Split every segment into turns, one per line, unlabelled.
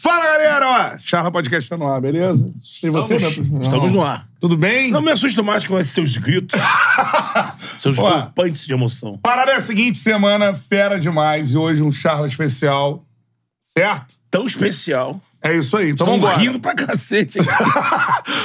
Fala, galera! Ó, Charla Podcast tá no ar, beleza? E você, meu-
estamos
Não.
no ar.
Tudo bem?
Não me assusta mais com esses seus gritos, seus
Ó.
rompantes de emoção.
Parada é a seguinte, semana fera demais. E hoje um charla especial, certo?
Tão especial.
É isso aí, então
Estão
vamos
rindo pra cacete.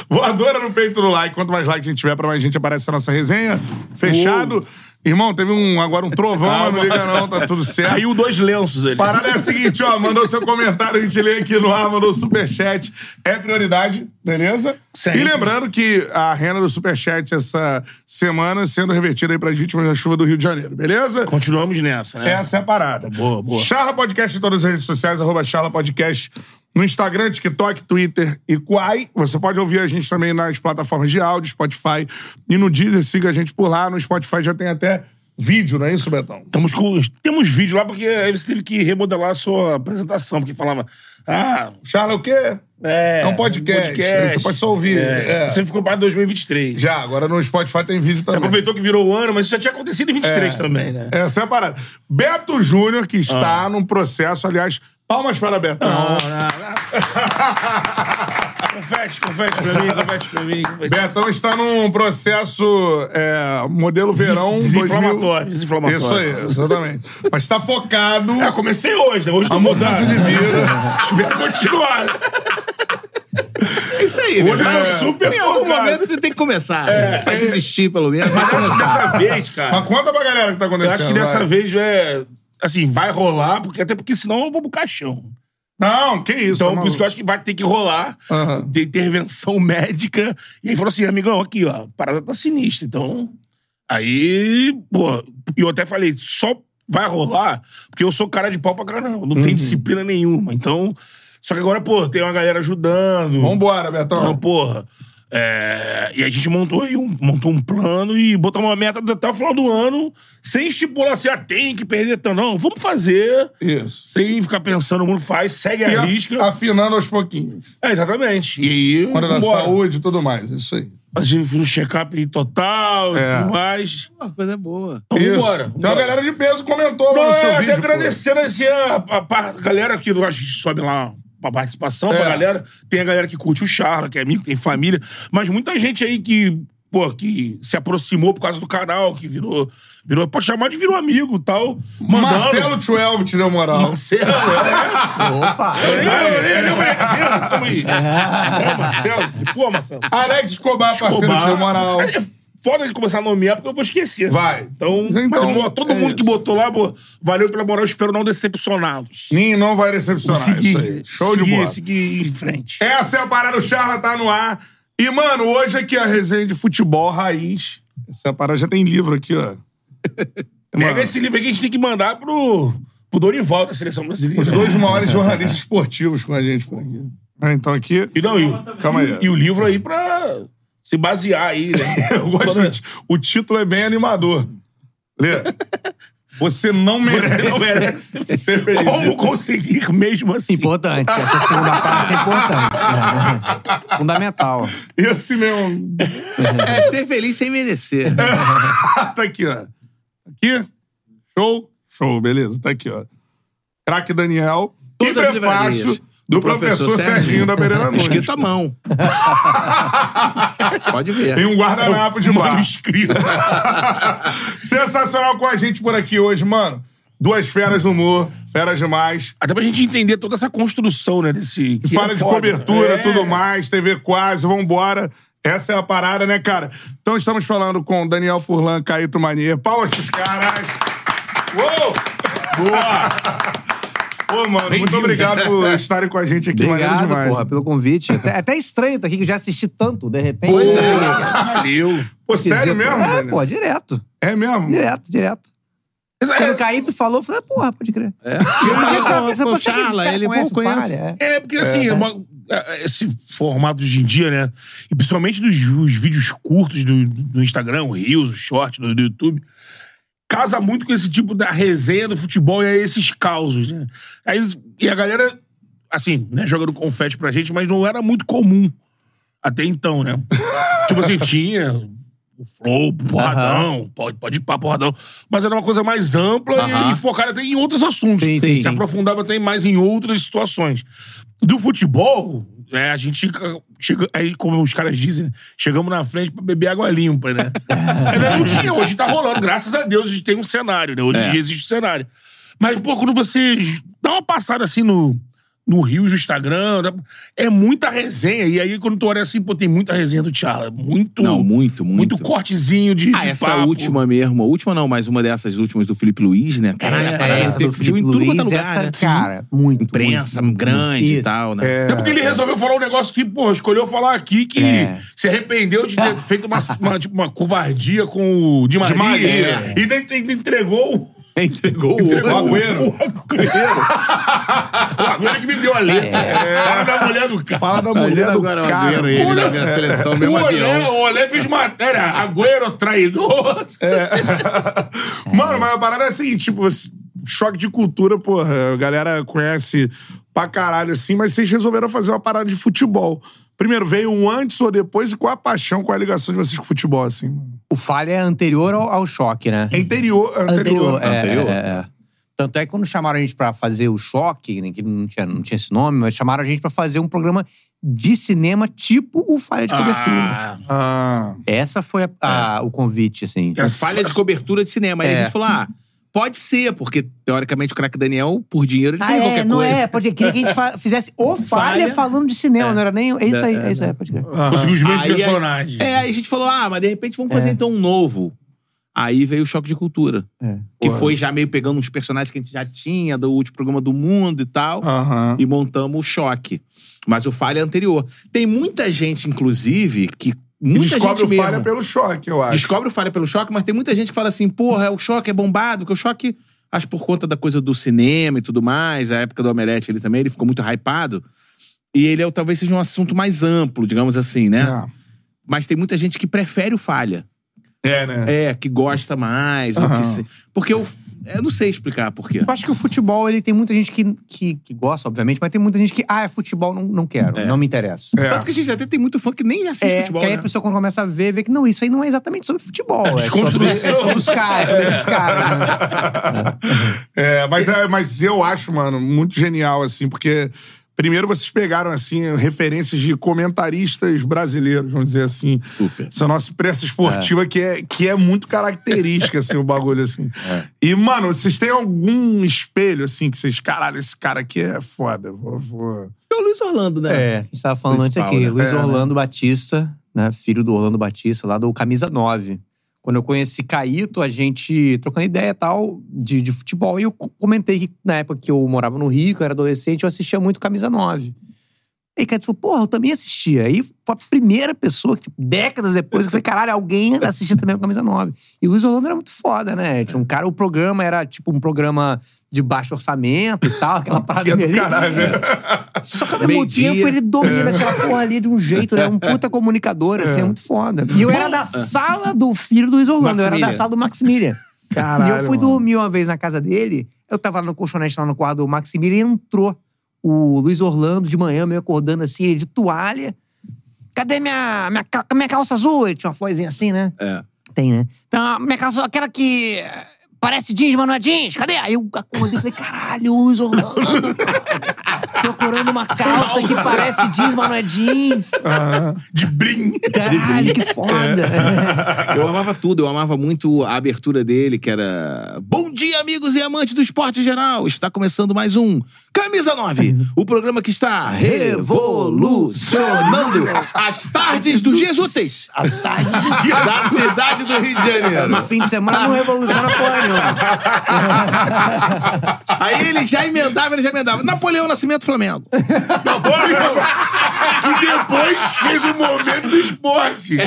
Voadora no peito do like. Quanto mais like a gente tiver, pra mais gente aparece a nossa resenha. Fechado.
Uh.
Irmão, teve um, agora um trovão, mas não liga não, tá tudo certo.
Caiu dois lenços ali.
Parada é a seguinte, ó. Mandou seu comentário, a gente lê aqui no ar, mandou superchat. É prioridade, beleza?
Sempre.
E lembrando que a renda do superchat essa semana sendo revertida aí pras vítimas da chuva do Rio de Janeiro, beleza?
Continuamos nessa, né?
Essa é a parada.
Boa, boa.
Charla Podcast em todas as redes sociais, arroba Charla Podcast no Instagram, TikTok, Twitter e Quai. Você pode ouvir a gente também nas plataformas de áudio, Spotify e no Deezer. Siga a gente por lá. No Spotify já tem até vídeo, não é isso, Betão?
Estamos com, temos vídeo lá, porque aí você teve que remodelar a sua apresentação, porque falava. Ah,
Charla, o quê?
é.
É um podcast, você pode só ouvir.
É,
É.
Você ficou para 2023.
Já, agora no Spotify tem vídeo
Você
também.
aproveitou que virou o ano, mas isso já tinha acontecido em 23 também, né?
Essa é a parada. Beto Júnior, que
Ah.
está num processo, aliás, palmas para Betão.
Confete, confete pra mim, confete pra mim. confete.
Betão está num processo é, modelo
Des-
verão.
desinflamatório,
2000.
desinflamatório.
Isso aí, exatamente. Mas está focado
Ah, comecei hoje, né? Hoje
na
tô
mudança
mudando.
de vida.
Espero continuar.
É isso aí.
Hoje eu
velho.
tô super
Em algum
focado.
momento você tem que começar.
É,
né?
Pra desistir, pelo menos. Vai
Acho que
começar.
dessa vez, cara.
Mas conta pra galera o que tá
Eu
acontecendo.
acho que dessa
vai.
vez é. Assim, vai rolar, porque até porque senão eu vou pro caixão.
Não, que isso.
Então,
tá
por isso que
maluco.
eu acho que vai ter que rolar
Aham.
de intervenção médica. E aí falou assim, amigão, aqui, ó, a parada tá sinistra. Então, aí, pô, e eu até falei, só vai rolar, porque eu sou cara de pau pra caramba, não
Uhum.
tem disciplina nenhuma. Então, só que agora, pô, tem uma galera ajudando.
Vambora, Betão.
Então, porra. é, e a gente montou aí um, montou um plano e botamos uma meta até o final do ano, sem estipular assim, ah, tem que perder tanto. Não, vamos fazer,
Isso.
sem ficar pensando, o mundo faz, segue
E
a
a-
é risca.
afinando aos pouquinhos.
É, exatamente. E aí,
Quando da
vambora.
saúde e tudo mais. Isso aí.
Mas eu fiz um check-up aí total e
É.
tudo mais.
Uma coisa boa.
Então,
Isso.
vambora.
Tem uma
vambora.
galera de peso comentou lá
Não,
no seu
é, até
vídeo. pô.
agradecendo assim, a, a- a galera que eu acho que sobe lá pra participação,
É.
pra galera. Tem a galera que curte o Charla, que é amigo, tem família. Mas muita gente aí que, pô, que se aproximou por causa do canal, que virou. virou pode chamar de virou amigo e tal. Mandando.
Marcelo 12 te deu moral.
Marcelo, é.
Opa!
Ele é ele é moleque mesmo, tamo aí. É, Marcelo. Falei, Pô, Marcelo.
Alex Escobar, parceiro,
Escobar.
te deu moral.
É foda de começar a nomear, porque eu vou esquecer.
Vai.
Então,
Então,
mas, boa, todo
é
mundo que
isso.
botou lá, boa, valeu pela moral, espero não decepcioná-los.
Ninho não vai decepcionar.
Seguir,
isso aí. Show
seguir,
de bola.
Seguir em frente.
Essa é a parada, o Charla tá no ar. E, mano, hoje aqui a resenha de futebol raiz. Essa parada já tem livro aqui, ó.
Pega É, esse livro aqui que a gente tem que mandar pro, pro Dorival da seleção brasileira.
Os dois maiores jornalistas esportivos com a gente por aqui. Ah, então aqui.
E, não, e,
Calma aí.
e o livro aí pra se basear aí, né?
Eu gosto do ti- O título é bem animador. Lê. Você não merece,
não merece.
ser feliz.
Como conseguir mesmo assim?
Importante. Essa segunda parte é importante. É. Fundamental.
Esse mesmo.
É ser feliz sem merecer.
né?
tá aqui, ó. Aqui. Show. Show, beleza. Tá aqui, ó. Craque Daniel.
Todas
e
as
prefácio
livrarias.
do professor, Serginho tá da Pereira Nunes.
Escrito à mão. Pode
Tem
ver.
um guardanapo de
Mano,
bar.
escrito.
Sensacional com a gente por aqui hoje, mano. Duas feras no humor, feras demais.
Até pra gente entender toda essa construção, né? Desse, que
Fala
é
de
foda.
cobertura,
É.
tudo mais, TV quase, vambora. Essa é a parada, né, cara? Então estamos falando com Daniel Furlan, Caíto Manier. Palmas pros caras. Uou!
Boa!
Ô, mano, muito
Bem-vindo.
obrigado por estarem com a gente aqui, maneiro
Obrigado,
demais.
porra, pelo convite. Até, até estranho tá aqui que já assisti tanto, de repente.
Valeu.
Pô, sério
Esquisito.
mesmo,
É,
Daniel?
pô, direto.
É mesmo?
Direto, direto.
Essa-
Quando o
essa-
Caíto falou, eu falei, porra, pode crer. É.
Pô, Charla, ele pô, conhece.
"Ah,
É, porque assim, é uma- é, é, esse formato de hoje em dia, né? E principalmente dos os vídeos curtos do, do Instagram, o Reels, o Short, do, do YouTube, casa muito com esse tipo da resenha do futebol e aí esses causos, né? Aí, e a galera, assim, né, jogando confete pra gente, mas não era muito comum até então, né? tipo assim, tinha o flow, porradão, pode, pode ir pra porradão, mas era uma coisa mais ampla e-
Aham.
e focada até em outros assuntos.
Sim, sim,
Se
sim.
aprofundava até mais em outras situações. Do futebol, é, a gente ca- chega, aí, como os caras dizem, né, chegamos na frente pra beber água limpa, né? Ainda não tinha, hoje tá rolando, graças a Deus a gente tem um cenário, né? Hoje em
É.
dia existe um cenário. Mas, pô, quando você j- dá uma passada assim no, no Rio, no Instagram, dá- é muita resenha. E aí, quando tu olha assim, pô, tem muita resenha do Tchala. Muito.
Não, muito, muito.
muito cortezinho de.
Ah,
de
essa
papo.
última mesmo. A última não, mas uma dessas últimas do Felipe Luiz, né? Caralho, a parada
É, essa do
repercutiu
Felipe
em tudo quanto é
Luiz,
lugar,
essa,
né?
cara, muito.
Imprensa
muito, É,
grande
muito.
e tal, né?
Até porque ele resolveu falar um negócio que, pô, escolheu falar aqui que
É.
se arrependeu de ter feito uma, uma, tipo, uma covardia com o Di Maria.
Maria.
E daí te- te entregou.
Entregou
entregou
o Agüero.
O Agüero. O Agüero que me deu a letra.
É.
Fala da mulher do cara.
Fala da mulher
Olha
do
agora o
cara. né?
Agüero, ele na minha seleção, mesmo
o Olé,
avião. É.
o Olé fez matéria. Agüero, traidor.
Mano, mas a parada é a seguinte, tipo, esse choque de cultura, porra, a galera conhece pra caralho assim, mas vocês resolveram fazer uma parada de futebol. Primeiro, veio um antes ou depois e qual a paixão, qual a ligação de vocês com o futebol, assim? mano?
O falha é anterior ao, ao choque, né?
É interior, é anterior.
Anterior, é,
Anterior.
é, é. Tanto é que quando chamaram a gente pra fazer o Choque, né, que não tinha, não tinha esse nome, mas chamaram a gente pra fazer um programa de cinema tipo o Falha de Cobertura.
Ah,
Ah,
Essa foi a- a- o convite, assim.
Era
Falha de cobertura de cinema. Aí a
É.
gente falou, ah, pode ser, porque teoricamente o craque Daniel, por dinheiro, ele
Ah,
fez
é,
qualquer
não
coisa.
é. Pode crer. Queria que a gente fa- fizesse o falha,
Falha.
falando de cinema, não era nem. É isso aí,
É,
é isso aí, pode crer.
conseguiu os mesmos
Aí, aí-
personagens.
É, aí a gente falou, ah, mas de repente vamos fazer então um novo. Aí veio o choque de cultura.
É.
Que foi já meio pegando uns personagens que a gente já tinha do último programa do mundo e tal.
aham.
E montamos o choque. Mas o falha é anterior. Tem muita gente, inclusive, que.
E
Muita
descobre
gente
o
mesmo.
falha pelo choque, eu acho.
Descobre o falha pelo choque, mas tem muita gente que fala assim, porra, é o choque é bombado, porque o choque, acho por conta da coisa do cinema e tudo mais, a época do Omelete ele também, ele ficou muito hypado. E ele é, o- talvez seja um assunto mais amplo, digamos assim, né? Mas tem muita gente que prefere o falha.
É, É, né?
É, que gosta mais. ou
Aham.
que se- Porque eu, eu não sei explicar por quê.
Eu acho que o futebol, ele tem muita gente que, que, que gosta, obviamente, mas tem muita gente que, ah, é futebol, não, não quero, não me interessa.
É.
Tanto que a gente até tem muito fã que nem assiste
É,
futebol.
que aí
né?
a pessoa quando começa a ver, vê que não, isso aí não é exatamente sobre futebol. É, sobre,
desconstrução.
é sobre os caras, sobre esses caras. né?
É, mas, é, mas eu acho, mano, muito genial, assim, porque primeiro vocês pegaram, assim, referências de comentaristas brasileiros, vamos dizer assim.
Super.
Essa nossa imprensa esportiva que, é, que é muito característica, assim, o bagulho, assim.
É.
E, mano, vocês têm algum espelho, assim, que vocês, caralho, esse cara aqui é foda. Vou, vou.
É o Luiz Orlando, né?
É, a gente tava falando antes
Principal,
aqui,
né?
Luiz
É, né?
Orlando Batista, né, filho do Orlando Batista, lá do Camisa 9. Quando eu conheci Caíto, a gente trocando ideia e tal de, de futebol, e eu co- comentei que na época que eu morava no Rio, que eu era adolescente, eu assistia muito Camisa 9. E Caíto falou, porra, eu também assistia. Aí foi a primeira pessoa, que, décadas depois, que eu falei, caralho, alguém assistia também o Camisa 9. E o Luiz Orlando era muito foda, né? Tinha um cara, o programa era tipo um programa de baixo orçamento e tal, aquela parada meio ali.
Caralho, né? É.
Só que ao mesmo
Meio-dia.
tempo ele domina aquela porra ali de um jeito, né? Um puta comunicador, assim, é muito foda. E eu era da sala do filho do Luiz Orlando, eu era da
Maximilian.
sala do Maximilian.
Caralho,
E eu fui
mano.
dormir uma vez na casa dele, eu tava lá no colchonete, lá no quarto do Maximilian, e entrou o Luiz Orlando de manhã, meio acordando assim, ele de toalha. Cadê minha, minha, cal- minha calça azul? Ele tinha uma vozinha assim, né?
É.
Tem, né? Então, minha calça, aquela que eh, parece jeans, mas não é jeans. Cadê? Aí eu acordei e falei, caralho, Luiz Orlando. Procurando uma calça que parece jeans, mas não é jeans.
De brim.
Caralho, que foda.
Eu amava tudo, eu amava muito a abertura dele, que era. Bom dia, amigos e amantes do esporte geral! Está começando mais um Camisa 9, o programa que está revolucionando as tardes dos dias úteis
As tardes.
da cidade do Rio de
Mas
É.
Janeiro.
fim de semana não revoluciona porra nenhuma.
Aí ele já emendava, ele já emendava. Napoleão Nascimento Flamengo.
que depois fez o momento do esporte. Eu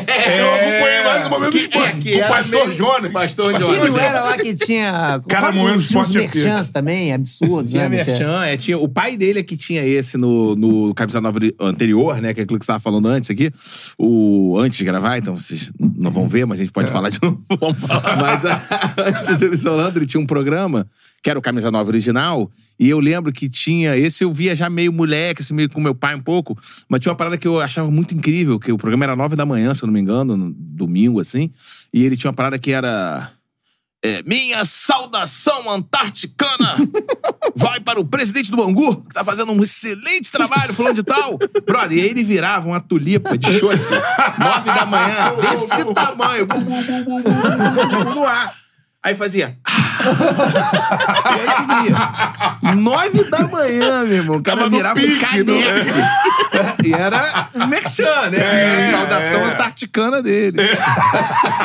acompanhei mais o momento do
Que,
esporte.
é, que
o
era
pastor
meio-
Jonas.
Pastor
E
Jonas.
não
é.
era lá que tinha.
Cara, moendo
tinha uns
esporte é pica.
merchans também, absurdo,
Tinha
né? Michel?
merchan, é, tinha, o pai dele é que tinha esse no, no camisa nova de- anterior, né? Que é aquilo que você tava falando antes aqui. O, antes de gravar, então vocês n- não vão ver, mas a gente pode falar de novo. Vamos falar. É. Mas a- antes dele ser Holanda, ele tinha um programa que era o Camisa Nova original. E eu lembro que tinha. Esse eu via já meio moleque, assim, meio com meu pai um pouco. Mas tinha uma parada que eu achava muito incrível, que o programa era nove da manhã, se eu não me engano, no domingo, assim. E ele tinha uma parada que era. É, minha saudação antarticana vai para o presidente do Bangu, que tá fazendo um excelente trabalho, falando de tal. Brother, e aí ele virava uma tulipa de chope, nove da manhã, desse tamanho, bu, bu, bu, bu, bu, bu, bu, bu, no ar. Aí fazia. Ah! e aí seguia. Nove da manhã, meu irmão. O cara
Tava no
virava um
pique, né?
caneco. E era um merchan, né? a saudação
é.
antarticana dele.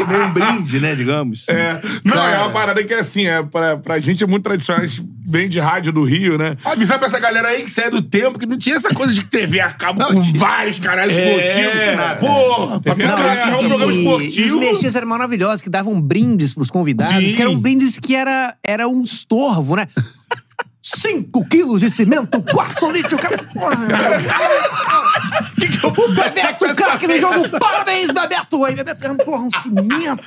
Meio um brinde, né, digamos.
É. Não,
Cara.
é uma parada que é assim, é, pra, pra gente é muito tradicional, a gente vem de rádio do Rio, né?
Avisar pra essa galera aí que sai do tempo, que não tinha essa coisa de TV a cabo com vários caralhos
É.
esportivos. Porra, pra mim,
Não,
cara, é um
e-
programa
Os
esportivo.
merchandising eram maravilhosos, que davam brindes pros convidados,
Sim.
que eram brindes que era, era um estorvo, né? 5 quilos de cimento, quarto lítio, cara. Porra,
que, que eu vou fazer com
Bebeto,
essa
craque do jogo, parabéns, Bebeto! Aí, Bebeto, porra, um cimento.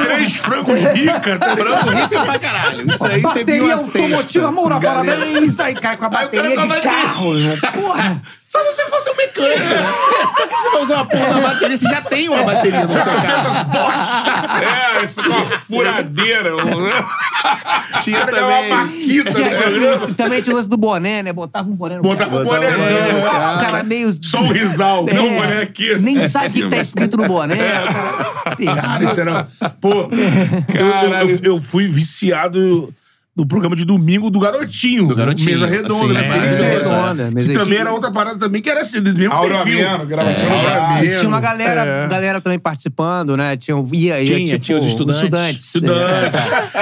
Três frangos rica, tá
Frango
ligado?
rica pra caralho. Isso é- aí você viu
Bateria
a sexta.
automotiva, Moura,
Galera.
parabéns! Aí, cara, com a
Aí o cara
bateria
com a
de
bateria.
carro, né? Porra!
Só se você fosse um mecânico. Por que você vai usar uma porra da bateria? Você já tem uma bateria no seu carro.
É, isso é uma furadeira. um-
Tinha
É uma marquita no programa.
E também tinha o lance do boné, né? Botava um boné no
Botava um
cara.
bonézão.
É, O cara meio...
Só um risal.
É,
Não, mano, é aqui.
Nem
assim,
sabe o que que tá
mano.
escrito no boné. o cara-
Cara, Ah, isso era... Pô, eu, eu, eu fui viciado no programa de domingo do Garotinho. Do
Garotinho,
Mesa Redonda.
assim,
né?
é,
Mesa
Que
Redonda, Mesa
também
Equipe.
era outra parada também, que era assim, do mesmo
Auro
perfil.
Amiano, gravatinho
Auro
Auro
Amiano.
Tinha uma galera,
É.
galera também participando, né? Tinha, ia, ia,
Tinha,
tipo,
tinha os estudantes.
Estudante.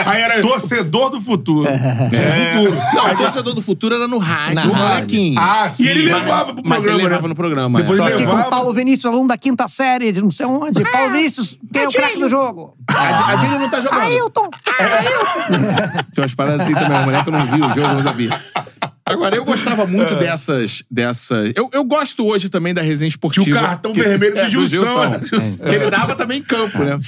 Aí era...
Torcedor do futuro. É.
Não, o torcedor do futuro era no rádio.
Na
o
rádio.
molequinho.
Ah, sim.
E ele levava pro programa,
Mas ele levava
né?
no programa.
Depois
é.
ele
Tô aqui com
levava.
o Paulo Vinícius, aluno da quinta série, de não sei onde. Paulo Vinícius, quem é o craque do jogo? Ah,
A, a Vini não tá jogando.
Ailton!
Tinha umas paradas assim também. A mulher que eu não vi o jogo, não sabia. Agora, eu gostava muito dessas... dessas... Eu, eu gosto hoje também da resenha esportiva.
Tinha o cartão vermelho do
É,
Gilson.
Gilson. Que ele dava também em campo, né?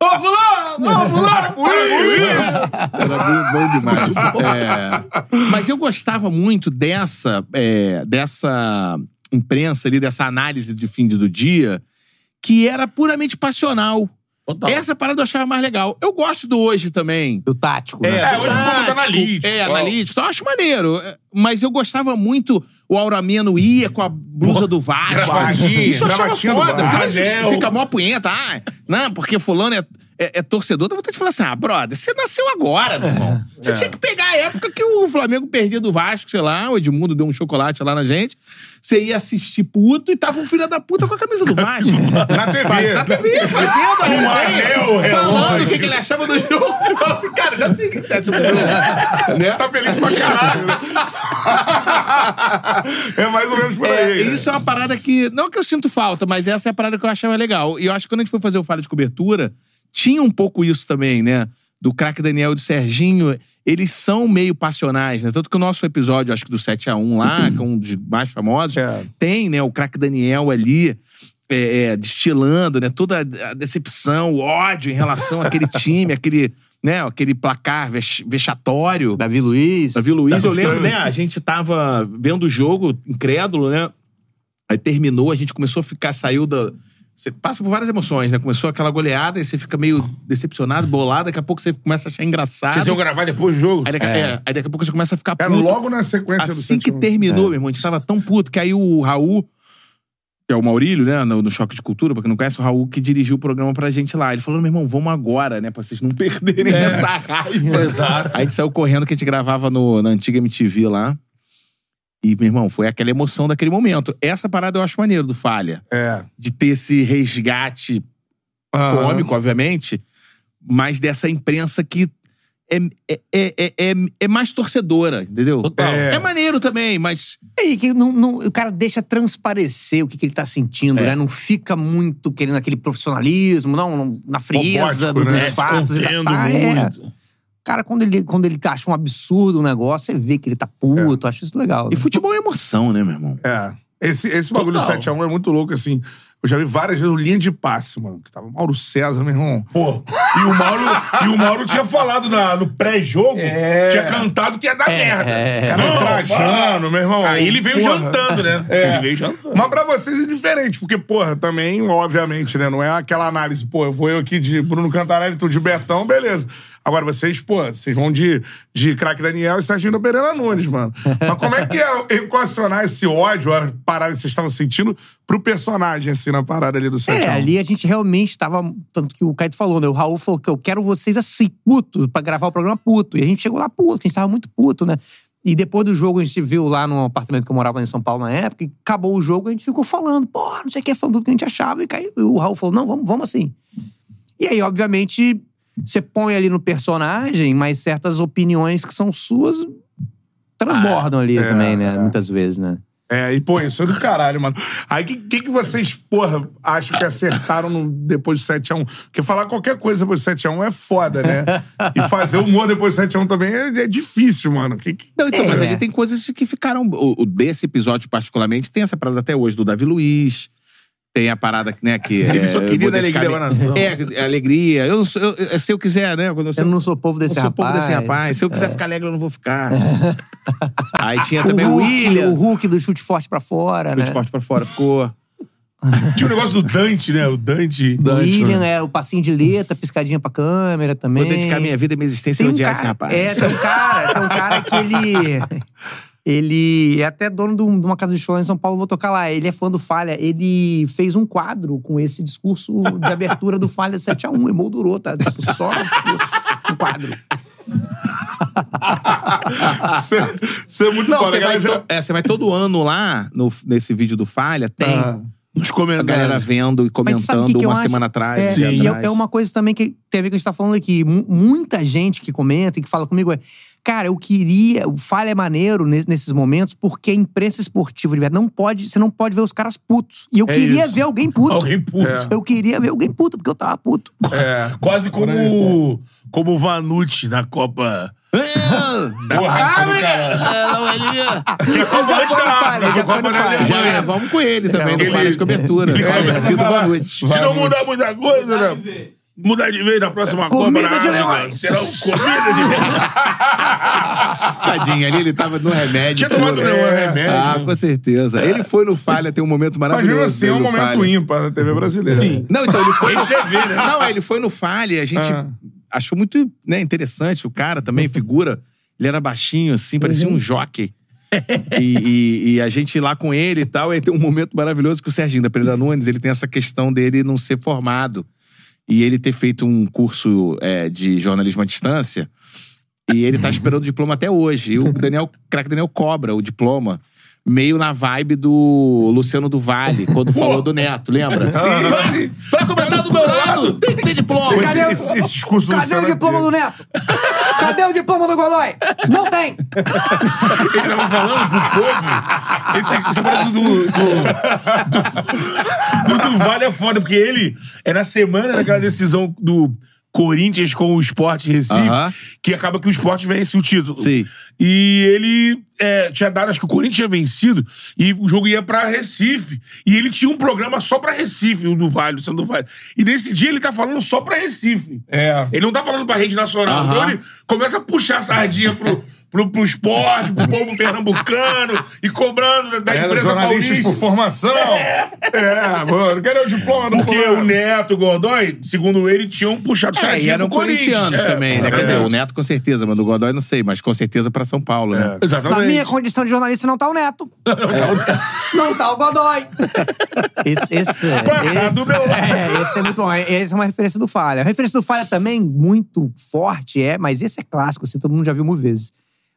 Ô, fulano! Ô, fulano! Ui, ui.
Era bom, bom demais. É, mas eu gostava muito dessa, é, dessa imprensa ali, dessa análise de fim do dia, que era puramente passional. Essa parada eu achava mais legal. Eu gosto do hoje também.
Do tático, né?
É, hoje ficou muito
Tático,
analítico.
É,
Ó.
analítico. Eu acho maneiro. É, Mas eu gostava muito. O Aurameno ia com a blusa do Vasco.
gravatinha,
Isso eu achava
gravatinha do
foda.
Vasco. É,
Porque a gente
Anel.
fica mó punheta. Ah, não, porque fulano é, é, é torcedor. Eu vou te falar assim, ah, brother, você nasceu agora, meu irmão. Você
É.
tinha que pegar a época que o Flamengo perdia do Vasco, sei lá. O Edmundo deu um chocolate lá na gente. Você ia assistir puto e tava um filho da puta com a camisa do Vasco. Tá
Na TV.
Na TV, fazendo a resenha.
anel,
Tá falando
relógio.
o que, que ele achava do jogo. Eu falo assim, cara, já sei o que você acha do jogo.
Né? Tá feliz pra caralho. né? é mais ou menos por
É,
aí.
isso é uma parada que. Não que eu sinto falta, mas essa é a parada que eu achava legal. E eu acho que quando a gente foi fazer o Falha de Cobertura, tinha um pouco isso também, né? Do craque Daniel e do Serginho, eles são meio passionais, né? Tanto que o nosso episódio, acho que do 7x1 lá, que é um dos mais famosos,
É.
tem, né? O craque Daniel ali. é, é, destilando, né? Toda a decepção, o ódio em relação àquele time, aquele, né? Aquele placar vex- vexatório.
Davi Luiz.
Davi Luiz, eu lembro, né? A gente tava vendo o jogo, incrédulo, né? Aí terminou, a gente começou a ficar, saiu da. Você passa por várias emoções, né? Começou aquela goleada, aí você fica meio decepcionado, bolado, daqui a pouco você começa a achar engraçado.
Vocês iam gravar depois do jogo?
Aí daqui, é, aí daqui a pouco você começa a ficar
Era
puto.
É, logo na sequência do
Assim que
711.
terminou, meu irmão, a gente tava tão puto que aí o Raul, que é o Maurílio, né, no, no Choque de Cultura, pra quem não conhece, o Raul que dirigiu o programa pra gente lá. Ele falou, meu irmão, vamos agora, né, pra vocês não perderem essa raiva. Exato. Aí a gente saiu correndo que a gente gravava no, na antiga MTV lá. E, meu irmão, foi aquela emoção daquele momento. Essa parada eu acho maneiro do Falha.
É.
De ter esse resgate
Ah,
cômico, obviamente, mas dessa imprensa que é, é, é, é, é mais torcedora, entendeu? É. maneiro também, mas.
E que não, não- o cara deixa transparecer o que, que ele tá sentindo, né? Não fica muito querendo aquele profissionalismo, não, não- na frieza
Robótico,
do-
né?
dos fatos. Ele
Escondendo
tá, é.
muito.
Cara, quando ele, quando ele acha um absurdo um negócio, você vê que ele tá puto, eu acho isso legal.
E futebol é emoção, né, meu irmão?
É. Esse, esse bagulho
Total.
do 7x1 é muito louco, assim. Eu já vi várias vezes o linha de passe, mano. Que tava Mauro César, meu irmão.
Pô, e o Mauro, e o Mauro tinha falado na- no pré-jogo, tinha cantado que ia dar merda.
Cara,
Não,
trajando, meu irmão.
Aí ele veio
Porra.
jantando, né?
É.
Ele veio jantando.
Mas pra vocês é diferente, porque, porra, também, obviamente, né? Não é aquela análise, pô, eu vou eu aqui de Bruno Cantarelli, tu de Bertão, beleza. Agora vocês, pô, vocês vão de, de craque Daniel e Serginho Pereira Nunes, mano. Mas como é que é equacionar esse ódio, a parada que vocês estavam sentindo, pro personagem, assim, na parada ali do
Tá,
Serginho?
É, ali a gente realmente tava. Tanto que o Caio falou, né? O Raul falou que eu quero vocês assim, puto, pra gravar o programa puto. E a gente chegou lá puto, que a gente tava muito puto, né? E depois do jogo, a gente viu lá no apartamento que eu morava lá em São Paulo na época, e acabou o jogo, a gente ficou falando, pô, não sei o que, falando tudo que a gente achava. E, caiu, e o Raul falou, não, vamos, vamos assim. E aí, obviamente, você põe ali no personagem, mas certas opiniões que são suas transbordam
Ah,
ali
é.
também, né? Muitas vezes, né?
É, e pô, isso é do caralho, mano. Aí o que, que, que vocês, porra, acham que acertaram no- depois do 7x1? Porque falar qualquer coisa depois do 7x1 é foda, né? E fazer humor depois do 7x1 também é, é difícil, mano. Que, que...
Não, então,
É.
mas ali tem coisas que ficaram. O, o desse episódio, particularmente, tem essa parada até hoje do Davi Luiz. Tem a parada, né, que.
Ele só queria dar alegria
bodeticamente-
pra nação.
É, alegria. Eu, não sou- eu- eu- se eu quiser, né? Quando eu,
Eu não sou povo
eu
desse
sou
rapaz. é.
povo desse rapaz. Se eu quiser ficar alegre, eu não vou ficar. Aí tinha também
o
o
Hulk,
William.
O Hulk do chute forte pra fora, né?
Chute forte pra fora, ficou.
Tinha o negócio do Dante, né? O Dante.
O William
né?
é o passinho de letra, piscadinha pra câmera também.
Vou dedicar minha vida e minha existência
Tem
a
um
odiar esse
cara,
rapaz.
É, tem um cara, tem um cara que ele... Ele é até dono de um- de uma casa de show lá em São Paulo, vou tocar lá. Ele é fã do Falha. Ele fez um quadro com esse discurso de abertura do Falha 7x1 e moldurou, tá? Tipo, só o discurso, um quadro.
Isso é, isso é muito
Não,
foda.
você
A galera
vai,
já-
to- é, você vai todo ano lá, no- nesse vídeo do Falha, tem
Ah.
Nos
a galera
comentários.
vendo e
Mas sabe o que
comentando
que eu
uma
acho?
semana atrás.
É,
dizendo
E é,
atrás.
é uma coisa também que tem a ver com o que a gente tá falando aqui. Mu- muita gente que comenta e que fala comigo é. Cara, eu queria. O falha é maneiro nes- nesses momentos, porque a imprensa esportiva de verdade não pode. Você não pode ver os caras putos. E eu
É
queria
isso.
ver alguém puto. É.
Alguém puto. é.
Eu queria ver alguém puto, porque eu tava puto.
É.
Quase como,
tá.
como o Vanucci na Copa. Porra, isso do caralho. Que é a Copa
é? Já
antes
foi
da
no
África,
Falha,
que é a
já foi
Copa
no
da
Falha.
Já
Alemanha.
vamos com ele também,
Não,
no Falha
ele-
de cobertura.
Ele fala assim,
Falecido
vai lá.
Vanucci.
Se não mudar muita coisa, né? Mudar de vez na próxima
Comida
Copa. na
de
África,
leões.
Será um comida de leões.
Tadinho, ali ele tava no remédio.
Tinha tomado
puro.
um remédio.
Ah, com certeza. Ele foi no Falha, tem um momento
Mas mesmo
maravilhoso.
assim, é
né,
dele
um
no
momento
Falha.
ímpar na TV brasileira. Sim.
Não, então ele foi.
Eles devem, né?
Não, é, ele foi no Falha, a gente
Ah.
achou muito né, interessante o cara também, figura. Ele era baixinho, assim, parecia um jockey. e, e- e a gente lá com ele e tal, e aí tem um momento maravilhoso que o Serginho da Pereira Nunes, ele tem essa questão dele não ser formado. E ele ter feito um curso é, de jornalismo à distância. E ele tá esperando o diploma até hoje. E o Daniel, o craque Daniel cobra o diploma. Meio na vibe do Luciano do Vale, quando falou do Neto, lembra? Sim. Pra comentar Tá do meu lado, tem que ter diploma.
Esse, esse, esse discurso do
Cadê o
Luciano
diploma do
Huck?
Neto? Cadê o diploma do Golói? Não tem!
Ele tava falando do povo. Esse, essa parada do. Do, do, do- do Vale é foda, porque ele é na semana daquela decisão do. Corinthians com o Sport Recife,
Aham.
que acaba que o Sport vence o título.
Sim.
E ele é, tinha dado, acho que o Corinthians tinha vencido, e o jogo ia pra Recife. E ele tinha um programa só pra Recife, o do Vale, o Santo do Vale. E nesse dia ele tá falando só pra Recife.
É.
Ele não tá falando pra rede nacional.
Aham.
Então ele começa a puxar a sardinha pro, pro, pro esporte, pro povo pernambucano e cobrando da- da
É,
empresa
jornalistas por
paulista.
formação. É, mano. Cadê o diploma do
Porque
fulano?
o Neto, o Godoy, segundo ele, tinham puxado
É, e
sardinha
eram
pro Corinthians.
corintianos
É,
também, né? Quer dizer, o Neto com certeza, mas do Godoy não sei, mas com certeza pra São Paulo, né?
É. Na
Exatamente.
minha condição de jornalista não tá o Neto. não tá o Godoy. Esse, esse,
É. Pra cá,
esse-
do meu lado.
É, esse é muito bom. Esse é uma referência do Falha. A referência do Falha também, muito forte, é, mas esse é clássico, assim, todo mundo já viu mil vezes.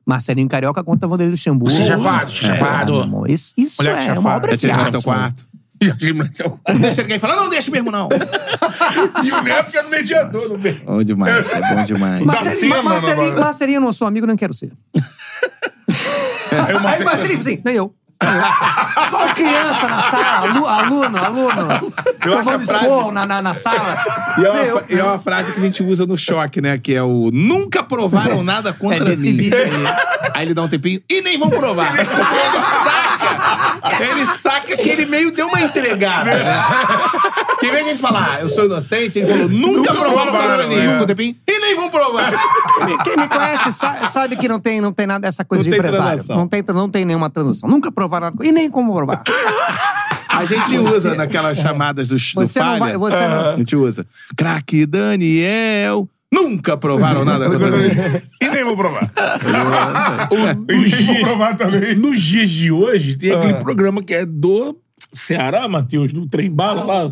Marcelinho Carioca contra Vanderlei Luxemburgo.
Sim, chafado,
É,
chafado.
meu irmão, Isso, isso
Moleque
é
chafado.
uma obra
Já
de
tirei o
arte.
quarto.
Jorginho Brandão.
Deixa ninguém falar, não deixa mesmo, não.
então, E o Neto que era o mediador no meio.
bom demais, é bom demais.
Mas-
Marcelinho,
Darcy, mano,
Marcelinho,
agora.
Marcelinho, eu não sou amigo, nem quero ser.
Aí o
Aí
Marcelinho-
Marcelinho, sim, nem eu. Qual criança na sala? alu- Aluno, aluno.
acho
Tomando
a frase-
esporro na, na, na sala.
E é, uma,
Nem eu.
e é uma frase que a gente usa no choque, né? Que é o nunca provaram nada
É
contra
desse
mim.
vídeo aí.
Aí ele dá um tempinho e nem vão provar. Porque ele saca, ele saca que ele meio deu uma entregada. Né? Em vez de ele falar, "Ah, eu sou inocente, ele falou, nunca, provaram,
provaram,
nada pra mim.
né?
é.
Ficou um tempinho e nem vão provar.
Quem me conhece sa- sabe que não tem, não tem nada dessa coisa
Não
de
tem
empresário.
transação.
Não tem, não tem nenhuma transação. Nunca provaram nada. E nem como provar.
A gente usa naquelas chamadas do, do
Você não
palha.
vai. Você não,
A gente usa. Craque Daniel. Nunca provaram nada contra mim.
E nem vou provar. O- nos dias- Nos dias de hoje, tem aquele programa que é do Ceará, Matheus, do Trem Bala lá.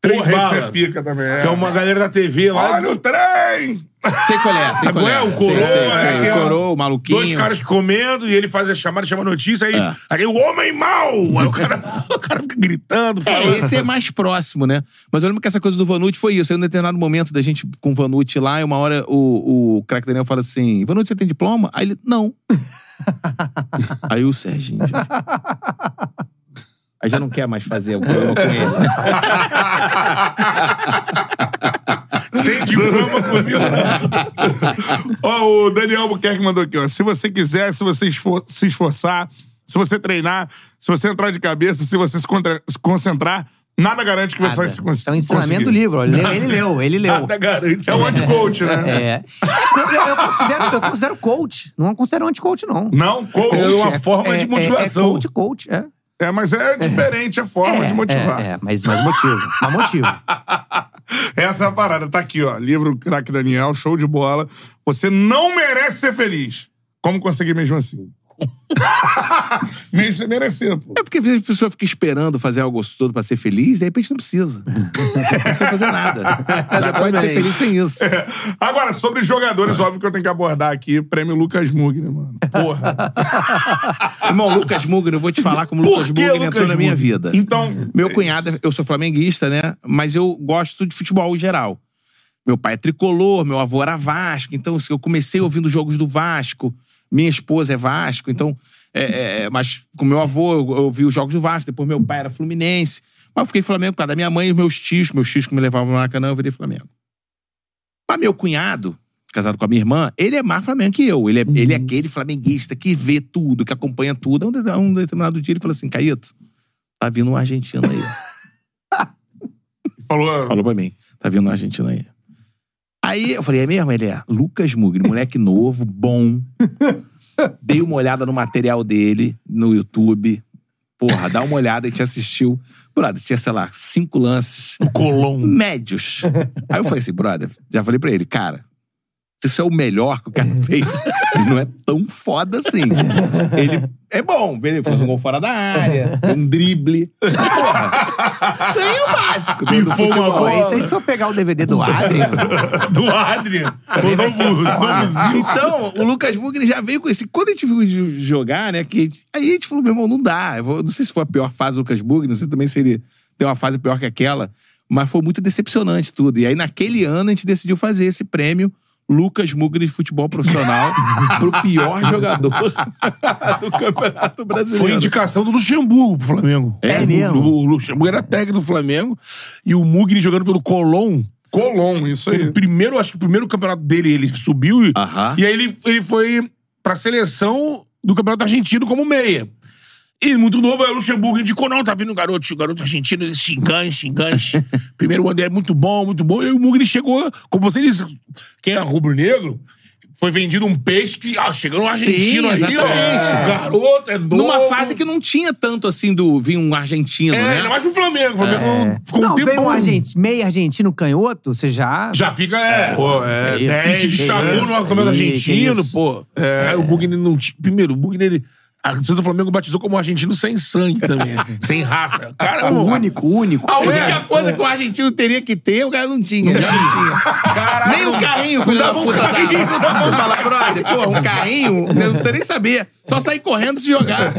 Trem
Porra, esse é
Bala.
pica também. É.
Que é uma galera da TV lá.
Olha o trem!
Sei qual é, sei
Sabe
qual
qual é? O
Sei,
coroa,
sei, sei.
é, que é
O coroa, o maluquinho.
Dois caras comendo e ele faz a chamada, chama a notícia, aí,
É.
aí o homem mal! Aí o cara, o cara fica gritando, falando.
É, esse é mais próximo, né? Mas eu lembro que essa coisa do Vanucci foi isso. Aí, num determinado momento da gente com o Vanucci lá, e uma hora o, o craque Daniel fala assim: Vanucci, você tem diploma? Aí ele, não. Aí o Serginho. Já... Aí já não quer mais fazer o programa com ele.
Sem diploma um comigo. né? ó, o Daniel Buquerque mandou aqui, ó. Se você quiser, se você esfor- se esforçar, se você treinar, se você entrar de cabeça, se você se, contra- se concentrar, nada garante que você vai se cons-
Isso é um ensinamento do
conseguir.
livro. ó. Ele, ele leu, ele leu.
Nada garante. É o anti-coach, né?
É. Eu, eu considero, eu considero coach. Não considero anti-coach, não.
Não, coach.
É uma
É-
forma
é-
de
é-
motivação.
É, coach, coach, é.
É, mas é diferente a forma
é,
de motivar.
É, é, mas, mas motivo. Mas motivo.
Essa é a parada. Tá aqui, ó. Livro Craque Daniel, show de bola. Você não merece ser feliz. Como conseguir mesmo assim? mesmo sem merecer, pô.
É porque às vezes a pessoa fica esperando fazer algo gostoso pra ser feliz, de repente não precisa. Não precisa fazer nada. Ela pode ser feliz sem isso.
É. Agora, sobre jogadores, óbvio que eu tenho que abordar aqui. Prêmio Lucas Mugner, mano. Porra.
Irmão, Lucas Mugner, eu vou te falar como
Por
Lucas
que
Mugner
Lucas
entrou na minha
Mugner?
vida.
Então.
Meu cunhado, eu sou flamenguista, né? Mas eu gosto de futebol em geral. Meu pai é tricolor, meu avô era Vasco, então assim, eu comecei ouvindo jogos do Vasco. Minha esposa é Vasco, então. é, é, mas com meu avô eu, eu ouvi os jogos do Vasco, depois meu pai era Fluminense. Mas eu fiquei Flamengo por causa da minha mãe e meus tios, meus tios que me levavam no Maracanã, eu virei Flamengo. Mas meu cunhado, casado com a minha irmã, ele é mais Flamengo que eu. Ele é, ele é aquele flamenguista que vê tudo, que acompanha tudo. Um, de- um determinado dia ele falou assim: Caíto, tá vindo um argentino aí.
Falou.
Falou pra mim. Tá vindo um argentino aí. Aí eu falei, é mesmo? Ele é Lucas Mugni, moleque novo, bom. Dei uma olhada no material dele no YouTube. Porra, dá uma olhada, a gente assistiu. Brother, tinha, sei lá, cinco lances
O Colombo.
médios. Aí eu falei assim, brother, já falei pra ele, cara, se isso é o melhor que o cara fez, ele não é tão foda assim. Ele é bom, ele fez um gol fora da área, deu um drible. Porra, isso aí é o básico. do- do
Pifou uma
futebol.
bola.
Pô, isso aí se for pegar o DVD do
Então,
Adrian,
Do Adrian. Do
um
novo- novozinho.
Então, o Lucas Mugni já veio com esse. Quando a gente viu ele jogar, né? Que, aí a gente falou, meu irmão, não dá. Eu vou- não sei se foi a pior fase do Lucas Mugni, não sei também se ele tem uma fase pior que aquela, mas foi muito decepcionante tudo. E aí, naquele ano, a gente decidiu fazer esse prêmio. Lucas Mugni de futebol profissional pro pior jogador do Campeonato Brasileiro.
Foi indicação do Luxemburgo pro Flamengo.
É
O-
mesmo?
O Luxemburgo era técnico do Flamengo e o Mugni jogando pelo Colom.
Colom, isso
Foi
aí.
o primeiro, acho que o primeiro campeonato dele, ele subiu e,
Aham.
e aí ele, ele foi pra seleção do Campeonato Argentino como meia. E muito novo, aí o Luxemburgo indicou, não, tá vindo o garoto, o garoto argentino, ele xingante, xingante. Primeiro André é muito bom, muito bom. E aí o Mugni chegou, como você disse, quem é rubro-negro, foi vendido um peixe que, ah, chegando um argentino
Sim,
ali, ó,
exatamente.
garoto, é novo.
Numa fase que não tinha tanto assim do vir um argentino,
É,
né?
ainda mais pro Flamengo. O Flamengo ficou um
não,
tempo.
veio um argentino, meio argentino canhoto, você já.
Já fica, é.
Pô, é.
Que isso,
É, se
que
destacou
isso,
no campeonato
que
argentino, É.
isso.
pô. Cara, o Bugner não tinha. Primeiro, o Bugner ele A torcida do Flamengo batizou como argentino sem sangue também. sem raça. Cara,
o
mano,
é um único, o único.
A
É.
única coisa que o argentino teria que ter, o cara não tinha. Não tinha.
Caralho.
Nem o carrinho, filho da
dava um
puta. dava.
carrinho.
Não dava. falar, brother. Pô, um carrinho, eu não precisa nem saber. Só sair correndo e se jogar.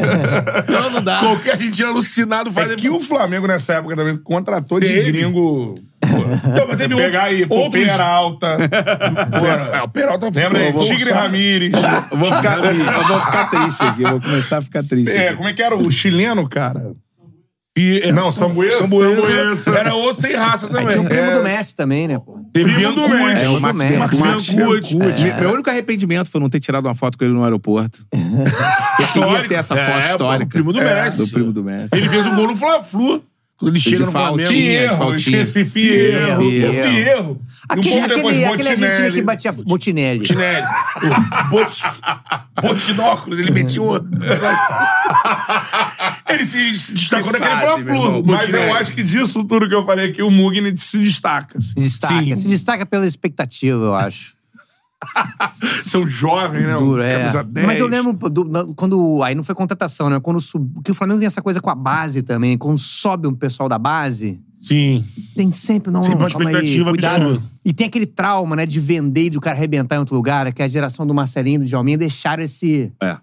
Não, não dá.
Qualquer argentino alucinado faz...
É que o Flamengo nessa época também contratou de
Teve.
gringo.
Então, mas teve
Pegar aí, pô,
outros-
Peralta. Pô,
É, o Peralta
Lembra aí,
ficou-
Tigre Ramírez.
Eu vou ficar, eu vou ficar triste aqui, eu vou começar a ficar triste.
É, como é que era o chileno, cara?
E, é,
Não, Sambuesa.
Sambuesa. Era outro sem raça
Aí tinha o
também.
primo
é.
do Messi também, né, pô?
Teve
Primo do
Biancucci.
Messi.
É, o Max Biancucci.
Max
Max
Biancucci.
um
É.
Meu único arrependimento foi não ter tirado uma foto com ele no aeroporto. Eu queria ter essa foto
É, pô,
histórica.
primo do
É,
Messi.
Do primo do Messi.
Ele fez um gol no Fla-Flu. Quando ele chega no
faltinha,
Flamengo.
de
Fierro,
faltinha.
esqueci Fierro.
Fierro.
Fierro.
E
Aquele,
um pouco
aquele,
depois,
aquele argentino que batia Botinelli.
Tinelli. Botinóculos, ele metia um. Ele se destacou
Que
naquele
fase, meu
Fla-Flu.
irmão.
Mas
Botinelli.
eu acho que disso tudo que eu falei aqui, o Mugni se destaca. assim.
Se destaca. Se destaca pela expectativa, eu acho.
São jovens, né?
Duro, é.
Camisa 10.
Mas eu lembro do- na- quando. Aí não foi contratação, né? Quando sub, porque o Flamengo tem essa coisa com a base também. Quando sobe um pessoal da base,
Sim.
tem sempre. Não,
Sempre uma
calma aí,
expectativa
cuidado.
absurda.
E tem aquele trauma, né? De vender e de o cara arrebentar em outro lugar, né, que a geração do Marcelinho e do Djalminha deixaram esse.
É.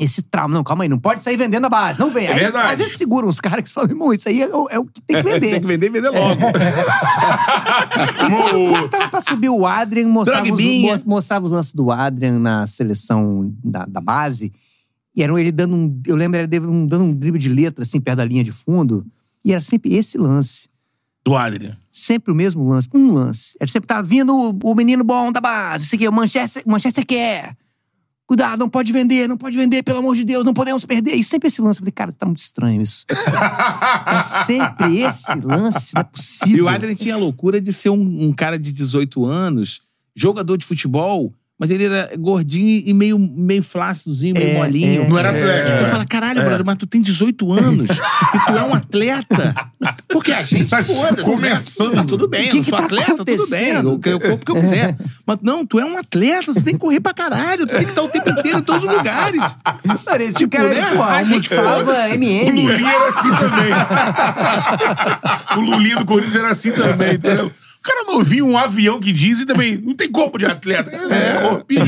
Esse trauma. Não, calma aí, não pode sair vendendo a base. Não vem. Aí,
verdade.
Às vezes seguram os caras que falam, irmão, isso aí é, o- é o que tem que vender.
Tem que vender e vender logo.
Quando, quando tava pra subir o Adrian, mostrava os,
Drogbinha.
mo- mostrava os lances do Adrian na seleção da, da base. E era ele dando um. Eu lembro, era dele um- dando um drible de letra, assim, perto da linha de fundo. E era sempre esse lance.
Do Adrian.
Sempre o mesmo lance. Um lance. Era sempre tava vindo o, o menino bom da base, isso aqui, o Manchester, o Manchester quer. Cuidado, não pode vender, não pode vender, pelo amor de Deus, não podemos perder. E sempre esse lance. Eu falei, cara, tá muito estranho isso. é sempre esse lance, não é possível.
E o Adrian tinha a loucura de ser um, um cara de 18 anos, jogador de futebol, mas ele era gordinho e meio, meio flácidozinho, meio
É,
molinho.
é.
Não era atlético.
Tu fala, caralho, brother, mas tu tem 18 anos e tu é um atleta. Porque a gente,
Tá
foda-se, né?
começando.
Tá tudo bem,
O que
eu
que
sou
tá
atleta, tudo bem.
acontecendo?
Eu, eu corro porque eu quiser. Mas não, tu é um atleta, tu tem que correr pra caralho, tu tem que estar o tempo inteiro em todos os lugares.
Cara, esse cara,
né?
pô,
A gente
almoçava
foda-se.
O
MM.
Lulinha era assim também. o Lulinha do Corinthians era assim também, entendeu? O cara não viu um avião que diz e também não tem corpo de atleta. É, corpinho.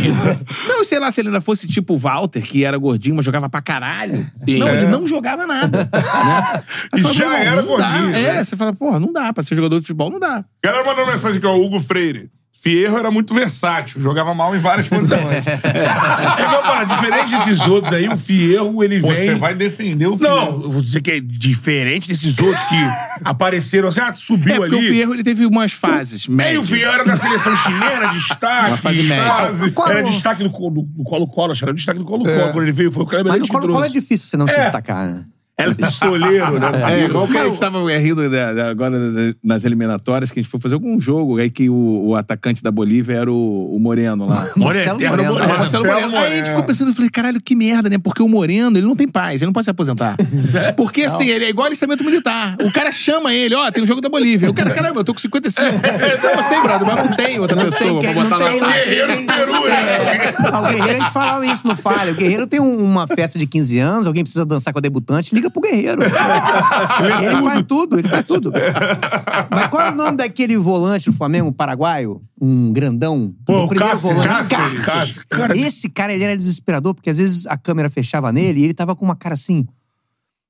Não, sei lá, se ele ainda fosse tipo o Walter, que era gordinho, mas jogava pra caralho.
Sim.
Não,
É.
ele não jogava nada. né?
E
Aí você
já
fala, "Não,
era
não dá."
gordinho,
É,
né?
você fala, porra, não dá. Pra ser jogador de futebol, não dá.
Galera mandando mensagem aqui, ó. Hugo Freire. Fierro era muito versátil, jogava mal em várias posições.
É, não, cara, diferente desses outros aí, o Fierro, ele vem...
Você vai defender o Fierro.
Não, eu vou dizer que é diferente desses outros que apareceram assim, ah, subiu
É, porque
ali.
o Fierro, ele teve umas fases
Aí o
médias.
Fierro era da seleção chilena, destaque.
Uma fase média. é
destaque.
Qual-
Era destaque do co- do do Colo-Colo, acho que era destaque do Colo-Colo.
É.
Quando ele veio, foi o Kleber
Mas no
Leite que
Colo-Colo é
trouxe.
difícil você não se destacar, né?
Era pistoleiro, né?
Tá,
É, igual que a
Amigo.
gente tava é, rindo da- da- agora da- nas eliminatórias, que a gente foi fazer algum jogo, aí que o, o atacante da Bolívia era o, o Moreno lá.
Moreno,
é Marcelo
era
Moreno. né?
Moreno.
Marcelo
Marcelo
Moreno. Aí a gente
Moreno.
ficou pensando, eu falei, caralho, que merda, né? Porque o Moreno, ele não tem paz, ele não pode se aposentar. Porque, assim, ele é igual alistamento militar. O cara chama ele, ó, tem um jogo da Bolívia. O cara, caramba, eu tô com 55. Não, eu sei, brother, mas não tem outra pessoa pra botar lá.
Guerreiro do Peru, né?
Ah, o Guerreiro, a gente falava isso no Falha. O Guerreiro tem um- uma festa de 15 anos, alguém precisa dançar com a debutante, liga pro Guerreiro.
é
Ele faz tudo, ele faz tudo. Mas qual é o nome daquele volante do Flamengo, paraguaio? Um grandão?
Pô,
o
o
primeiro
Cássio,
volante.
Cássio,
Cássio.
Cássio, cara.
Esse cara, ele era desesperador, porque às vezes a câmera fechava nele e ele tava com uma cara assim...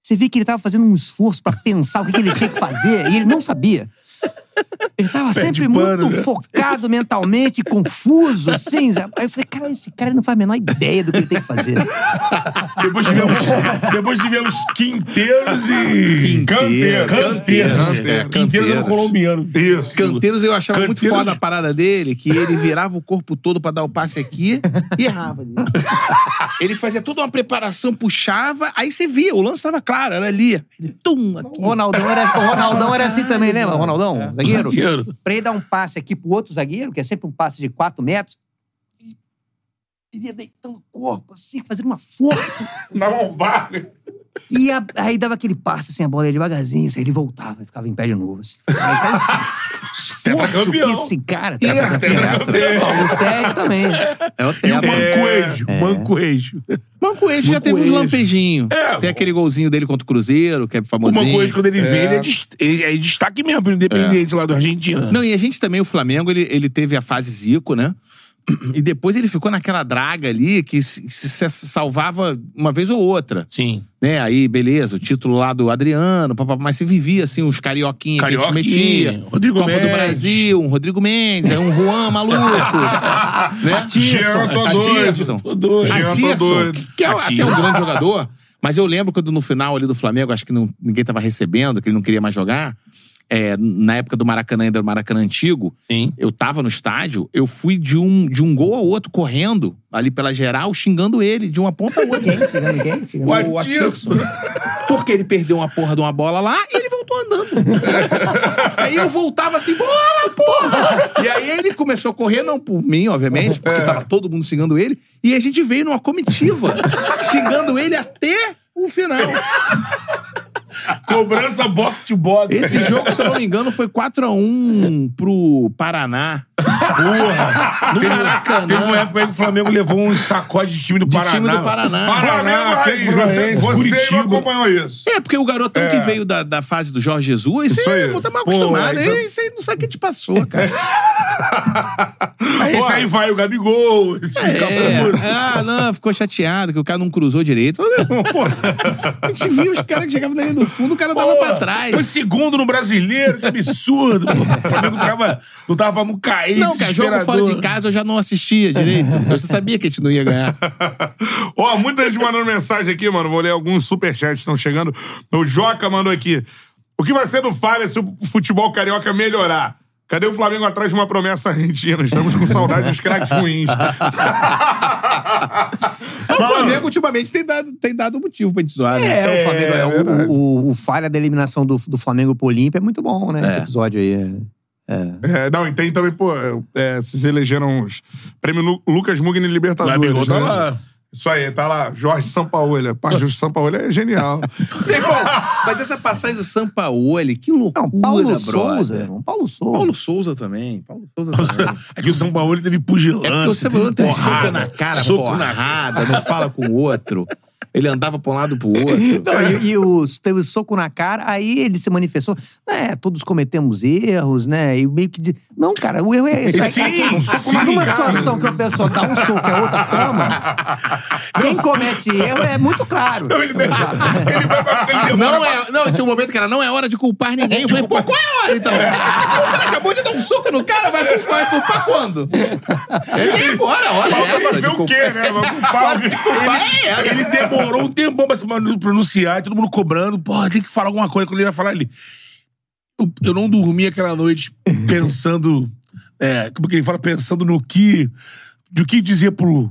Você via que ele tava fazendo um esforço pra pensar o que, que ele tinha que fazer e ele não sabia. Ele tava sempre
pano,
muito
né?
focado mentalmente, confuso, assim. Aí eu falei, cara, esse cara não faz a menor ideia do que ele tem que fazer.
Depois tivemos, depois tivemos quinteiros e.
Quinteiro,
Canteiros. Canteiros.
Canteiros,
Canteiros.
é,
Canteiros era um
Canteiros.
colombiano. Isso.
Canteiros, eu achava muito
Canteiros-
foda a parada dele, que ele virava o corpo todo pra dar o passe aqui e errava. ali. Ele fazia toda uma preparação, puxava, aí você via, o lance tava claro, era ali. Ele, tum, aqui.
O Ronaldão era, o Ronaldão era assim também, lembra? O Ronaldão,
É.
zagueiro.
Zagueiro.
Pra ele dar um passe aqui pro outro zagueiro, que é sempre um passe de 4 metros, ele- ele ia deitando o corpo, assim, fazendo uma força.
Na lombada.
E a- aí dava aquele passe, assim, a bola ia devagarzinho, assim, ele voltava, ficava em pé de novo. assim. Aí, cara, Forte,
Tetracampeão.
esse cara.
tetracampeão.
Paulo Sérgio também. É
E
o
o
tetra.
Mancoejo. Mancoejo.
Mancoejo já teve uns
Mancoejo.
lampejinhos.
É,
Tem aquele golzinho dele contra o Cruzeiro, que é
O
famosinho.
Mancoejo, quando ele vem, ele é, des- ele é destaque mesmo pro Independente lá do Argentina.
Não, e a gente também, o Flamengo, ele, ele teve a fase Zico, né? E depois ele ficou naquela draga ali que se, se- se salvava uma vez ou outra.
Sim.
Né? Aí, beleza, o título lá do Adriano, papapá, mas você vivia assim, os carioquinhos que a gente
Carioquinha,
metia.
Rodrigo
Copa
Mendes.
do Brasil, um Rodrigo Mendes, aí um Juan maluco. né?
Jean, tô
tá
Adilson.
doido. Tô doido. Jean, tô
Adilson,
doido.
que é até um
Adilson.
grande jogador, mas eu lembro quando no final ali do Flamengo, acho que não- ninguém tava recebendo, que ele não queria mais jogar. é, na época do Maracanã, ainda era o Maracanã antigo,
Sim.
eu tava no estádio, eu fui de um, de um gol ao outro correndo, ali pela geral, xingando ele, de uma ponta a outra.
O Adilson.
Porque ele perdeu uma porra de uma bola lá e ele voltou andando. aí eu voltava assim, bora, porra! E aí ele começou a correr, não por mim, obviamente, porque
É.
tava todo mundo xingando ele, e a gente veio numa comitiva, xingando ele até o final.
Cobrança boxe to boxe.
Esse jogo, se eu não me engano, foi 4x1 pro Paraná. Porra! No
um-
Maracanã.
Teve uma época aí que o Flamengo levou um sacode de time do
De
Paraná.
time do Paraná.
Paraná,
Flamengo,
fez
Raiz, você, você não
Curitiba.
acompanhou isso.
É, porque o garotão que veio da, da fase do Jorge Jesus,
Isso
você
aí.
tá mal
Pô,
acostumado.
aí você-
Isso aí não sabe o que te passou, cara.
Aí esse aí vai o Gabigol. Esse Gabigol.
É. Ah, não, ficou chateado que o cara não cruzou direito. Falei, meu irmão, pô, a gente via os caras que chegavam na linha do fundo, o cara dava
Pô,
pra
Foi
trás.
segundo no brasileiro, que absurdo. pô. O Flamengo tava, não tava pra não cair.
Não, cara, jogo fora de
desesperador.
casa eu já não assistia direito. Eu só sabia que a gente não ia ganhar.
Ó, muita gente mandando mensagem aqui, mano. Vou ler alguns superchats que estão chegando. O Joca mandou aqui. O que vai ser do Falha se o futebol carioca melhorar? Cadê o Flamengo atrás de uma promessa argentina? Estamos com saudade dos craques ruins.
O Flamengo ultimamente tem dado, tem dado motivo pra gente zoar, né?
É, o Flamengo. é, o- o, o, o falha da eliminação do, do Flamengo pro Olímpia é muito bom, né? Esse episódio aí. é-
É, não, e tem também, pô, é, vocês elegeram os prêmio Lu- Lucas Mugni Libertadores.
Gabigol tá
né?
lá.
Isso aí, tá lá. Jorge Sampaoli. Pá, Jorge Sampaoli é genial.
Meu irmão, Mas essa passagem do Sampaoli, que loucura,
Não, Paulo
brother.
Souza, irmão. Paulo Souza.
Paulo Souza também. Paulo Souza também.
É que o São Paulo teve pugilância.
É porque o Cebolinha tem soco
né?
na cara,
soco
porrada, não fala com o outro. Ele andava pra um lado e pro outro.
Não, e, e o, teve o soco na cara, aí ele se manifestou. É, todos cometemos erros, né? E meio que. de- Não, cara, o erro é esse.
Sim,
É, é,
um soco na
numa
cara.
situação que a pessoa dá um soco e a outra toma, quem comete erro é muito claro.
Ele vai pra ele demora
Não,
pra-
é, não, tinha um momento que era, não é hora de culpar ninguém. Eu falei, pô, qual é a hora então? O cara acabou de dar um soco no cara, vai culpar, vai culpar quando? É agora, a hora é
Falta
essa.
fazer
de
o
culpar.
quê, né? Vai culpar alguém.
Culpar é essa.
Ele demorou um tempão pra se manu- pronunciar, e todo mundo cobrando. Porra, tem que falar alguma coisa. Quando ele vai falar, ele. Eu, eu não dormi aquela noite pensando. é, como é que ele fala? Pensando no que. Do que dizer pro.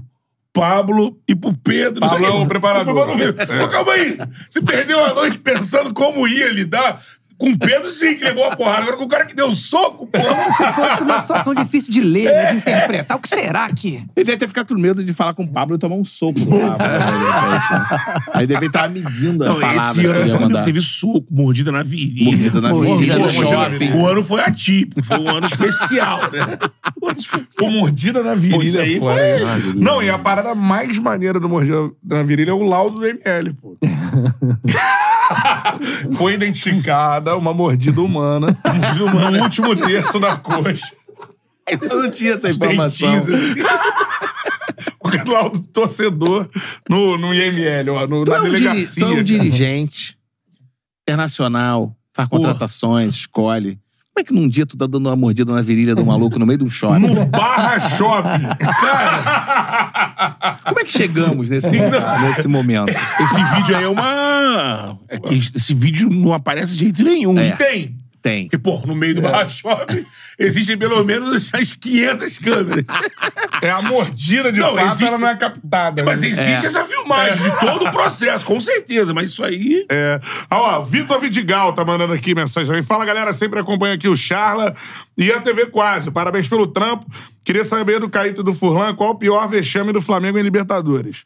Pablo e pro Pedro. não sei
Pablão,
quê.
é o preparador. É.
Pro Pablão Vitor. Pô, calma aí. Você perdeu a noite pensando como ia lidar com o Pedro, sim, que levou a porrada. Agora com o cara que deu um soco, porra.
É Como se fosse uma situação difícil de ler, né? De interpretar. O que será que.
Ele deve ter ficado com medo de falar com o Pablo e tomar um soco. do Pablo, né? Aí deve estar medindo as
Não,
palavras
esse
que
ano
ele
o
ia
Flamengo
mandar.
teve soco, mordida na virilha.
Mordida na
Mordida
vida,
no
no
shopping.
shopping.
O ano foi atípico, foi um ano especial, né?
Pô, mordida na
Pô, é. isso
virilha.
aí
pô.
foi.
Não, e a parada mais maneira do mordida na virilha é o laudo do ML, pô. Foi identificada uma mordida humana no último terço da coxa.
Eu não tinha essa
Dentinhos, assim. O laudo do torcedor no, no IML, ó, no,
Tu
na
é um, diri- tu
delegacia.
é um dirigente internacional, faz contratações, escolhe. Como é que num dia tu tá dando uma mordida na virilha do maluco no meio de um shopping?
No barra shopping.
Como é que chegamos nesse, nesse momento?
Esse vídeo aí é uma. é que esse vídeo não aparece de jeito nenhum.
É.
E Tem. É.
Tem.
Porque, pô, no meio do barra shopping existem pelo menos as 500 câmeras.
É a mordida, de
Não,
fato,
existe-
ela não é captada.
Mas
né?
existe essa filmagem de todo o processo, com certeza. Mas isso aí.
É. Ah, ó, Vitor Vidigal tá mandando aqui mensagem também. Fala, galera, sempre acompanha aqui o Charla e a TV Quase. Parabéns pelo trampo. Queria saber do Caíto e do Furlan qual o pior vexame do Flamengo em Libertadores.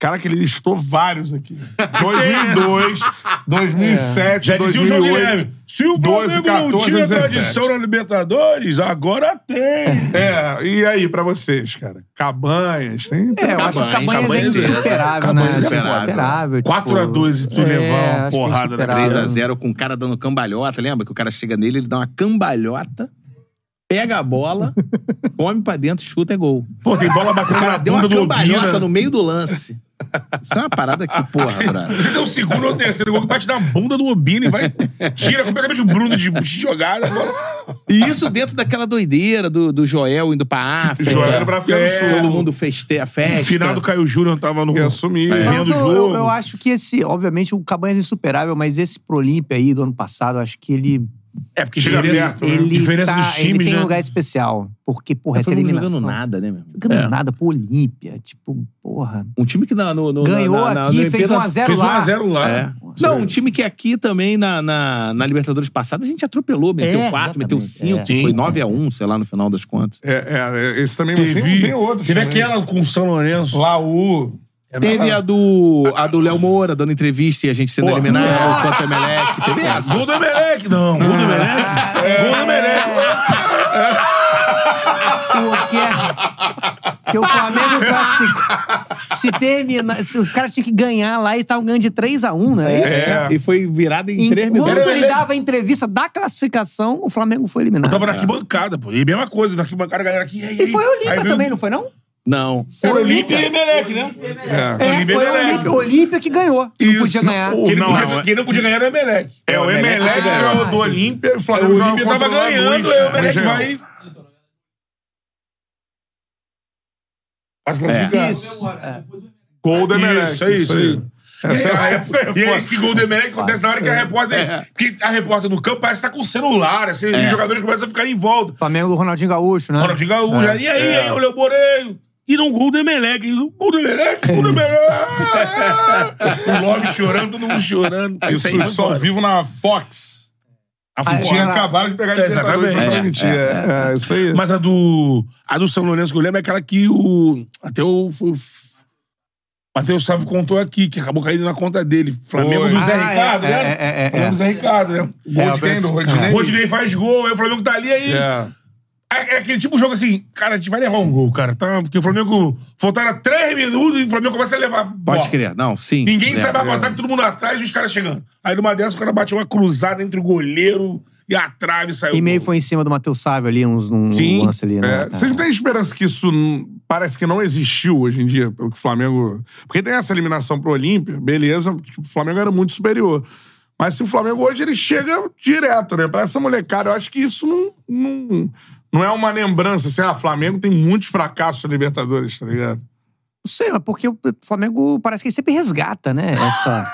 Caraca, ele listou vários aqui. 2002, 2007,
É. Já dizia o João
2008.
Guilherme. Se o
12,
Flamengo não
14,
tinha
17.
tradição na Libertadores, agora tem.
É, e aí pra vocês, cara? Cabanhas, tem... tem
É, eu acho que
Cabanhas,
Cabanhas é
Cabanhas é
insuperável, né?
Cabanhas é
Insuperável.
insuperável.
4 a 12 tu
é,
levar uma
acho que é
porrada na
insuperável.
3x0 com o cara dando cambalhota, lembra? Que o cara chega nele, ele dá uma cambalhota, pega a bola, come pra dentro, chuta, é gol.
Pô, tem bola
O
batendo
cara
na
deu uma
bunda do
cambalhota
Obina.
no meio do lance. Isso é uma parada que, porra, brother.
Esse é o segundo ou terceiro gol que bate na bunda do Obina e vai... Tira completamente o Bruno de, de jogada.
E isso dentro daquela doideira do, do Joel indo pra África.
Joel pra África do Sul.
Todo mundo fez te- a festa.
No final do Caio Júnior tava no...
E assumir.
Vendo o
Então,
jogo.
Eu, eu acho que esse, obviamente, o Cabanhas é insuperável, mas esse pro Olímpia aí do ano passado, eu acho que ele.
É, porque
Chega
diferença,
perto, né?
Ele,
diferença
tá-
dos
ele
times,
tem um
né?
lugar especial. Porque, porra, essa
Todo mundo jogando
eliminação.
nada, né, meu? irmão?
Jogando
É.
nada pro Olímpia. Tipo, porra.
Um time que na, no, no-
Ganhou
na- na- na
aqui, fez
Olimpíada-
1x0
Fez
lá.
1x0 lá.
É. Não, um time que aqui também na, na, na Libertadores passada a gente atropelou, meteu
É,
4, meteu
exatamente,
5,
é.
foi 9x1, sei lá, no final das contas.
É, é, esse também, mas tem,
Teve,
tem outros.
teve
também.
aquela é com o é São Lourenço.
Laú.
Teve a do a do Léo Moura dando entrevista e a gente sendo
Porra.
eliminado
Nossa!
contra o é Emelec. Teve
É, Gol do Emelec, não. Gol do
é
Emelec. Gol do Emelec.
Porque. Porque é? o Flamengo classificou. Se terminar. se Os caras tinham que ganhar lá e estavam ganhando de 3x1, né?
É.
E foi virada em 3
Enquanto
minutos.
ele dava a entrevista da classificação, o Flamengo foi eliminado.
Tava na arquibancada, pô. E mesma coisa, na arquibancada, a galera aqui...
É. E foi o Olímpia
Aí veio-
também, né? não foi, não?
Não.
Foi Olímpia e Emelec, né?
É.
É,
Olímpia
foi
e
o
Emelec.
Olímpia, o Olímpia que ganhou. Que não
Isso.
podia ganhar.
O-
Quem não,
Não,
podia,
é-
quem não podia ganhar era o Emelec.
É, o Emelec
ganhou.
ganhou do Olímpia e o
Aí
Flamengo
o né?
joga
Olímpia
contra
tava
o Lanús,
ganhando, aí o Emelec
Engenhão.
vai... As
É.
classificar.
É. Gol do Emelec.
Isso, é isso, isso.
Essa, essa é
E aí,
foda.
esse gol do Emelec acontece na hora que a repórter.
É.
Porque a repórter no campo parece que tá com o celular, assim, os jogadores começam a ficar em volta.
Flamengo do Ronaldinho Gaúcho, né?
Ronaldinho Gaúcho,
É,
e aí, aí, o Léo Moreira. E não gol do Emelec. e Gol do Emelec, gol do Emelec. o Lopes chorando, todo mundo chorando.
Isso é
Isso aí,
só
só viu.
vivo na Fox.
A
Ah,
Tinha
Ela-
acabado de pegar
É,
a Libertadores pra
exatamente.
transmitir. É, é, isso aí.
Mas a do. A do São Lourenço que eu lembro é aquela que o. Até o. foi o F- Matheus Sávio contou aqui, que acabou caindo na conta dele. Flamengo
Foi.
do Zé
Ah, é,
Ricardo,
é,
né?
é, é, é.
Flamengo do Zé Ricardo, né?
Gol de quem? Do Rodinei?
O Rodinei faz gol, aí o Flamengo tá ali aí.
É.
É, é aquele tipo de jogo assim, cara, a gente vai levar um gol, cara, tá? Porque o Flamengo. Faltaram três minutos e o Flamengo começa a levar. bola.
Pode crer. Não, sim.
Ninguém
É.
sai pra botar, todo mundo atrás e os caras chegando. Aí numa dessas, o cara bateu uma cruzada entre o goleiro e a trave e saiu.
E
o
meio
gol.
foi em cima do Matheus Sávio ali, uns, um
Sim,
lance ali, né?
É, Vocês não têm esperança que isso n- parece que não existiu hoje em dia, pelo que o Flamengo. Porque tem essa eliminação pro Olímpia, beleza, tipo, o Flamengo era muito superior. Mas se o Flamengo hoje ele chega direto, né? Pra essa molecada, eu acho que isso não, não, não é uma lembrança. Assim, ah, Flamengo tem muitos fracassos na Libertadores, tá ligado?
Não sei, mas porque o Flamengo parece que sempre resgata, né? Essa.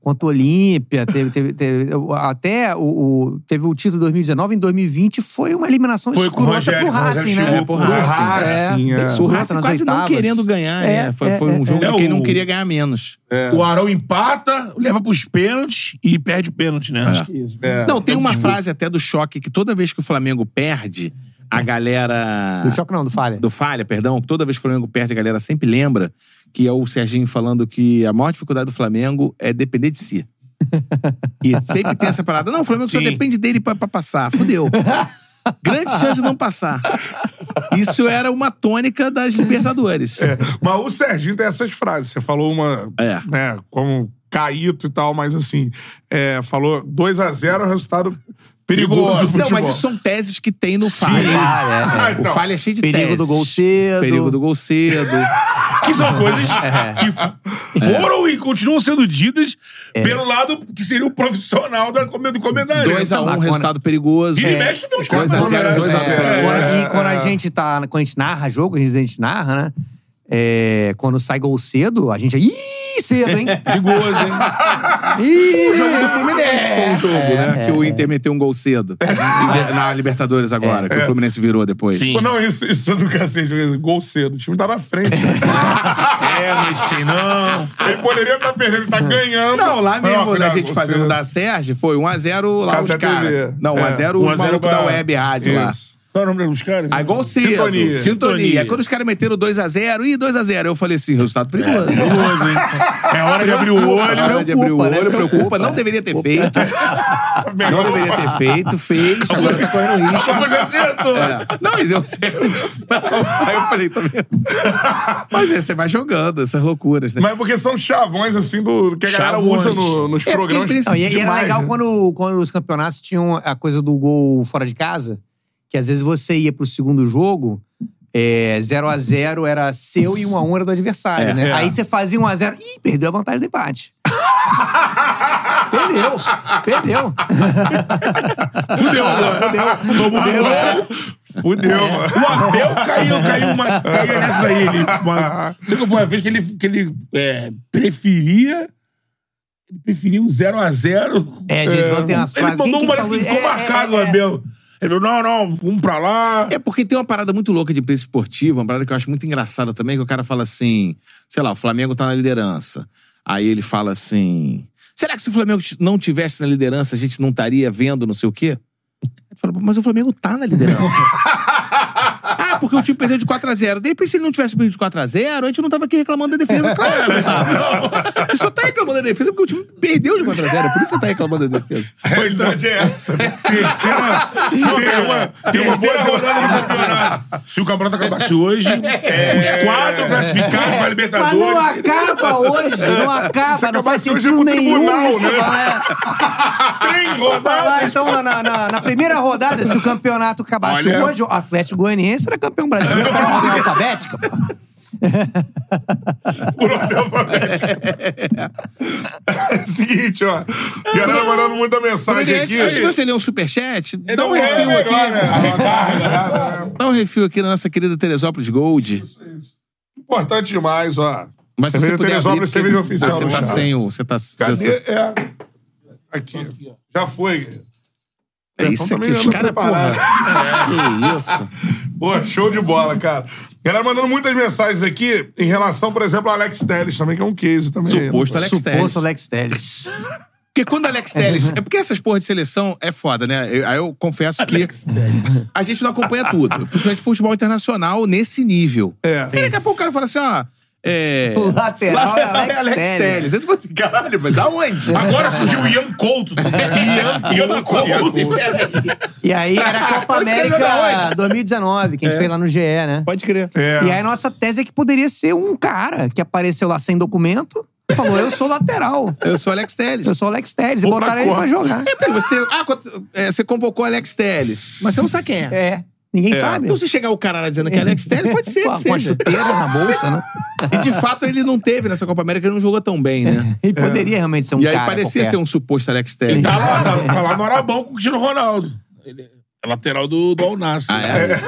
Quanto o Olímpia, teve, teve- teve- até o, o- teve o título de 2019, em 2020 foi uma eliminação
Foi com o
escrota
Rogério,
pro
com o Rogério
Racing,
chegou
né?
pro
Pro
Racing, é.
é.
O
Surrata
Racing
nas
quase não
oitavas.
querendo ganhar,
É,
né? Foi,
é,
foi um
é,
jogo
é.
de quem
É,
não
o-
queria ganhar menos.
O Arão empata, leva pros pênaltis e perde o pênalti,
É.
né? Acho que isso.
É.
Não, tem uma frase até do choque que toda vez que o Flamengo perde, a galera.
Do choque não, do falha.
do Falha, perdão, toda vez que o Flamengo perde, a galera sempre lembra que é o Serginho falando que a maior dificuldade do Flamengo é depender de si. E sempre tem essa parada. Não, o Flamengo só
Sim.
depende dele pra, pra passar. Fudeu. Grande chance de não passar. Isso era uma tônica das Libertadores. É.
Mas o Serginho tem essas frases. Você falou uma né, como Caíto e tal, mas assim, é, falou 2 a 0 é um resultado perigoso do
Não,
futebol.
mas isso são teses que tem no Falha.
Falha, é, é.
O Falha é cheio de
Perigo
teses.
do gol cedo.
Perigo do gol cedo.
Que são coisas
É.
que f- foram e continuam sendo ditas
É.
pelo lado que seria o profissional da, come- do comentário.
2x1,
lá,
um,
quando-
resultado perigoso. É.
Vira e mexe, tu tem uns
Dois a
caras
zero,
malucos,
dois a
né?
zero.
É.
Quando, a gente, quando a gente tá. Quando a gente narra jogo, a gente narra, né? É, quando sai gol cedo, a gente é. Ih, cedo, hein?
É. Perigoso, hein?
Ih,
É,
é.
Esse foi o jogo, né? que o Inter meteu um gol cedo. Na Libertadores agora, que o Fluminense virou depois.
Sim.
É. Não, isso, isso é do cacete. Gol cedo. O time tá na frente.
É, mas sei não. É.
Ele poderia estar perdendo, ele tá ganhando.
Não, lá
Mas, ó,
mesmo, da
cuidado,
gente
gol
fazendo
cedo.
da Serge, foi 1x0 lá
Casa
os
TV.
caras. Não,
É,
1x0 o
1 a 0
maluco da
pra-
Web Rádio lá.
Isso.
Qual é o nome dos caras?
Ah, igual cedo.
Sintonia.
Sintonia.
Sintonia.
Quando os caras meteram 2x0, ih, 2x0. Eu falei assim, resultado perigoso.
Perigoso, hein? É hora de abrir o olho.
Hora de abrir o
Preocupa, né?
olho, preocupa. Não deveria ter feito. Não deveria ter feito, fez. Agora tá correndo risco.
Mas acertou.
É. Não, e deu certo. Não. Aí eu falei, tá vendo? Mas é, você vai jogando essas loucuras, né?
Mas é porque são chavões, assim, do que a galera
Chavões.
usa no- nos
É, porque
programas.
precisa-
Não, e, e era
demais,
legal
né?
quando, quando os campeonatos tinham a coisa do gol fora de casa, que às vezes você ia pro segundo jogo, eh, 0x0 era seu e 1x1 era do adversário,
É,
né?
é.
Aí você fazia 1x0, ih, perdeu a vantagem do empate. perdeu, perdeu.
Fudeu, mano. Tomou um
né?
gol.
Fudeu, mano.
É. O Abel caiu, caiu, uma, caiu nessa aí. Ele, uma, sei que foi uma vez que ele, que ele é, preferia. Ele preferia um 0x0.
É, às vezes mantém umas
Ele
frases.
mandou
Quem
um
que
parece que
falou isso?
ficou
É,
marcado,
é,
o
é.
Abel. Ele falou: não, não, um pra lá.
É porque tem uma parada muito louca de preço esportivo, uma parada que eu acho muito engraçada também, que o cara fala assim, sei lá, o Flamengo tá na liderança. Aí ele fala assim, será que se o Flamengo t- não tivesse na liderança, a gente não estaria vendo não sei o quê? Ele fala, mas o Flamengo tá na liderança. ah, porque o time perdeu de 4x0. De repente, se ele não tivesse perdido de 4x0, a gente não tava aqui reclamando da defesa. Claro, mas não. Você só tá reclamando da defesa porque o time perdeu de 4x0. Por isso você tá reclamando da defesa.
A verdade é essa.
Terceira, tem uma, tem uma boa rodada do campeonato. Se o campeonato acabasse hoje,
É.
os
É.
quatro classificados para a
Mas não
Libertadores.
acaba hoje, não acaba, não faz
acabasse hoje
sentido
é pro
nenhum
tribunal,
isso,
né?
galera.
Tem
Vai lá,
rodadas.
então, na, na- na- na primeira rodada, se o campeonato acabasse
Olha.
hoje, o Atlético Goianiense era campeão brasileiro pela ordem alfabética. pô.
por ordem alfabética. Seguinte, ó. Galera mandando muita mensagem aqui.
Antes de você ler um superchat, dá um
Não é
refil aqui.
melhor, né? A recarga, né?
Dá um refil aqui na nossa querida Teresópolis Gold.
Importante demais, ó.
Mas se você
Cerveja
puder
Teresópolis,
abrir,
cerveja
porque
oficial.
Você
do
tá
Chaves.
sem o... Você tá...
Cadê?
Você,
É. Aqui. Já foi.
é isso
Então
aqui,
também
os
não
caras... Porra.
prepararam.
que isso.
Pô, show de bola, cara. Galera mandando muitas mensagens aqui em relação, por exemplo, ao Alex Telles também, que é um case também.
Suposto Alex Telles.
Suposto Alex Telles.
Porque quando Alex Telles... É porque essas porra de seleção é foda, né? Eu- Aí eu, confesso que a gente não acompanha tudo. Principalmente futebol internacional nesse nível.
É.
Aí daqui a pouco o cara fala assim, ó... É...
O
Ah,
lateral é Alex Telles.
Telles. Eu tô falando assim, caralho, mas da onde?
Agora surgiu o Ian Couto. Ian, Ian Couto.
E aí era a Copa
Pode escrever da
América 2019, que a gente fez lá no GE, né?
É. Pode crer.
É.
E aí a nossa tese é que poderia ser um cara que apareceu lá sem documento e falou, eu sou lateral,
Eu sou Alex Telles.
eu sou Alex Telles. E
Opa,
botaram ele pra
corta.
jogar.
É porque você... Ah, quando- é, você convocou Alex Telles, mas você não sabe quem é.
É, ninguém sabe.
Então, se chegar o cara lá dizendo que é Alex Telles, pode ser
Com
que
a- com a
seja.
chuteira na bolsa, né?
E de fato ele não teve nessa Copa América, ele não jogou tão bem, né?
E poderia realmente ser um
E aí
É, cara
parecia
qualquer. Então-
ser um suposto Alex Telles.
Tá lá, tá, tá lá no Arabão com o Cristiano Ronaldo. Ele é lateral do, do Alnassi. né?
Ah, é?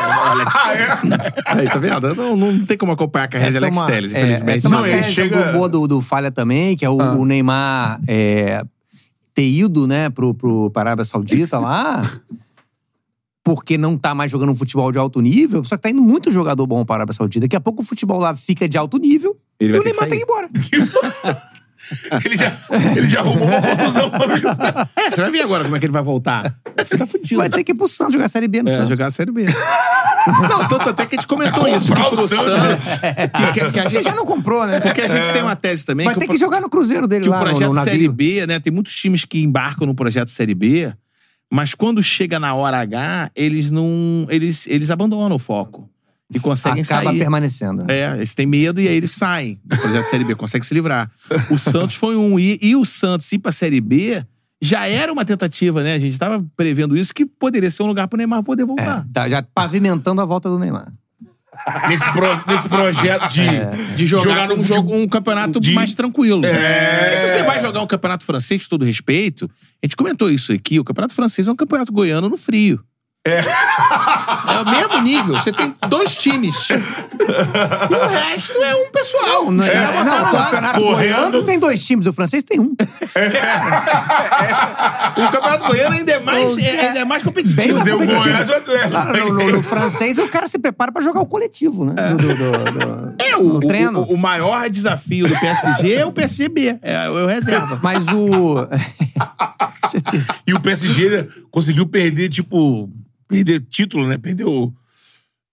Ah, é?
Aí, tá vendo? Não, não tem como acompanhar a carreira
Essa
de Alex
é uma-
Telles,
é,
infelizmente.
essa é uma
Não, ele
tese
chega- Ah.
do boa do, do Falha também, que é o, o Neymar é, ter ido, né, pro, pro pra Arábia Saudita lá, porque não tá mais jogando um futebol de alto nível, só que tá indo muito jogador bom pra Arábia Saudita. Daqui a pouco o futebol lá fica de alto nível
Ele
e
vai
o
ter que
Neymar
sair.
tem que ir embora.
Ele já, ele já arrumou uma conclusão.
É, você vai ver agora como é que ele vai voltar. Ele tá fudido.
Vai ter que ir pro Santos jogar a Série B no
É,
Santos.
jogar a Série B. Não, tanto até que a gente comentou
Comprar
isso. que
o
pro
Santos.
que, que- que a
Você
gente,
já não comprou, né?
porque a gente tem uma tese também.
Vai
que
ter
o
que
pro-
jogar no Cruzeiro dele
que
lá,
o
no-
projeto
no
Série
navio.
B, né? Tem muitos times que embarcam no projeto Série B, mas quando chega na hora H, eles não. Eles, eles abandonam o foco. E conseguem
Acaba
sair.
permanecendo.
É, eles têm medo e aí eles saem do projeto Série B, conseguem se livrar. O Santos foi um. E, e o Santos ir pra Série B já era uma tentativa, né? A gente tava prevendo isso, que poderia ser um lugar pro Neymar poder voltar.
Tá já pavimentando a volta do Neymar.
nesse, pro- nesse projeto de,
De jogar,
Jogar
um,
no
jogo,
fute-
um campeonato
de-
mais tranquilo.
É.
Porque se você vai jogar um campeonato francês, com todo respeito, a gente comentou isso aqui, o campeonato francês é um campeonato goiano no frio. É. o mesmo nível. Você tem dois times. E o resto é um pessoal.
Não, não,
É.
não, o campeonato
correndo.
goiano tem dois times, o francês tem um.
O campeonato goiano ainda é mais, é, ainda é mais
Bem
competitivo.
mais
deu
competitivo.
Goiás e o Atlético.
Claro, Ah, no, no- no francês o cara se prepara pra jogar o coletivo, né? Do- do- do- do-
É, o,
no
o-
treino.
o maior desafio do PSG é o PSGB. É o é o reserva.
Mas o. Com certeza.
E o PSG conseguiu perder, tipo, Perdeu título, né? Perdeu.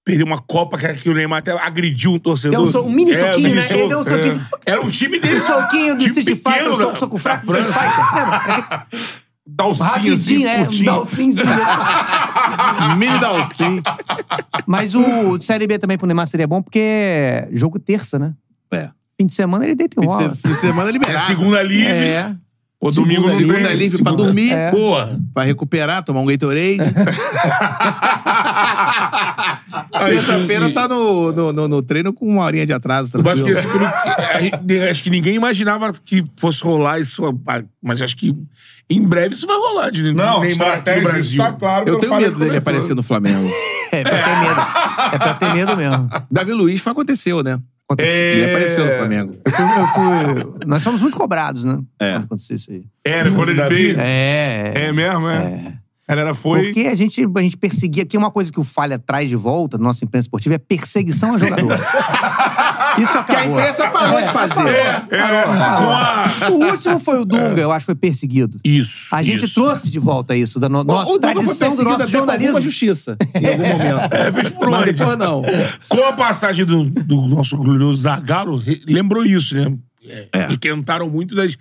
Perdeu uma Copa que, que o Neymar até agrediu um torcedor.
Deu um, so- um mini
É,
soquinho,
mini
né? Ele
soco.
deu um soquinho.
Era um time dele.
Um soquinho do
time
Street Fighter, um
pequeno,
soco,
né?
soco
Da
fraco do Street
França. assim,
Fighter. Lembra? Era que-
Dalsinha,
Rapidinho, é, um dalcinzinho.
Mini Dalcin.
Mas o Série B também pro Neymar seria bom, porque é jogo terça, né?
É.
Fim de semana ele deita e rola.
Fim de semana
É,
liberado.
segunda livre.
É.
Pô,
Domingo
domingo não
segunda
tem.
livre pra dormir,
É.
porra. Pra recuperar, tomar um Gatorade. Terça-feira tá no, no, no- no treino com uma horinha de atraso.
Eu acho que,
tranquilo.
assim, quando- a gente- acho que ninguém imaginava que fosse rolar isso, ah, mas acho que em breve isso vai rolar. De
Não,
Neymar aqui no
estratégia
Brasil.
está claro.
Eu
pelo
tenho
fato
medo
de
dele
cobertura.
aparecer no Flamengo.
É pra ter medo. É pra ter medo mesmo.
Davi Luiz foi, aconteceu, né?
Aconteceu.
Ele apareceu no Flamengo.
Eu fui, eu fui- Nós fomos muito cobrados, né? É. Quando aconteceu isso aí.
É, né, quando ele
Davi?
veio.
É.
É mesmo, é?
é.
Ela era foi.
Porque a gente, a gente perseguia. Que uma coisa que o Falha traz de volta na nossa imprensa esportiva é perseguição a jogador. Isso
Que a
acabou. É,
imprensa parou de fazer.
é.
O último foi o Dunga, eu acho que foi perseguido.
Ah, Isso.
A gente
isso.
trouxe de volta isso, da no- nossa
Dunga
tradição do
perseguido
nosso
até por
jornalismo.
alguma justiça, em algum momento.
É, fez por
Mas
onde?
depois não.
Com a passagem do, do nosso glorioso Zagallo, re- lembrou isso, né? É, E tentaram muito das,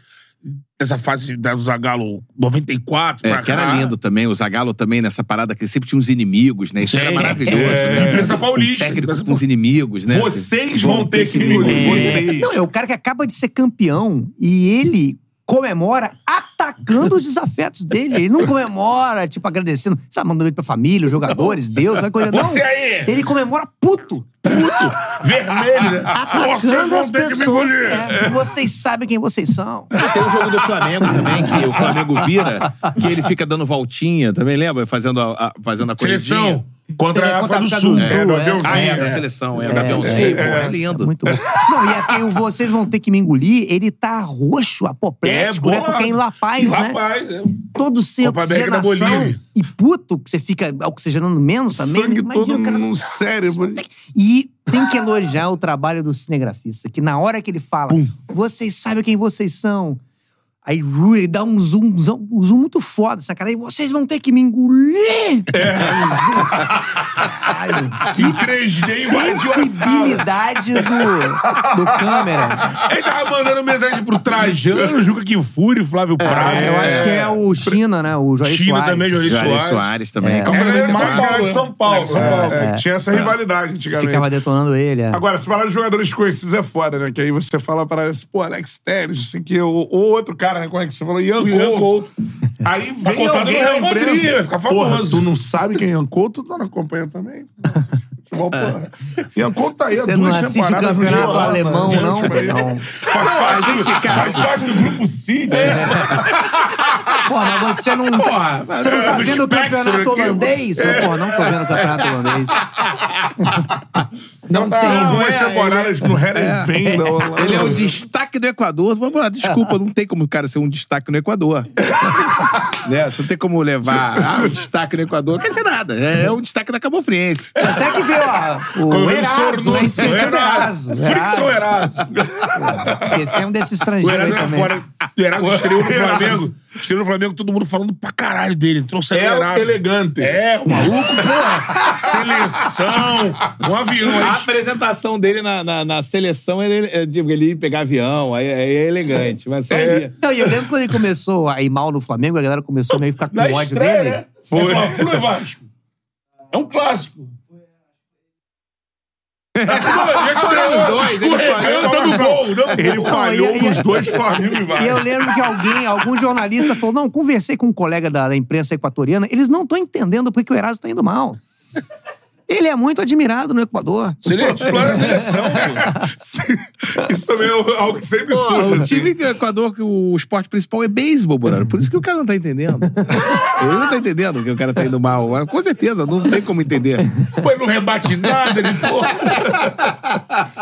dessa fase da- do Zagallo 94
É,
pra
que era
cá.
lindo também, o Zagallo também nessa parada que sempre tinha uns inimigos, né? Isso
Sim.
era maravilhoso,
É,
né?
imprensa paulista.
Técnico com os inimigos, né?
Vocês vão ter que me
engolir.
engolir.
É,
Vocês.
não, é o cara que acaba de ser campeão e ele comemora atacando os desafetos dele. Ele não comemora, tipo, agradecendo, sabe, mandando beijo pra família, os jogadores, Deus, aquela coisa. Não,
Você aí!
ele comemora puto,
Vermelho, né? Vocês
atacando
vão
as
ter que me
pessoas.
engolir.
É, vocês sabem quem vocês são.
Tem o jogo do Flamengo também, que o Flamengo vira, que ele fica dando voltinha, também lembra? Fazendo a, a- fazendo a corridinha.
Seleção contra a África do
África
Sul.
do Sul,
É, no
é.
aviãozinho.
Ah, é, da
É.
seleção, é,
É,
do aviãozinho,
é,
pô, é
É
lindo.
muito bom. Não, e aqui o Vocês Vão Ter Que Me Engolir, ele tá roxo, apoplético, né?
bolado.
Porque é em La Paz, né?
Rapaz, é.
todo sem
Copa América da
oxigenação
Bolívia.
e puto, que você fica oxigenando menos também.
Sangue
Imagina,
todo
o cara-
no cérebro.
E tem que elogiar o trabalho do cinegrafista, que na hora que ele fala, vocês sabem quem vocês são. Aí Rui, ele dá um zoom, zoom, um zoom muito foda, essa cara. E vocês vão ter que me engolir! É. um zoom. Caralho,
Em 3D invadiu a sala.
sensibilidade do, do câmera.
Ele tava mandando mensagem pro Trajano, Juca Kifuri, Flávio Prado.
Eu acho que é o China, né? O Jair
China
Soares.
também, Jair
Juarez
Soares.
Soares, também.
É.
Calma,
Era
Era de
mais
São Paulo,
barato de
é.
São Paulo.
São Paulo.
É, é, Tinha essa rivalidade antigamente.
Ficava detonando ele. é.
Agora, se falar de jogadores conhecidos é foda, né? Que aí você fala para esse, pô, Alex Telles, não sei o que, ou, ou outro cara, né? Como é que você falou? Ian Couto. Tá
Ian Couto.
Aí vem
contar
alguém
do
na
Real Madrid,
imprensa.
vai ficar
Porra,
famoso.
tu não sabe quem é Ian Couto, tu não acompanha também. Futebol, porra. Ian Couto tá aí há
É. Você
duas
não assiste o
temporadas no
campeonato
Girona,
alemão,
né?
não?
Tipo, aí-
Não.
Faz parte, faz parte do grupo C, né?
Pô, mas você não tá, você não tá
é,
vendo o
espectro
campeonato
aqui, É.
holandês? Pô, não tô vendo o campeonato holandês.
Não tem. Tá Duas
é,
temporadas no Herenveen.
Ele é o destaque do Equador. Vamos lá, desculpa, não tem como o cara ser um destaque no Equador. né? Você não tem como levar ah, um destaque no Equador, não quer dizer nada. É um destaque da Cabofriense.
Até que veio, ó, o Eraso, né? Esqueceu do Eraso.
né? Fricção Eraso.
Esquecemos desse
O
estrangeiro aí
Eraso é era
também.
fora. O Eraso
É.
estreou no Flamengo. Estreou no Flamengo, todo mundo falando pra caralho dele. Trouxe
É
o
o
Eraso.
elegante.
É, o maluco, porra. Seleção. Um avião.
A
aí.
apresentação dele na, na, na seleção, ele, é, digo, ele ia pegar avião, aí, aí é elegante, mas só ia.
Não, e eu lembro quando ele começou a ir mal no Flamengo, a galera começou meio a ficar com
Na
ódio
estreia,
dele.
né? Foi. É Fla-Flu, é Vasco. É um clássico. Já
nos dois, ele
escorregando, dando gol. né? dando
Ele
gol.
falhou
e-
com
e-
os dois Flamengo e
E eu
Vasco.
lembro que alguém, algum jornalista falou: não, conversei com um colega da, da imprensa equatoriana, eles não estão entendendo porque o Eraso tá indo mal. Ele é muito admirado no Equador.
Se ele é titular da seleção, pô.
Isso também é algo que sempre
Pô,
surge. Assim.
o time do Equador, que o esporte principal é beisebol, Bonano. Por isso que o cara não tá entendendo. Ele não tá entendendo que o cara tá indo mal. Mas, Com certeza, não tem como entender.
Pô, ele não rebate nada, ele, pô.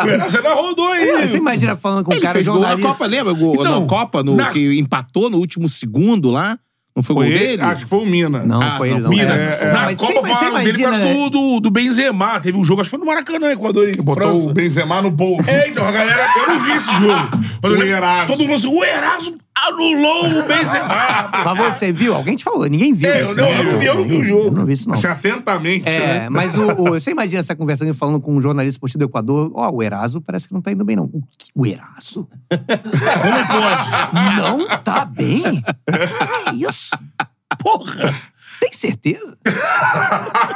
O Erasmo ainda rodou aí.
Você imagina falando com um
Ele
cara
fez gol na
jornalista.
Copa, lembra? Gol,
Então,
na Copa, no,
na-
que empatou no último segundo lá. Não foi o
Foi
gol
ele?
dele?
Acho que foi o Mina.
Não,
Ah,
foi
não,
ele, não.
Mina,
É.
é, é.
Não,
Na
mas
Copa
você- você
falaram dele por causa
imagina-
do,
né?
do, do Benzema. Teve um jogo, acho que foi no Maracanã, Equador e
Botou
França.
o Benzema no bolso.
É, então, a galera, eu não vi esse jogo. Mas eu
O
lembro-
Eraso.
Todo mundo falou assim, o Eraso anulou o Benzema.
Mas você viu? Alguém te falou. Ninguém viu
É,
isso. né?
eu não- eu não vi, eu não vi o jogo.
Eu não vi isso, não.
Assim, atentamente. né?
É, mas o, o- você imagina essa conversa alguém falando com um jornalista esportivo do Equador. Ó, o Eraso parece que não tá indo bem, não. O, que- o Eraso?
Como pode?
Não tá bem? Que isso?
Porra.
Tem certeza?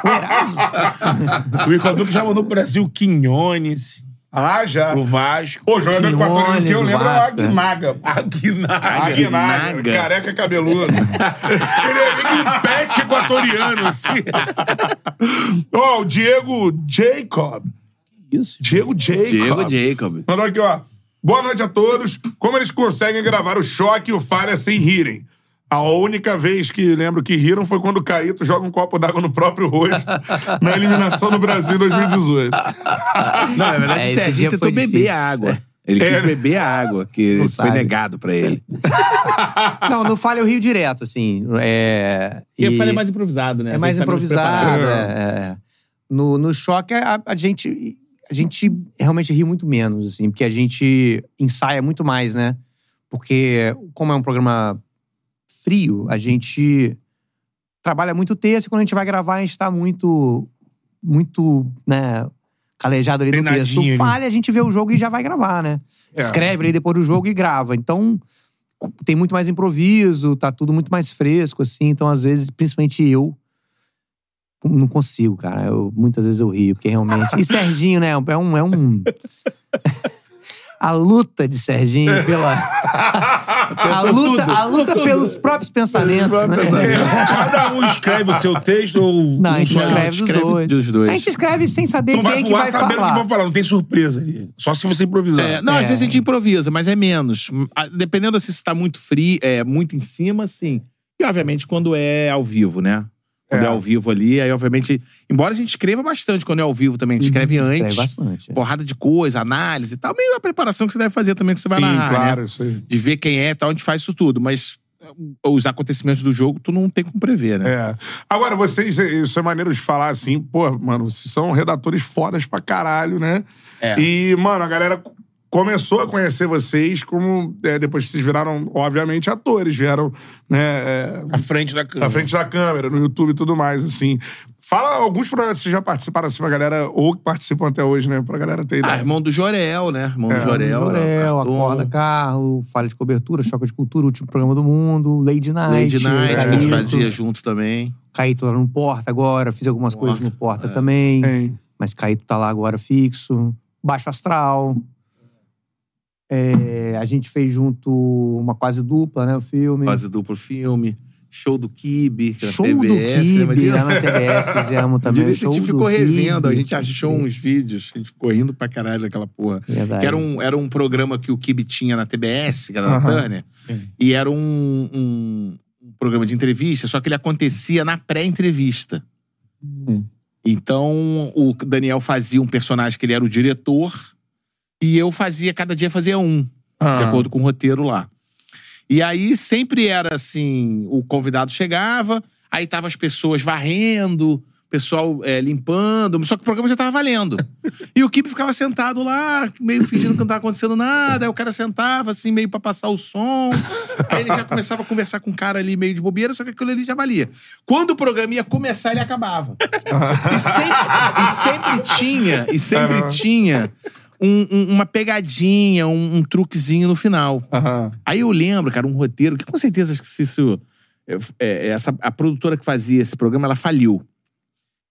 O Eraso?
O Equador que já mandou pro Brasil Quinhones,
Ah, já.
pro Vasco.
Pô, jogador
Quinones,
equatoriano que eu lembro é o
Vasco, é.
Aguinaga.
Aguinaga.
Aguinaga, careca cabeludo.
Ele é meio que um pet equatoriano, assim.
Ó, o Diego Jacob.
Isso.
Diego Jacob.
Diego Jacob.
Mandou aqui, ó. Boa noite a todos. Como eles conseguem gravar o choque e o falha sem rirem? A única vez que lembro que riram foi quando o Caíto joga um copo d'água no próprio rosto na eliminação do Brasil em 2018.
Não, na verdade,
É,
o
esse
Serginho
dia
tentou
foi
beber
difícil. É.
a água. Ele quis beber a água, que foi
sabe.
negado pra ele.
Não, no Falha eu rio direto, assim. É,
Porque
e-
falha é mais improvisado, né?
É mais
tá
improvisado. é, é. No, no choque, a, a gente, a gente realmente ri muito menos, assim, porque a gente ensaia muito mais, né? Porque, como é um programa frio, a gente trabalha muito texto e quando a gente vai gravar, a gente tá muito, muito, né? Calejado ali do texto.
Treinadinho ali.
Falha, a gente vê o jogo e já vai gravar, né?
É.
Escreve ali depois do jogo e grava. Então, cu- tem muito mais improviso, tá tudo muito mais fresco, assim. Então, às vezes, principalmente eu, não consigo, cara. Eu- muitas vezes eu rio, porque realmente. E Serginho, né? É um. É um... A luta de Serginho pela. A luta, a luta pelos próprios pensamentos, né?
Cada um escreve o seu texto ou...
Não, a
um
gente
só.
escreve dos dois.
dos
A
dois.
gente escreve sem saber
Então vai
quem é que
pro ar
vai
sabendo o que
falar.
vão falar. Não tem surpresa ali. Só se você improvisar.
É, não, às vezes a gente improvisa, mas é menos. Ah, Dependendo se está muito frio, é muito em cima, sim. E obviamente quando é ao vivo, né? Quando é, ao vivo ali, aí obviamente. Embora a gente escreva bastante quando é ao vivo também, a gente escreve
É
antes.
bastante.
Porrada de coisa, análise e tal. Meio a preparação que você deve fazer também que você vai
Sim,
narrar, né?
claro, isso aí.
De ver quem é e tal, a gente faz isso tudo, mas eh, os acontecimentos do jogo tu não tem como prever, né?
É. Agora, vocês, isso é maneiro de falar assim, pô, mano, vocês são redatores fodas pra caralho, né?
É.
E, mano, a galera c- começou a conhecer vocês como. é, depois que vocês viraram, obviamente, atores, vieram, né? é,
À frente da
Uhum.
câmera.
na frente da câmera, no YouTube e tudo mais, assim. Fala alguns projetos que vocês já participaram, assim, pra galera, ou que participam até hoje, né? Pra galera ter
Ah,
ideia.
irmão do Jorel, né? Irmão do Jorel. né?
Jorel,
Cartoon,
Acorda Carlo, Falha de Cobertura, Choque de Cultura, Último Programa do Mundo, Lady Night.
Lady Night, que a gente
Caíto.
fazia junto também.
Caíto lá no Porta agora, fiz algumas coisas no Porta
é.
também.
Tem.
Mas Caíto tá lá agora fixo. Baixo Astral. É, a gente fez junto uma quase dupla, né? O filme.
Quase duplo filme. Show do Kibe. que era
Show
TBS,
do
lembra
Kibe, lá
disso?
na TBS fizemos
Um dia
também.
desse
Show
assim, a gente
do
ficou revendo, a
Kibe.
gente achou uns vídeos, a gente ficou rindo pra caralho daquela porra.
Verdade.
Que era um, era um programa que o Kibe tinha na TBS, que era na
Aham.
Turner, e era um, um- um programa de entrevista, só que ele acontecia na pré-entrevista.
Hum.
Então, o Daniel fazia um personagem que ele era o diretor, e eu fazia, cada dia fazia um de
é Ah.
Ah.
acordo com o roteiro lá. E aí sempre era assim: o convidado chegava, aí tava as pessoas varrendo, o pessoal eh, limpando, só que o programa já tava valendo. e o Kibe ficava sentado lá, meio fingindo que não tava acontecendo nada, aí o cara sentava assim, meio pra passar o som. Aí ele já começava a conversar com o cara ali, meio de bobeira, só que aquilo ali já valia. Quando o programa ia começar, ele acabava. E sempre, e sempre tinha, e sempre tinha um- um- uma pegadinha, um, um truquezinho no final.
Aham.
Aí eu lembro, cara, um roteiro que com certeza acho que se isso. é, é, essa, a produtora que fazia esse programa, ela faliu.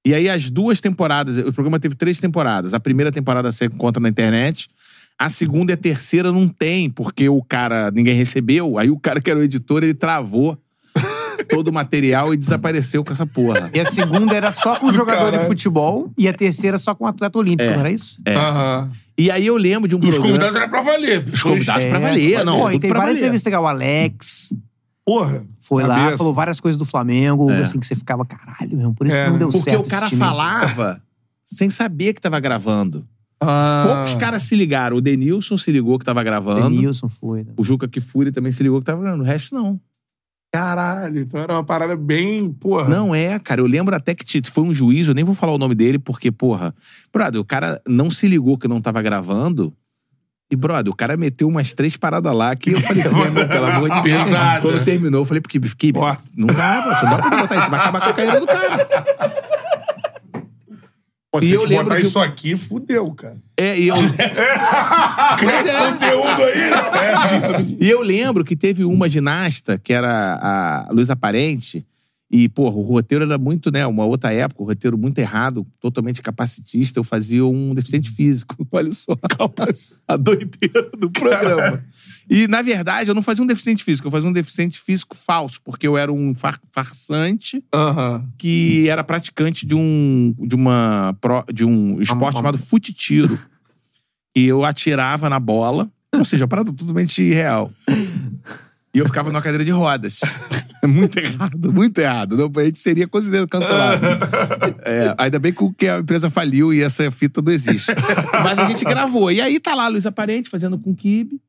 E aí as duas temporadas, o programa teve três temporadas. A primeira temporada você encontra na internet. A segunda e a terceira não tem, porque o cara, ninguém recebeu. Aí o cara que era o editor, ele travou todo o material e desapareceu com essa porra.
E a segunda era só com jogador de
Caralho.
futebol e a terceira só com atleta
É.
olímpico, não era isso?
Aham.
E aí eu lembro de um
E os
é.
programa...
convidados eram pra valer. Os
convidados pra valer, não,
Pô, e
tudo
tem
pra
várias
valer.
entrevistas que o Alex
Porra.
foi lá,
cabeça.
falou várias coisas do Flamengo,
É.
assim, que você ficava, caralho, mesmo, por isso
É,
que não deu
Porque
certo.
o cara
esse time.
falava sem saber que tava gravando.
Ah.
Poucos caras se ligaram. O Denilson se ligou que tava gravando.
Denilson foi. né?
O Juca Kifuri também se ligou que tava gravando. O resto não.
Caralho, então era uma parada bem, porra.
Não é, cara. Eu lembro até que te- foi um juiz, eu nem vou falar o nome dele, porque, porra. Brother, o cara não se ligou que não tava gravando. E, brother, o cara meteu umas três paradas lá que eu falei assim, meu irmão, pelo amor de Deus.
Pesado.
Quando terminou, eu falei pro Kibe, Kibe,
Ó.
não dá, pô, você não dá pra botar isso, vai acabar com a carreira do cara.
Pô,
e
se
eu
te
lembro
botar
de-
isso aqui, fudeu, cara.
É, e eu. Pois é.
Conteúdo aí, né?
é
E eu lembro que teve uma ginasta, que era a Luiz Aparente, e, porra, o roteiro era muito, né? Uma outra época, o roteiro muito errado, totalmente capacitista. Eu fazia um deficiente físico. Olha só a doideira do programa. E, na verdade, eu não fazia um deficiente físico, eu fazia um deficiente físico falso, porque eu era um far- farsante que era praticante de um de uma pro- de um esporte chamado fute-tiro. E eu atirava na bola, ou seja, a parada é totalmente irreal. E eu ficava numa cadeira de rodas. Muito errado, muito errado. Não, a gente seria considerado cancelado. É, ainda bem que o- que a empresa faliu e essa fita não existe. Mas a gente gravou. E aí tá lá Luiz Aparente fazendo com o Kibe.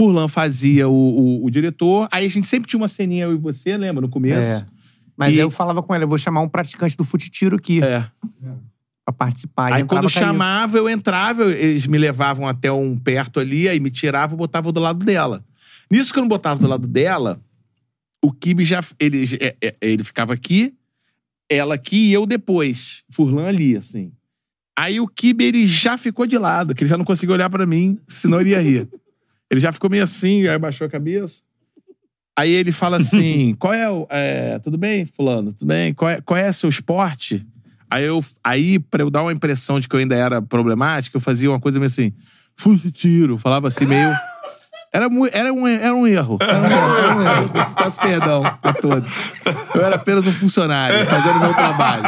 Furlan fazia o, o- o diretor. Aí a gente sempre tinha uma ceninha, eu e você, lembra? No começo.
É. Mas
E-
eu falava com ela, eu vou chamar um praticante do fute-tiro aqui
é.
pra participar. E
Aí
entrava tá
quando
caindo.
chamava, eu entrava, eu- eles me levavam até um perto ali, aí me tiravam e botavam do lado dela. Nisso que eu não botava do lado dela, o Kibe já. Ele, é- é- ele ficava aqui, ela aqui e eu depois. Furlan ali, assim. Aí o Kibe, ele já ficou de lado, que ele já não conseguia olhar pra mim, senão ele ia rir. Ele já ficou meio assim, aí baixou a cabeça. Aí ele fala assim: qual é o. é, tudo bem, Fulano? Tudo bem? Qual é, qual é seu esporte? Aí, eu, aí, pra eu dar uma impressão de que eu ainda era problemático, eu fazia uma coisa meio assim, fui de tiro. Falava assim, meio. Era, mu- era, um, era um erro. Era um erro. Era um erro. Peço perdão a todos. Eu era apenas um funcionário, fazendo o meu trabalho.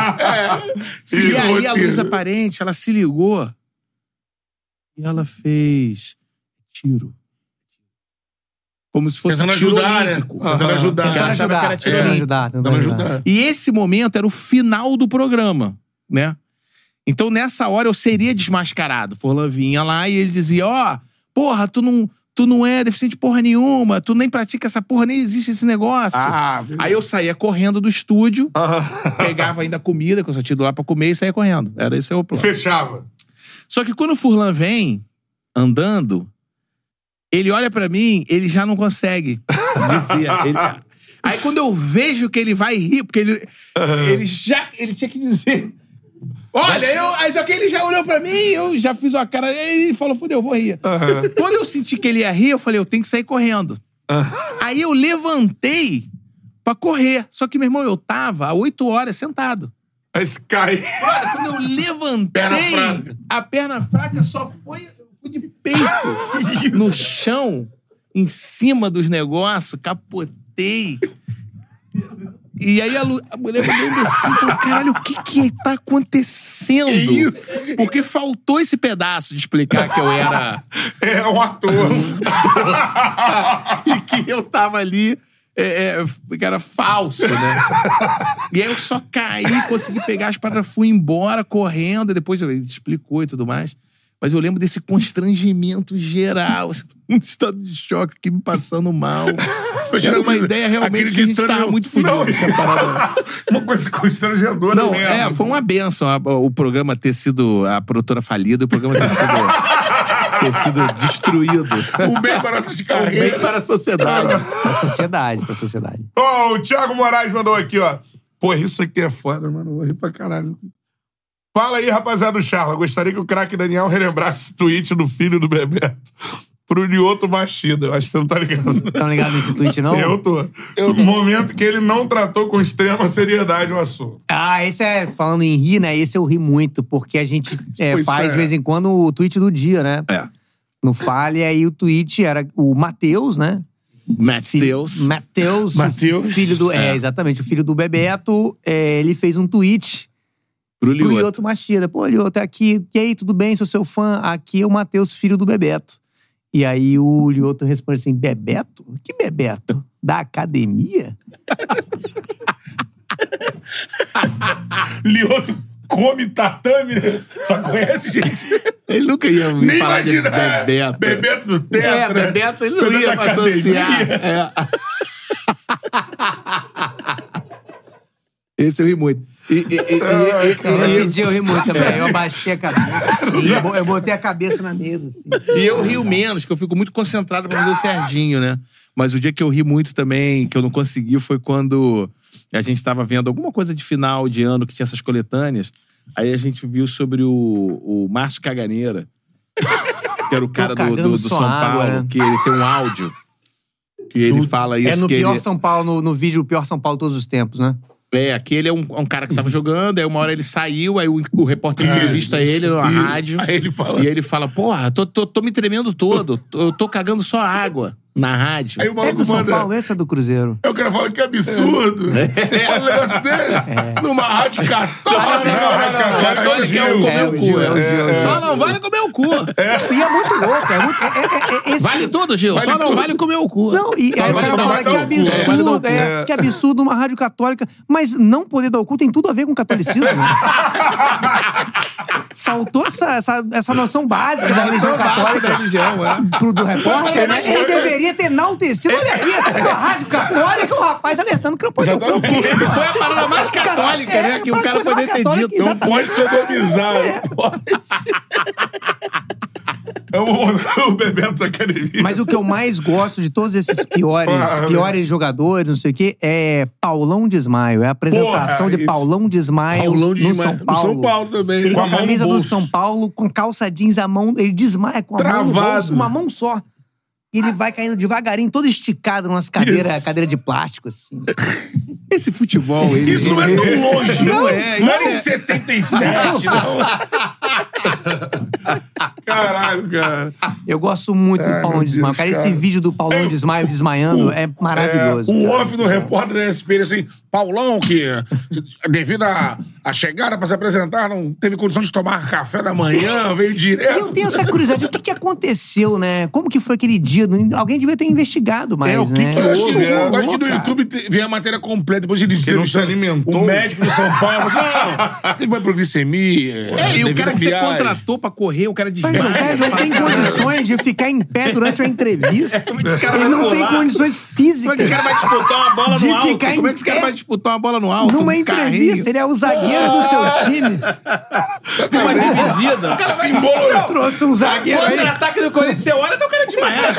e aí a Luísa Parente, ela se ligou e ela fez tiro. Como se fosse
Tentando
tiro
ajudar, né?
olímpico.
Tentando ajudar.
Tentando
Ela achava que
ajudar,
era tiro
tentando
olímpico.
ajudar, tentando
Tava
ajudar.
ajudando.
E esse momento era o final do programa, né? Então, nessa hora, eu seria desmascarado. Forlan vinha lá e ele dizia, ó, porra, tu não, tu não é deficiente porra nenhuma, tu nem pratica essa porra, nem existe esse negócio.
Ah,
Aí eu saía correndo do estúdio, pegava ainda comida, que eu só tinha ido lá pra comer, e saía correndo. Era esse é o meu plano.
fechava.
Só que quando o Furlan vem andando, ele olha pra mim, ele já não consegue. Dizia. Ele- Aí quando eu vejo que ele vai rir, porque ele, ele já. Ele tinha que dizer. Olha, eu. Aí só que ele já olhou pra mim, eu já fiz uma cara. E falou, fudeu, eu vou rir. Quando eu senti que ele ia rir, eu falei, eu tenho que sair correndo. Aí eu levantei pra correr. Só que, meu irmão, eu tava há oito horas sentado.
Aí se cai.
Cara, quando eu levantei,
Perna fraca.
a perna fraca só foi, eu fui de peito no chão, em cima dos negócios, capotei. E aí a, Lu- a mulher me olhou assim e falou: caralho, o que que tá acontecendo?
isso,
Porque faltou esse pedaço de explicar que eu era.
É um ator.
e que eu tava ali, é, é, que era falso, né? e aí eu só caí, consegui pegar as paradas, fui embora correndo, e depois ele explicou e tudo mais. Mas eu lembro desse constrangimento geral, assim, um estado de choque que me passando mal. Era uma ideia
Aquele
realmente que a gente
ditando-
tava muito fudido.
Não,
essa parada.
Uma coisa constrangedora
Não,
mesmo.
é, foi uma benção a- o programa ter sido, a produtora falida, e o programa ter sido, ter sido destruído.
O bem para nossas
Bem
carreiras.
para a sociedade.
Pra sociedade, pra sociedade.
Ó, o Thiago Moraes mandou aqui, ó. Pô, isso aqui é foda, mano. Eu Vou rir pra caralho. Fala aí, rapaziada do Charla. Gostaria que o craque Daniel relembrasse o tweet do filho do Bebeto pro Lioto Machida. Eu Acho que você não tá ligado.
Estão ligados nesse tweet, não?
Eu tô. O momento que ele não tratou com extrema seriedade o assunto.
Ah, esse é, falando em rir, né? Esse eu ri muito, porque a gente é,
Pois
faz
é.
de vez em quando o tweet do dia, né?
É.
No Fale, aí o tweet era o Matheus, né?
Matheus.
Matheus.
Matheus.
Filho do. É. exatamente. O filho do Bebeto, é, ele fez um tweet
Brulho.
pro Lioto Machida. Pô, Lioto, é aqui. E aí, tudo bem? Sou seu fã. Aqui é o Matheus, filho do Bebeto. E aí o Lioto responde assim: Bebeto? Que Bebeto? Da academia?
Lioto come tatame, né? Só conhece gente.
Ele nunca ia me
Nem
falar de
imagina.
Bebeto.
Bebeto do Tetra.
né? É, Bebeto ele não
Bebeto
ia
da
É. pra associar.
academia.
É. Esse eu ri muito. E, e, e- e-
Ai, cara.
Esse dia eu ri muito também. Eu abaixei a cabeça assim, eu bo- eu botei a cabeça na mesa assim.
E eu rio menos, que eu fico muito concentrado pra fazer o Serginho, né? Mas o dia que eu ri muito também, que eu não consegui, foi quando a gente tava vendo alguma coisa de final de ano que tinha essas coletâneas. Aí a gente viu sobre o, o Márcio Caganeira, que era o cara do, do,
cagando
do
só
São
água,
Paulo,
né?
que ele tem um áudio. Que ele fala isso.
É no
que
pior
ele...
São Paulo, no, no vídeo O Pior São Paulo Todos os Tempos, né?
É, aquele é um, é um cara que tava jogando, aí uma hora ele saiu, aí o, o repórter entrevista ele na
É, E-
rádio.
Aí ele fala.
E ele fala, porra, tô, tô, tô me tremendo todo. tô- Eu tô cagando só água na rádio.
Aí o
É do
maluco
São Paulo,
manda.
esse é do Cruzeiro.
Eu quero falar que absurdo. Fala um negócio desse. Numa rádio católica.
Católico é o
É,
comer
o
o
Gil,
cu.
é o Gil, é o
é.
Gil.
Só não vale comer o cu.
E é muito louco, é muito. é- é- é- esse-
Vale tudo, Gil.
Vale
só não
tudo.
vale comer o cu.
Não, e
Só
aí o
vai
cara
dar
fala
o
que
cu. Só vai dar o
absurdo,
cu.
é, que absurdo uma rádio católica. Mas não poder dar o cu tem tudo a ver com catolicismo. Faltou essa, essa, essa noção básica da religião católica.
Da religião, é.
Pro, do repórter, né? Ele deveria ter enaltecido. Olha aí, é uma rádio católica, um rapaz alertando que não pode dar o cu.
Foi a parada mais católica,
É,
né? Que o
pra
cara
coisa
poderia
mais
ter
católica,
dito.
exato.
Não pode sodomizar. não Pode. É o, o Bebeto da academia.
Mas o que eu mais gosto de todos esses piores,
Ah,
piores jogadores, não sei o quê, é Paulão Desmaio. É a apresentação
Porra,
de
isso.
Paulão Desmaio
Paulão
no
Desmaio,
São
no
Paulo.
São Paulo também.
Ele
Com
com
a
a
mão no
camisa do
bolso.
São Paulo, com calça jeans, a mão... Ele desmaia com a mão no
Travado.
bolso, uma mão só. E ele vai caindo devagarinho, todo esticado numas cadeiras,
Isso.
cadeira de plástico, assim.
Esse futebol, ele...
Isso não é tão longe.
Não é,
Não
isso
era em
é.
77, não. Caralho, cara.
Eu gosto muito do Paulão
meu
Desmaio.
Deus,
Cara, esse
cara.
vídeo do Paulão Desmaio desmaiando é maravilhoso.
O
cara.
off do repórter da SPN, assim, Paulão, que devido à à chegada para se apresentar, não teve condição de tomar café da manhã, veio
E eu
direto.
tenho essa curiosidade, o que, que aconteceu, né? Como que foi aquele dia? Alguém devia ter investigado mais,
É, o que
né?
que eu acho que,
Rolou,
eu acho que no
cara.
YouTube te- vem a matéria completa, depois eles
Que não se
entrevistam
alimentou.
O médico de São Paulo, assim, não, teve hiperglicemia.
É, e o cara que você
devido a viagem.
contratou pra correr, o cara
Mas o
desmaia.
cara não tem condições de ficar em pé durante a entrevista.
é Esse cara
Ele
vai
não tem
rolar.
condições
Como é
físicas.
que esse cara vai disputar uma bola
De
no alto?
ficar em
Como é que esse
pé.
cara vai disputar uma bola no alto?
Numa
Um carrinho?
entrevista, tá ele é o zagueiro do seu
Ah!
time.
Tem uma dividida.
Simbolo.
Trouxe um zagueiro aí.
Contra-ataque do Corinthians, você olha, tá o cara desmaiado.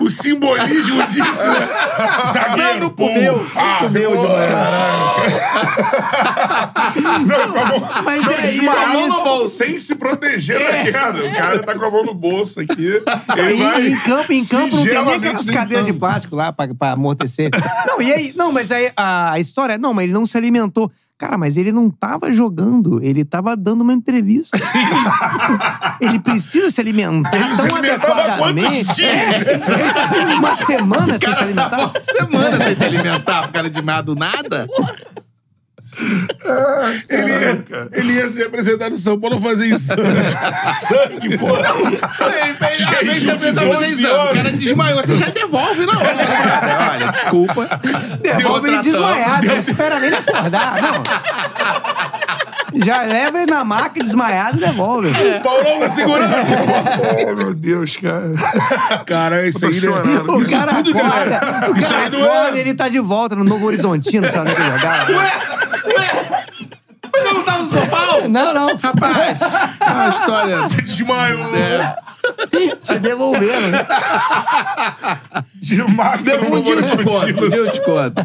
O simbolismo disso, né? Zagueiro,
Não
pum.
comeu, não
Ah,
comeu
pô,
de manhã.
Não, com a mão-
Mas
não,
é
ele
isso,
com a
é
mão no
isso.
bolso, sem se proteger
É.
da queda. O cara tá com a mão no bolso aqui. Ele vai assim, então.
E, em campo, em campo não tem nem
singelamente
aquelas
em
cadeiras de
campo.
plástico lá pra, pra amortecer. Não, e aí, não, mas aí a história é, não, mas ele não se alimentou. Cara, mas ele não tava jogando, ele tava dando uma entrevista. Ele precisa se alimentar
Ele se
tão
alimentava quantos
adequadamente.
dias?
É, uma semana sem se
Tá
alimentar.
uma semana sem se alimentar, pro cara desmaiar do nada.
Ele ia, né? ele ia se apresentar no São Paulo fazer exame. Sangue, pô.
Ele fez, ah, vem
Jejum
se
de
apresentar fazer
12
exame. O cara
horas.
desmaiou, você já devolve na hora. Cara, Olha, desculpa.
Devolve ele
Contratamos.
desmaiado, não espera nem ele acordar, não. Já leva ele na maca desmaiado e devolve.
O Paulão na segurança.
Oh, meu Deus, cara.
Cara, isso aí, né?
chorando.
O
Isso
cara
tudo,
acorda,
galera.
o
Isso
cara
aí não
acorda e
é.
ele tá de volta no Novo Horizontino, sabe onde jogar? né?
Mas eu não tava no São Paulo?
Não, não,
Rapaz, é uma história.
Você desmaiou.
É.
se devolveram. né?
De máquina
Um dia eu te conto, um dia eu te conto.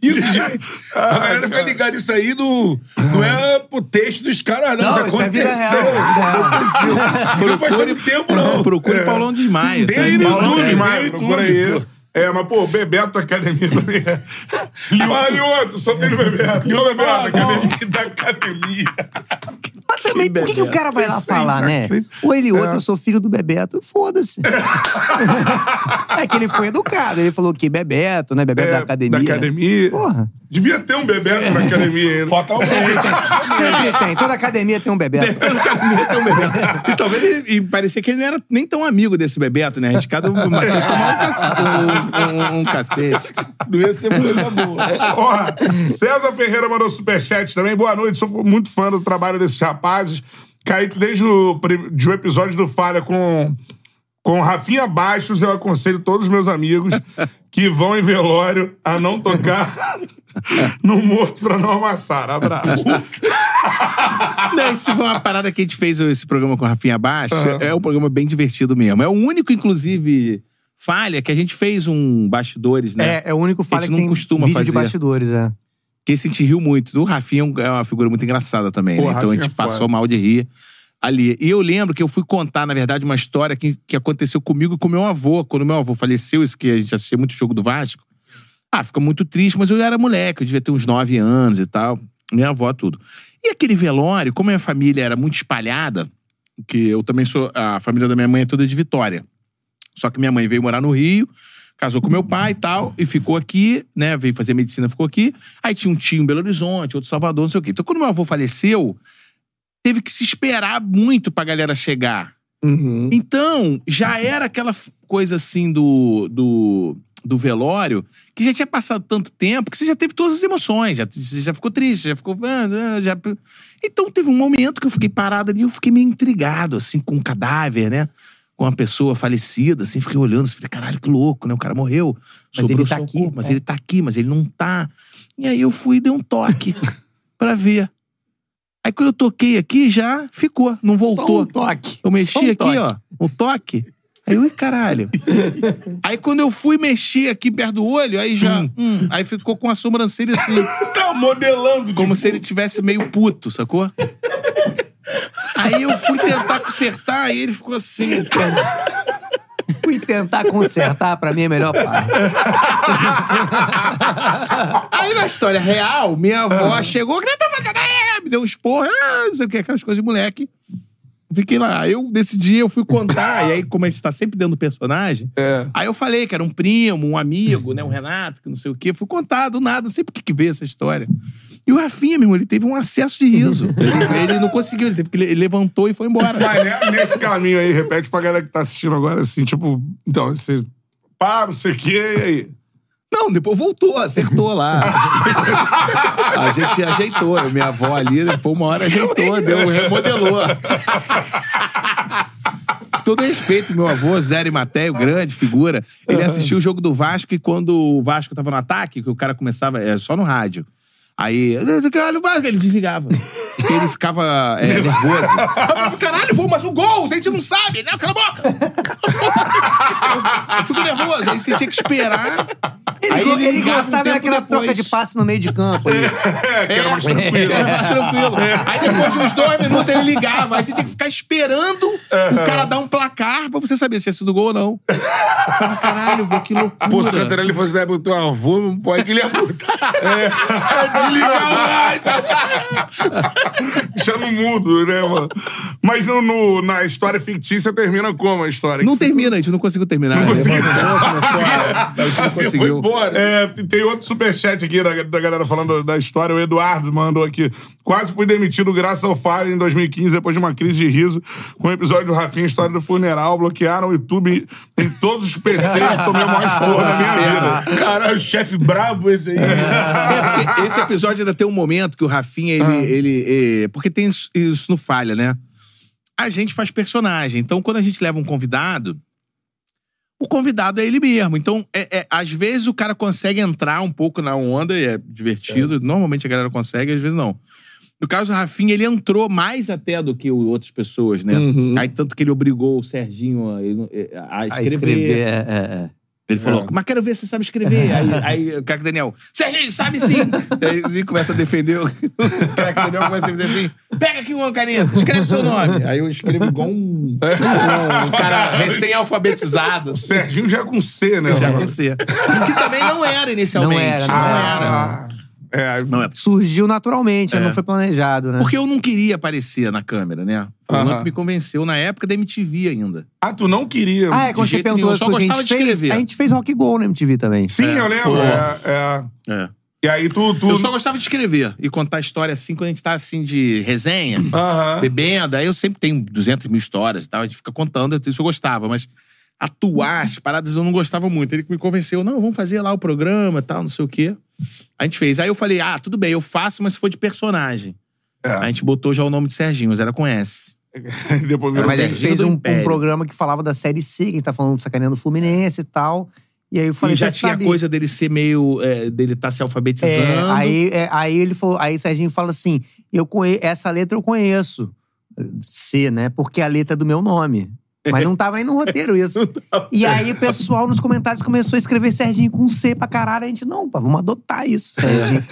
Isso, gente. A galera fica ligada, isso aí não, não é pro texto dos caras, não.
Não,
isso
isso é vida
aconteceu.
real, vida real.
aconteceu. Não faz tanto tempo, né? não.
Procure Paulão Desmaia.
Tem
sabe?
aí no
Paulão
YouTube,
Desmaia.
Desmaio,
Desmaio,
tudo,
procura aí.
pô.
É, mas, pô, Bebeto Academia também. é. Fala, Lioto, sou filho do Bebeto. Ô, Bebeto,
Ah,
Academia da Academia.
Mas também, por que, que o cara vai lá
Isso aí,
falar, né?
acre-
Ou ele outro, eu sou filho do Bebeto, foda-se. é que ele foi educado, ele falou que Bebeto, né? Bebeto
É,
da academia.
Da academia.
Porra.
Devia ter um Bebeto na academia ainda.
Falta um
Sempre tem, sempre tem. Toda academia tem um Bebeto.
E talvez ele, e parecia que ele não era nem tão amigo desse Bebeto, né? Arriscado o Matheus tomar um, cac- um- um- um cacete.
Não ia ser coisa boa.
Porra, César Ferreira mandou superchat também. Boa noite, sou muito fã do trabalho desses rapazes. Caíto desde o prim- de um episódio do Falha com Com Rafinha Bastos, eu aconselho todos os meus amigos que vão em velório a não tocar no morto pra não amassar. Abraço.
Não, isso foi uma parada que a gente fez esse programa com o Rafinha Baixa. É um programa bem divertido mesmo. É o único, inclusive, falha que a gente fez um bastidores, né?
É, é o único falha
Eles
que
não
tem
costuma
vídeo de
fazer.
bastidores, é.
Que esse a gente riu muito. O Rafinha é um- é uma figura muito engraçada também,
Pô,
né? Então a
Rafinha
gente
é
passou
foda.
mal de rir ali. E eu lembro que eu fui contar, na verdade, uma história que, que aconteceu comigo e com meu avô. Quando meu avô faleceu, isso que a gente assistia muito jogo do Vasco. Ah, fica muito triste, mas eu era moleque, eu devia ter uns 9 anos e tal. Minha avó, tudo. E aquele velório, como a minha família era muito espalhada, que eu também sou. A família da minha mãe é toda de Vitória. Só que minha mãe veio morar no Rio, casou com meu pai e tal, e ficou aqui, né? Veio fazer medicina, ficou aqui. Aí tinha um tio em Belo Horizonte, outro em Salvador, não sei o quê. Então, quando meu avô faleceu, teve que se esperar muito pra galera chegar.
Uhum.
Então, já era aquela f- coisa assim do, do, do velório, que já tinha passado tanto tempo, que você já teve todas as emoções, já, você já ficou triste, já ficou. ah, ah, já- Então, teve um momento que eu fiquei parado ali, eu fiquei meio intrigado, assim, com o cadáver, né? Com uma pessoa falecida, assim, fiquei olhando, assim, falei, caralho, que louco, né? O cara morreu,
Mas
sobrou
ele tá
só o
aqui,
corpo, mas
é.
ele tá aqui, mas ele não tá. E aí eu fui e dei um toque pra ver. Aí quando eu toquei aqui, já ficou, não voltou.
Só um toque.
Eu mexi
Só um
aqui,
toque.
ó. Um toque. Aí eu, ih, caralho. aí quando eu fui mexer aqui perto do olho, aí já. hum, aí ficou com a sobrancelha assim.
Tá modelando.
como se ele tivesse meio puto, sacou? Aí eu fui tentar consertar e ele ficou assim. cara.
Fui tentar consertar, pra mim é a melhor parte.
Aí na história real, minha avó chegou, o que você tá fazendo aí? Me deu um esporro, ah, não sei o que, aquelas coisas de moleque. Fiquei lá. Aí Eu, nesse dia, eu fui contar, e aí, como a gente tá sempre dentro do personagem, Aí eu falei que era um primo, um amigo, né? Um Renato, que não sei o quê. Fui contar do nada, não sei por que que veio essa história. E o Rafinha, meu irmão, ele teve um acesso de riso. Ele, ele não conseguiu, ele, teve que, ele levantou e foi embora.
Mas né, nesse caminho aí, repete pra galera que tá assistindo agora, assim, tipo, então, você pá, não sei o quê, e aí?
Não, depois voltou, acertou lá. A gente ajeitou. Minha avó ali, depois uma hora ajeitou, deu, remodelou. Com Todo respeito, meu avô, Zé Mateio, grande figura. Ele assistiu o jogo do Vasco e quando o Vasco tava no ataque, que o cara começava é, só no rádio. Aí, olha o Vasco, ele desligava. Porque ele ficava é, nervoso. Eu falava, caralho, vou, mas o gol, a gente não sabe. Não, cala a boca. Eu fico nervoso. Aí você tinha que esperar.
Ele,
Aí
go- ele
ligava um
gostava
tempo
daquela troca de
depois.
passe no meio de campo. ali.
É, que era mais tranquilo.
Era mais tranquilo. Aí depois de uns dois minutos ele ligava. Aí você tinha que ficar esperando o cara dar um placar pra você saber se tinha sido gol ou não. Eu falava, Caralho, vô, que loucura.
Pô, se o Cantarelli fosse da época do teu avô, não pode um que ele ia botar. É. Desligar o rádio.
Já no mundo, né, mano? Mas no, no- na história fictícia termina como a história?
Não termina, a gente não conseguiu terminar. Não
conseguiu.
começou a... a gente não
Foi
conseguiu.
embora.
É, tem- tem outro superchat aqui da, da galera falando da história. O Eduardo mandou aqui. Quase fui demitido graças ao Fire em 2015, depois de uma crise de riso com o episódio do Rafinha, história do funeral. Bloquearam o YouTube em todos os PCs. Tomei o maior esporro da minha vida.
Caralho, chefe brabo esse aí.
É, porque esse episódio ainda tem um momento que o Rafinha, ele. ele, é, porque tem isso, isso no falha, né? A gente faz personagem. Então, quando a gente leva um convidado, o convidado é ele mesmo. Então, é, é, às vezes o cara consegue entrar um pouco na onda e é divertido. Normalmente a galera consegue, às vezes não. No caso do Rafinha, ele entrou mais até do que o- outras pessoas, né? Aí, tanto que ele obrigou o Serginho a, ele não- a
A
Ah, escrever.
escrever, é, é, é.
Ele falou, mas quero ver se você sabe escrever. aí, aí o craque Daniel, Serginho, sabe sim. aí ele começa a defender. O o craque Daniel começa a defender assim, pega aqui uma caneta, escreve seu nome. Aí eu escrevo igual um, um cara recém-alfabetizado. assim,
O Serginho já é com C, né?
Já
mano?
acontecia. Que também não era inicialmente. né?
Não era, não
Ah, é,
Não era.
Surgiu naturalmente,
É.
não foi planejado, né?
Porque eu não queria aparecer na câmera, né? Foi o
Aham.
Luan que me convenceu na época da MTV ainda.
Ah, tu não queria.
Ah, é quando você
jeito
perguntou
nenhum,
as
só
coisas que a
gostava
gente
de
fez,
escrever.
a gente fez rock goal na MTV também.
Sim, eu lembro. É, é.
É.
E aí tu. tu...
Eu só gostava de escrever e contar história assim quando a gente tá assim de resenha.
Ah.
Aham.
bebendo. Aí eu sempre tenho 200 mil histórias e tal. A gente fica contando, isso eu gostava, mas
Uhum.
atuar as paradas eu não gostava muito. Ele que me convenceu, não, vamos fazer lá o programa e tal, não sei o quê. A gente fez. Aí eu falei, ah, tudo bem, eu faço, mas se for de personagem.
É.
A gente botou já o nome de Serginho, mas era com S.
Depois virou assim,
Mas
Era
a
o Serginho
gente fez
do
um, um
Império.
programa que falava da Série C, que a gente tá falando sacaneando o Fluminense e tal. E aí eu falei,
e já
"Você
tinha a
sabe-
coisa dele ser meio. é, dele estar se alfabetizando.
É, aí, é, aí ele falou, aí o Serginho fala assim: eu conhe- essa letra eu conheço. C, né? Porque a letra é do meu nome. Mas não tava nem no roteiro isso. E aí o pessoal nos comentários começou a escrever Serginho com C pra caralho. A gente, não, pá, vamos adotar
É,
isso, Serginho.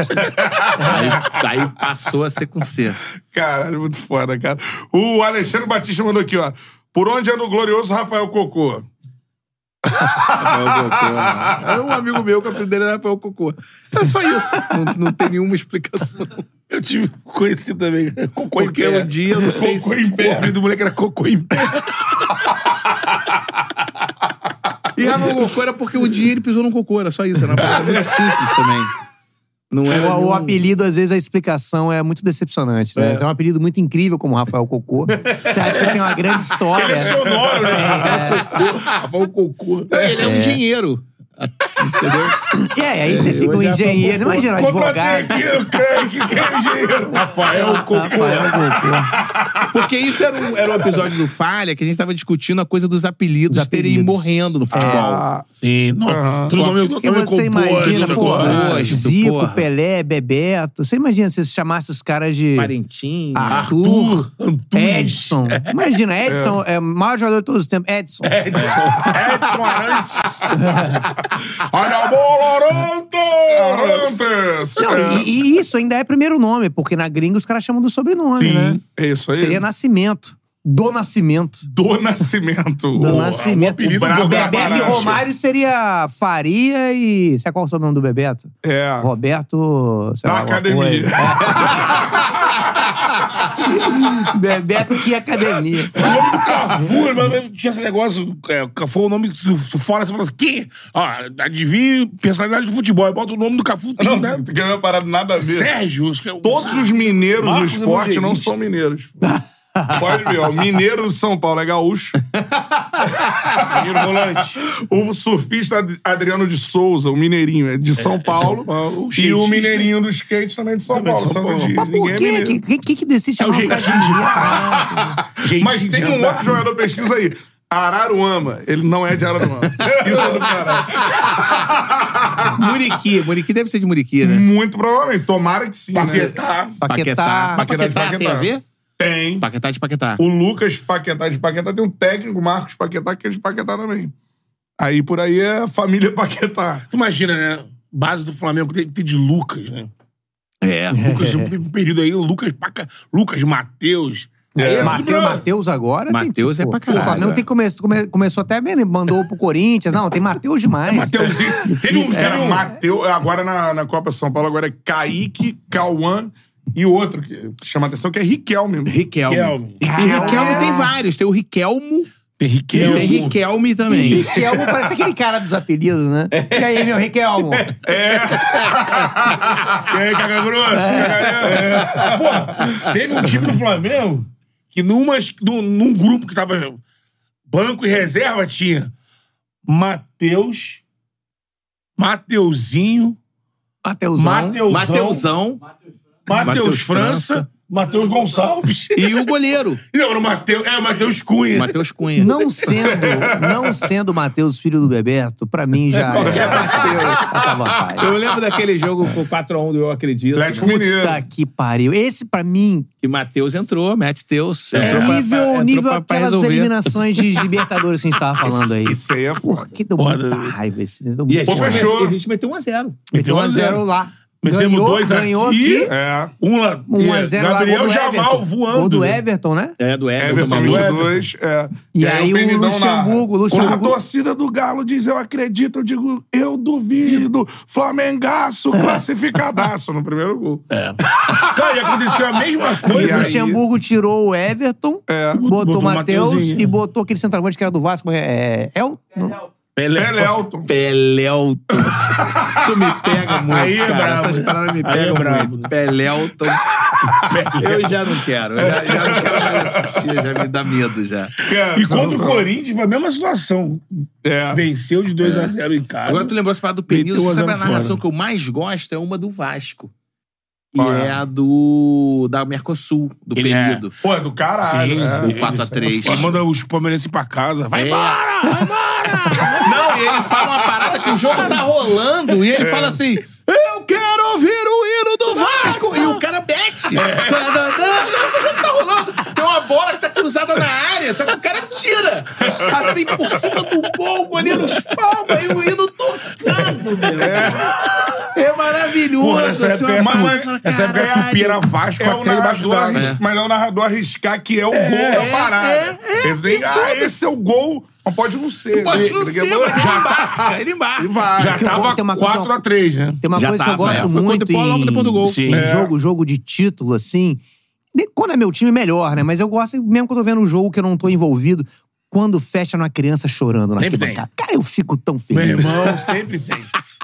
Aí, aí passou a ser com C.
Caralho, muito foda, cara. O Alexandre Batista mandou aqui, ó. Por onde anda o glorioso Rafael Cocô?
Era um amigo meu que o apelido dele era Rafael Cocô. Era só isso. Não, não tem nenhuma explicação.
Eu tive um conhecido também. Cocô em
Porque
pé.
um dia, eu não sei
Cocô
se-
em pé. O apelido do moleque era Cocô em pé.
E Rafael Cocô era porque um dia ele pisou num cocô. Era só isso. Era uma parada é muito simples também. Não era
O, o
nenhum-
apelido, às vezes, a explicação é muito decepcionante,
É.
né? Tem um apelido muito incrível como Rafael Cocô. Você acha que tem uma grande história.
é Sonoro, né? Rafael Cocô. Rafael Cocô.
Ele é um engenheiro. Entendeu?
E aí, aí você fica um
hoje é Rafael
engenheiro, imagina um
Contratei
advogado.
aqui o Crank, que é engenheiro.
Rafael Cocô.
Rafael Cocô.
Porque isso era um, era um episódio do Falha que a gente tava discutindo a coisa dos apelidos,
Dos
terem
apelidos.
morrendo no futebol.
Ah.
Ah.
Sim, não. Tu não me
E você imagina, pô,
porra.
Zico,
Porra.
Pelé, Bebeto. Você imagina se você chamasse os caras de
Parentim.
Ah.
Arthur,
Antunes.
Edson. Imagina, Edson é o maior jogador de todos os tempos. Edson.
É.
Edson. Edson Arantes.
Olha a bola, Orantes!
Não, e, e isso ainda é primeiro nome, porque na gringa os caras chamam do sobrenome, né?
É isso aí.
Seria Nascimento. Do Nascimento.
Do Nascimento.
Do
O-
Nascimento.
O apelido
O brabo
do
da
Bebeto e
Baracho.
Romário seria Faria e. Sabe qual é o sobrenome do Bebeto?
É.
Roberto. Sei
Da
lá, alguma
academia.
coisa. É. Bebeto que academia.
O nome do Cafu, irmão, tinha esse negócio. É, Cafu é o nome que tu, tu fala, você fala assim, quem? Ah, adivinha personalidade de futebol. Aí Bota o nome do Cafu, tem,
Não,
né?
não tem uma parada nada a ver.
Sérgio. acho que é o-
Todos os mineiros
Marcos
do esporte não
Evangelista.
são mineiros. Pode ver, ó. Mineiro de São Paulo é gaúcho.
Mineiro volante.
O surfista Ad- Adriano de Souza, o mineirinho, é de São Paulo.
Paulo. O
E
skatista.
o mineirinho do skate também é de São
Também de
Paulo.
São
só não
Paulo.
diz.
Mas
Ninguém
por
é
quê?
mineiro.
Quem, quem, quem que decide
É o
chamar um cara de
jeitinho de Gente,
Mas tem
é
de
um
andar.
outro jogador, pesquisa aí. Araruama. Ele não é de Araruama. Isso é do caralho.
Muriqui. Muriqui deve ser de Muriqui, né?
Hum,
Muito provavelmente. Tomara que sim, né?
Paquetá.
Paquetá.
Paquetá.
Paquetá de
Paquetá tem a
Paquetá.
ver?
Tem.
Paquetá de Paquetá.
O Lucas Paquetá de Paquetá tem um técnico, Marcos Paquetá, que é de Paquetá também. Aí por aí é a família Paquetá.
Tu imagina, né? Base do Flamengo tem que ter de Lucas, né? É. Lucas, teve um período aí, o Lucas, Paca, Lucas Matheus.
É.
Aí era tudo
É. Mateu,
branco.
Mateus agora
Mateus
tem,
é pra caralho,
O Flamengo
é.
tem come, come, começou até bem, né? mandou pro Corinthians. Não, tem Mateus demais.
Mateuzinho. Teve
É.
um.
Era
Teve um
Mateu, agora na, na Copa São Paulo, agora é Kaique, Cauã e outro que chama atenção, que é Riquelme.
Riquelmo.
Riquelmo.
Riquelmo.
É.
tem vários. Tem o Riquelmo.
Tem
E
Riquelmo.
tem Riquelme também.
Riquelmo é parece aquele cara dos apelidos, né? E aí, meu Riquelmo?
É, caga grosso, caga- é.
Pô, teve um time do Flamengo que numas, num, num grupo que tava banco e reserva tinha Matheus, Mateuzinho,
Mateusão.
Mateusão, Mateus,
Mateusão Mateus
França,
França.
Matheus Gonçalves.
e o goleiro.
Não, era o Mateus, é o Matheus Cunha.
Matheus Cunha.
Não sendo, não sendo o Matheus filho do Bebeto, pra mim já é. Ah, tá bom, pai.
Eu lembro daquele jogo com 4x1 do Eu Acredito.
Atlético Mineiro.
Puta que pariu. Esse, pra mim,
Que Matheus entrou, Mateus.
é nível, nível aquelas eliminações de Libertadores que a gente tava falando aí.
Isso aí é foda.
Que deu
Foda.
muita raiva esse. Deu
E a
muita
gente,
Pô,
raiva.
fechou.
a gente meteu 1x0.
Meteu
Meteu
1 a 0 lá.
Metemos
ganhou,
dois
ganhou
aqui.
aqui.
É.
Um lá.
1 a 0 lá,
Gabriel
gol do
Jamal
Everton.
voando.
Gol do Everton, né?
É, do Everton.
Everton
maluco.
22. É.
E aí o
Penidão
Luxemburgo,
narra.
Luxemburgo-
Quando a torcida do Galo diz eu acredito, eu digo eu duvido. Flamengaço, classificadaço no primeiro gol.
É.
Cara, e aconteceu a mesma
E
O
aí?
coisa.
Luxemburgo tirou o Everton, botou
É. Botou
o
o
Matheus
Mateuzinho.
e botou aquele centroavante que era do Vasco. É, é, é o...
Pelelton.
Pelelton. Isso me pega muito,
Aí é
cara.
brabo.
Essas paradas me
Aí é
pegam
brabo.
muito. Pelelton. Eu já não quero. Eu já, já não quero mais assistir. Já me dá medo, já.
Cara,
E contra o
sensacional.
Corinthians, foi a mesma situação.
É.
Venceu de 2x0 em casa.
Agora tu lembrou essa parada do Penil.
Meteu
Você
o
sabe a
azar fora.
narração que eu mais gosto? É uma do Vasco. e
Qual é?
é a do. da Mercosul, do
Ele é-
período.
Pô, é do caralho.
Sim,
é.
o 4x3.
Ele manda os palmeirenses pra casa. Vai
É.
embora! Vai embora!
Não, e ele fala uma parada que o jogo tá rolando e ele
É.
fala assim: Eu quero ouvir o hino do Vasco! E o cara bete.
É.
Tá, tá, tá, deixa que O jogo tá rolando. Tem uma bola que tá cruzada na área, só que o cara tira. Assim, por cima do gol, o goleiro espalma e o hino tocando, meu. É, maravilhoso.
Porra, essa
assim,
época
uma
é
parada,
tu-
você fala,
essa época é
"Caralho".
tupira Vasco
É o
até embaixo
narrador,
da
arris-
área.
mas é o narrador arriscar que é o gol da parada.
é,
Ele tem, ah, esse é o gol, mas pode não ser.
Pode
Ele-
não
ele-
ser, mas ele
tá,
embarca, ele
Já
embarca.
Que eu vou ter
tava
uma-
4x3, né?
Tem uma
Já
coisa que eu
tava, é.
gosto
Foi quando
muito
o Paulo
em,
logo depois do gol.
em
Sim. É.
jogo, jogo de título, assim. De- Quando é meu time, melhor, né? Mas eu gosto, mesmo quando eu tô vendo um jogo que eu não tô envolvido, quando fecha numa criança chorando na
Sempre tem.
arquibancada. Cara, eu fico tão
Meu
feliz.
irmão, sempre tem.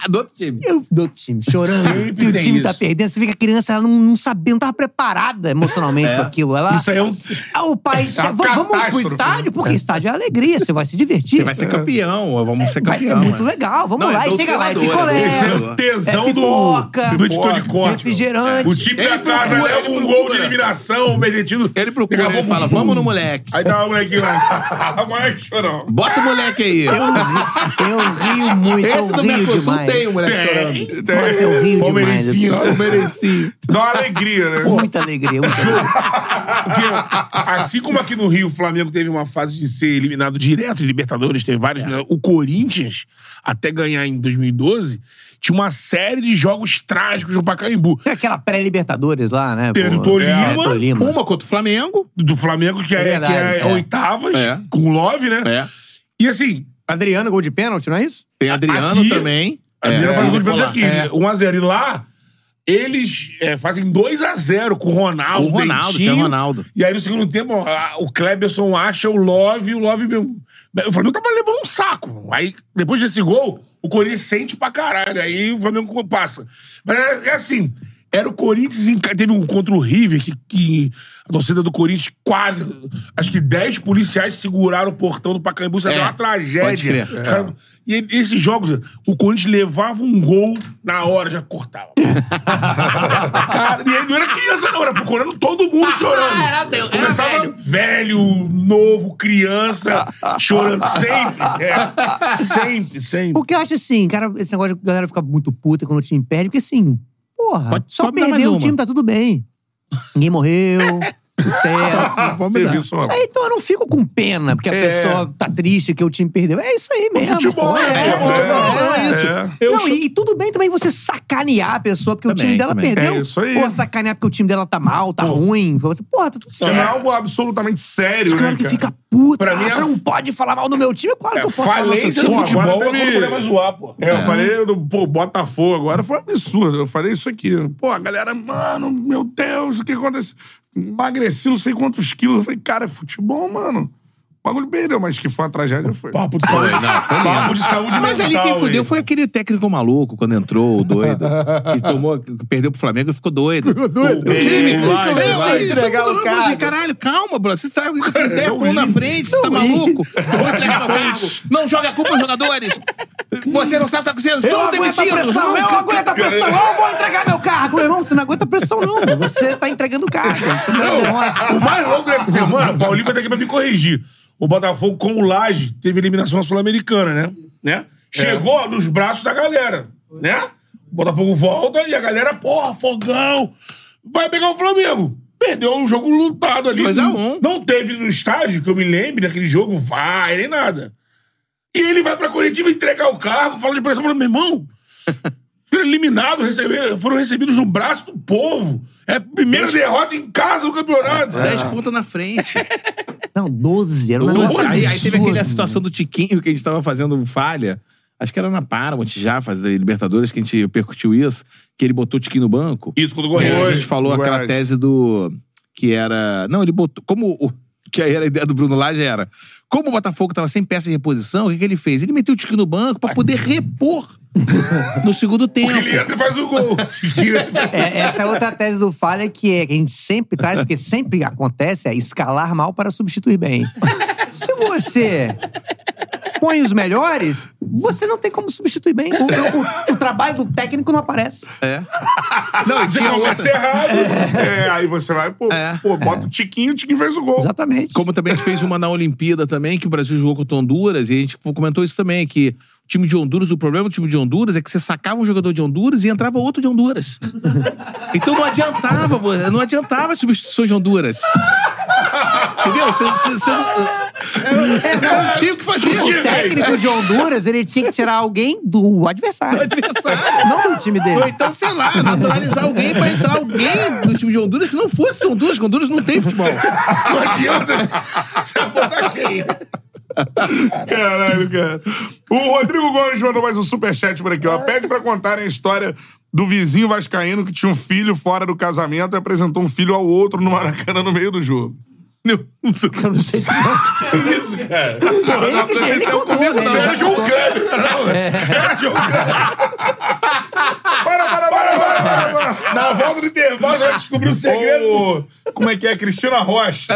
Do outro time.
Eu do outro time, chorando.
Sempre
e o
tem
time tá
isso.
perdendo. Você vê que a criança ela não, não sabia, não tava preparada emocionalmente pra aquilo. Ela,
Isso aí é um.
Ah, o pai,
É uma
"Vam- vamos pro
catástrofe.
estádio, porque estádio é alegria, você vai se divertir.
Você vai ser campeão, vamos ser
Vai ser
campeão.
muito
é.
legal, vamos
Não,
lá.
é
E chega lá, é
doutrinador,
picolé,
é
Esse é o
Pipoca,
tesão
pipoca,
do, do editor de corte.
refrigerante.
O time
Ele
da casa
né?
procura,
leva
ele
um gol de
procura.
eliminação, o tá Benedetino.
Ele procura,
Daqui a
ele
pouco,
fala,
vum.
vamos no moleque.
Aí tava o molequinho lá. Mas chorou.
Bota o moleque aí.
Eu, ri- eu rio muito, eu
Esse do
rio
Mercosul
demais.
tem um- o moleque chorando.
Tem,
Nossa, eu rio demais.
Palmeirencinho, ó,
Mereci.
Dá uma alegria, né?
Muita alegria. muita alegria.
Porque, assim como aqui no Rio, o Flamengo teve uma fase de ser eliminado direto em Libertadores, teve vários. né? O Corinthians, até ganhar em 2012, tinha uma série de jogos trágicos no Pacaembu.
Tem Aquela pré-Libertadores lá, né?
Tem
pô?
do Tolima,
É, Tolima.
Uma contra o Flamengo.
Do Flamengo, que é,
É verdade,
que é
é.
oitavas,
É.
com o Love, né?
É.
E assim,
Adriano, gol de pênalti, não é isso?
Tem Adriano
Aqui,
também.
a Adriana faz
é,
gol de pênalti
Nicolau.
aqui.
É.
1x0. E lá, eles é, fazem 2x0 com o Ronaldo.
O Ronaldo,
Dentinho.
tinha Ronaldo.
E aí, no segundo tempo, ó, a- o Kleberson acha o Love, o Love mesmo. O Flamengo tava levando um saco. Aí, depois desse gol, o Corinthians sente pra caralho. Aí o Flamengo passa. Mas é, é assim, era o Corinthians. Em, ca- teve um contra o River, que, que a torcida do Corinthians quase. Acho que 10 policiais seguraram o portão do Pacaembu. Isso é
É,
uma tragédia.
pode crer. É.
Cara, E ele- esses jogos, o Corinthians levava um gol na hora, já cortava. Cara, e aí não era criança, não, era procurando todo mundo chorando.
Ah, era Deus, era
Começava
velho.
velho. novo, criança, chorando sempre. é. Sempre, sempre.
Porque eu acho assim, cara, esse negócio de galera ficar muito puta quando o time perde, porque assim, porra,
Pode-
só
pode dar mais
perdeu o
uma.
time, tá tudo bem. Ninguém morreu, tudo certo.
Serviço, ó.
É, Então eu não fico com pena, porque a pessoa tá triste que o time perdeu. É isso aí mesmo.
É. futebol,
pô,
é,
é,
futebol,
é,
é isso.
É.
Eu
não, e, e tudo bem também você sacanear a pessoa, porque o
Também,
time dela
também.
perdeu.
É isso aí.
Pô, sacanear porque o time dela tá mal, tá ruim. Porra, tá tudo
Isso não é
certo.
algo absolutamente sério,
Mas
né,
Claro que
cara?
fica puta.
Pra mim
ah,
é-
Você não pode falar mal do meu time. Claro
É
que eu posso falar mal do seu
Falência no
time.
Pô, agora
futebol é
teve-
quando o cara vai zoar, pô.
É, eu falei do pô, Botafogo agora, foi um absurdo. Eu falei isso aqui. Pô, a galera, mano, meu Deus, o que aconteceu? Emagreci não sei quantos quilos. Eu falei, cara, é futebol, mano. O bagulho perdeu, mas que foi uma tragédia, foi. Ah,
Papo de
Foi,
saúde.
não, foi
Papo
lindo.
de saúde
Mas ali
mental,
quem fudeu
hein?
foi aquele técnico maluco quando entrou, o doido. Que tomou, que perdeu pro Flamengo e ficou doido. Ficou doido. O time.
Vai,
Eu
vai.
falei,
Entregar
todo
o
mundo falou assim,
cargo.
Caralho, calma, bro. Você tá com o
é um
pão na
livro.
frente, você tá
Não, e-
maluco? Vou entregar meu cargo. Não joga a culpa aos jogadores. Você não sabe o que tá acontecendo.
Eu
Sou
aguento a
demitido.
pressão, eu aguento a pressão, eu vou entregar meu cargo. Meu irmão, você não aguenta a pressão, não. Você tá entregando o cargo. Não é. demora.
O mais louco dessa semana, o Paulinho vai ter que pra me corrigir. O Botafogo com o Laje teve eliminação na Sul-Americana, né? né? Chegou nos braços da galera, né? O Botafogo volta e a galera, porra, fogão, vai pegar o Flamengo. Perdeu um jogo lutado ali.
Dois a um.
Não teve no estádio, que eu me lembre, naquele jogo, vai, nem nada. E ele vai pra Curitiba entregar o cargo, fala de pressão, fala, meu irmão, foram eliminados, receber- foram recebidos no braço do povo. É a primeira derrota em casa no campeonato.
Dez pontas na frente.
Não, 12. Era um
Doze.
negócio
Aí, aí teve
absurdo.
aquela situação do Tiquinho que a gente tava fazendo falha. Acho que era na Paramount já, fazendo Libertadores, que a gente percutiu isso, que ele botou o Tiquinho no banco.
Isso, quando o
E
Goiás.
a gente falou
Goiás.
aquela tese do. Que era. Não, ele botou. Como. O, que aí era a ideia do Bruno Lage era. Como o Botafogo tava sem peça de reposição, o que, que ele fez? Ele meteu o Tiquinho no banco pra poder repor no segundo tempo.
Ele entra e faz o gol.
É, essa é outra tese do Falha que é que a gente sempre traz, porque sempre acontece, é escalar mal para substituir bem. Se você põe os melhores, Você não tem como substituir bem. O, o- o- o trabalho do técnico não aparece.
Não, e
Você
tinha
começa
outra.
errado, é, aí você vai, pô,
É.
pô, bota o Tiquinho, o Tiquinho fez o gol.
Exatamente.
Como também a gente fez uma na Olimpíada também, que o Brasil jogou contra Honduras, e a gente comentou isso também, que o time de Honduras, o problema do time de Honduras é que você sacava um jogador de Honduras e entrava outro de Honduras. Então não adiantava, vo- não adiantava as substituições de Honduras. Entendeu? Você, você- você não, é, você não tinha o que fazer.
O técnico de Honduras, ele tinha que tirar alguém é? do adversário. Não do time
Ou
dele.
então, sei lá, naturalizar alguém pra entrar alguém no time de Honduras que não fosse Honduras, que Honduras não tem futebol.
Não adianta. Você vai botar quem?
Caralho, cara. O Rodrigo Gomes mandou mais um superchat por aqui, ó. Pede pra contarem a história do vizinho vascaíno que tinha um filho fora do casamento e apresentou um filho ao outro no Maracanã no meio do jogo.
Eu não sei
Isso,
se
cara.
ele que- ele
aconteceu
contou,
comigo, não.
né? Ele
Já
já
jogou
contou.
não. Sérgio Para, para, para, para, para, para. Na volta do intervalo, já descobriu o segredo. como é que é? Cristina Rocha.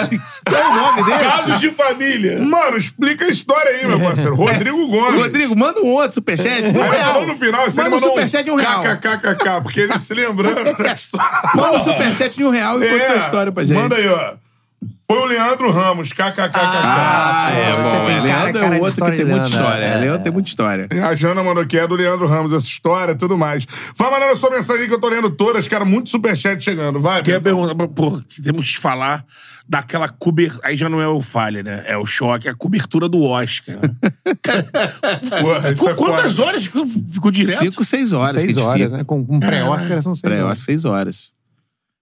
Qual é o nome
Casos de família.
Mano, explica a história aí, meu parceiro. Rodrigo Gomes.
É. Rodrigo, manda um outro superchat. de Um
Aí ele falou
real.
no final, assim,
manda
ele
um
mandou
superchat de um real.
KKKKK, porque ele se lembrando da história.
Manda um superchat de um real e conta
É,
essa história pra gente.
Manda aí, ó. Foi o Leandro Ramos, KKKKK.
Ah, é, Você tem cara-
Leandro
cara
é
de
o outro que
história
tem
de
muita
Leandro,
história.
é.
Leandro tem muita história.
A Jana mandou que é do Leandro Ramos, essa história e tudo mais. Vai mandando a sua mensagem aí que eu tô lendo todas, cara. Muito superchat chegando, vai.
Queria perguntar, pra- pô, que temos que falar daquela cobertura. Aí já não é o falha, né? É o choque, a cobertura do Oscar. né?
Porra, isso
Com
é
quantas
foda.
horas ficou, ficou direto?
Cinco, seis horas. que a
Seis
gente
horas,
fica.
né? Com um pré-Oscar são seis
Pré-Oscar,
horas.
seis horas.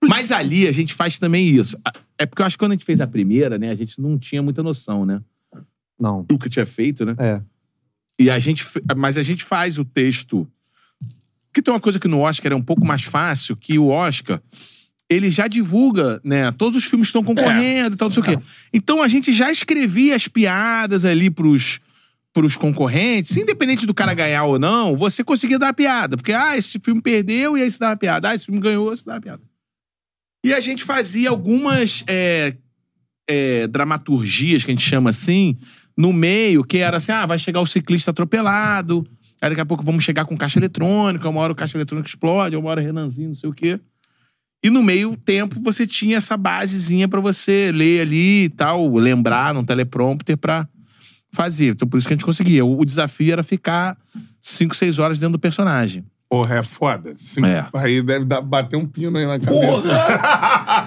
Mas ali a gente faz também isso. A- É porque eu acho que quando a gente fez a primeira, né, a gente não tinha muita noção, né?
Não.
Do que tinha feito, né?
É.
E a gente, fe- mas a gente faz o texto. Que tem uma coisa que no Oscar é um pouco mais fácil, que o Oscar ele já divulga, né? Todos os filmes estão concorrendo e tal, não sei o quê. Então a gente já escrevia as piadas ali pros, pros concorrentes, independente do cara ganhar ou não, você conseguia dar a piada. Porque, ah, esse filme perdeu e aí você dá a piada. Ah, esse filme ganhou, você dá a piada. E a gente fazia algumas é, é, dramaturgias, que a gente chama assim, no meio, que era assim: ah, vai chegar o ciclista atropelado, aí daqui a pouco vamos chegar com caixa eletrônica, uma hora o caixa eletrônico explode, uma hora o Renanzinho, não sei o quê. E no meio tempo você tinha essa basezinha pra você ler ali e tal, lembrar num teleprompter pra fazer. Então por isso que a gente conseguia. O, o desafio era ficar 5, 6 horas dentro do personagem.
Porra, é foda. Cinco-
É.
Aí deve dar- bater um pino aí na cabeça.
Porra!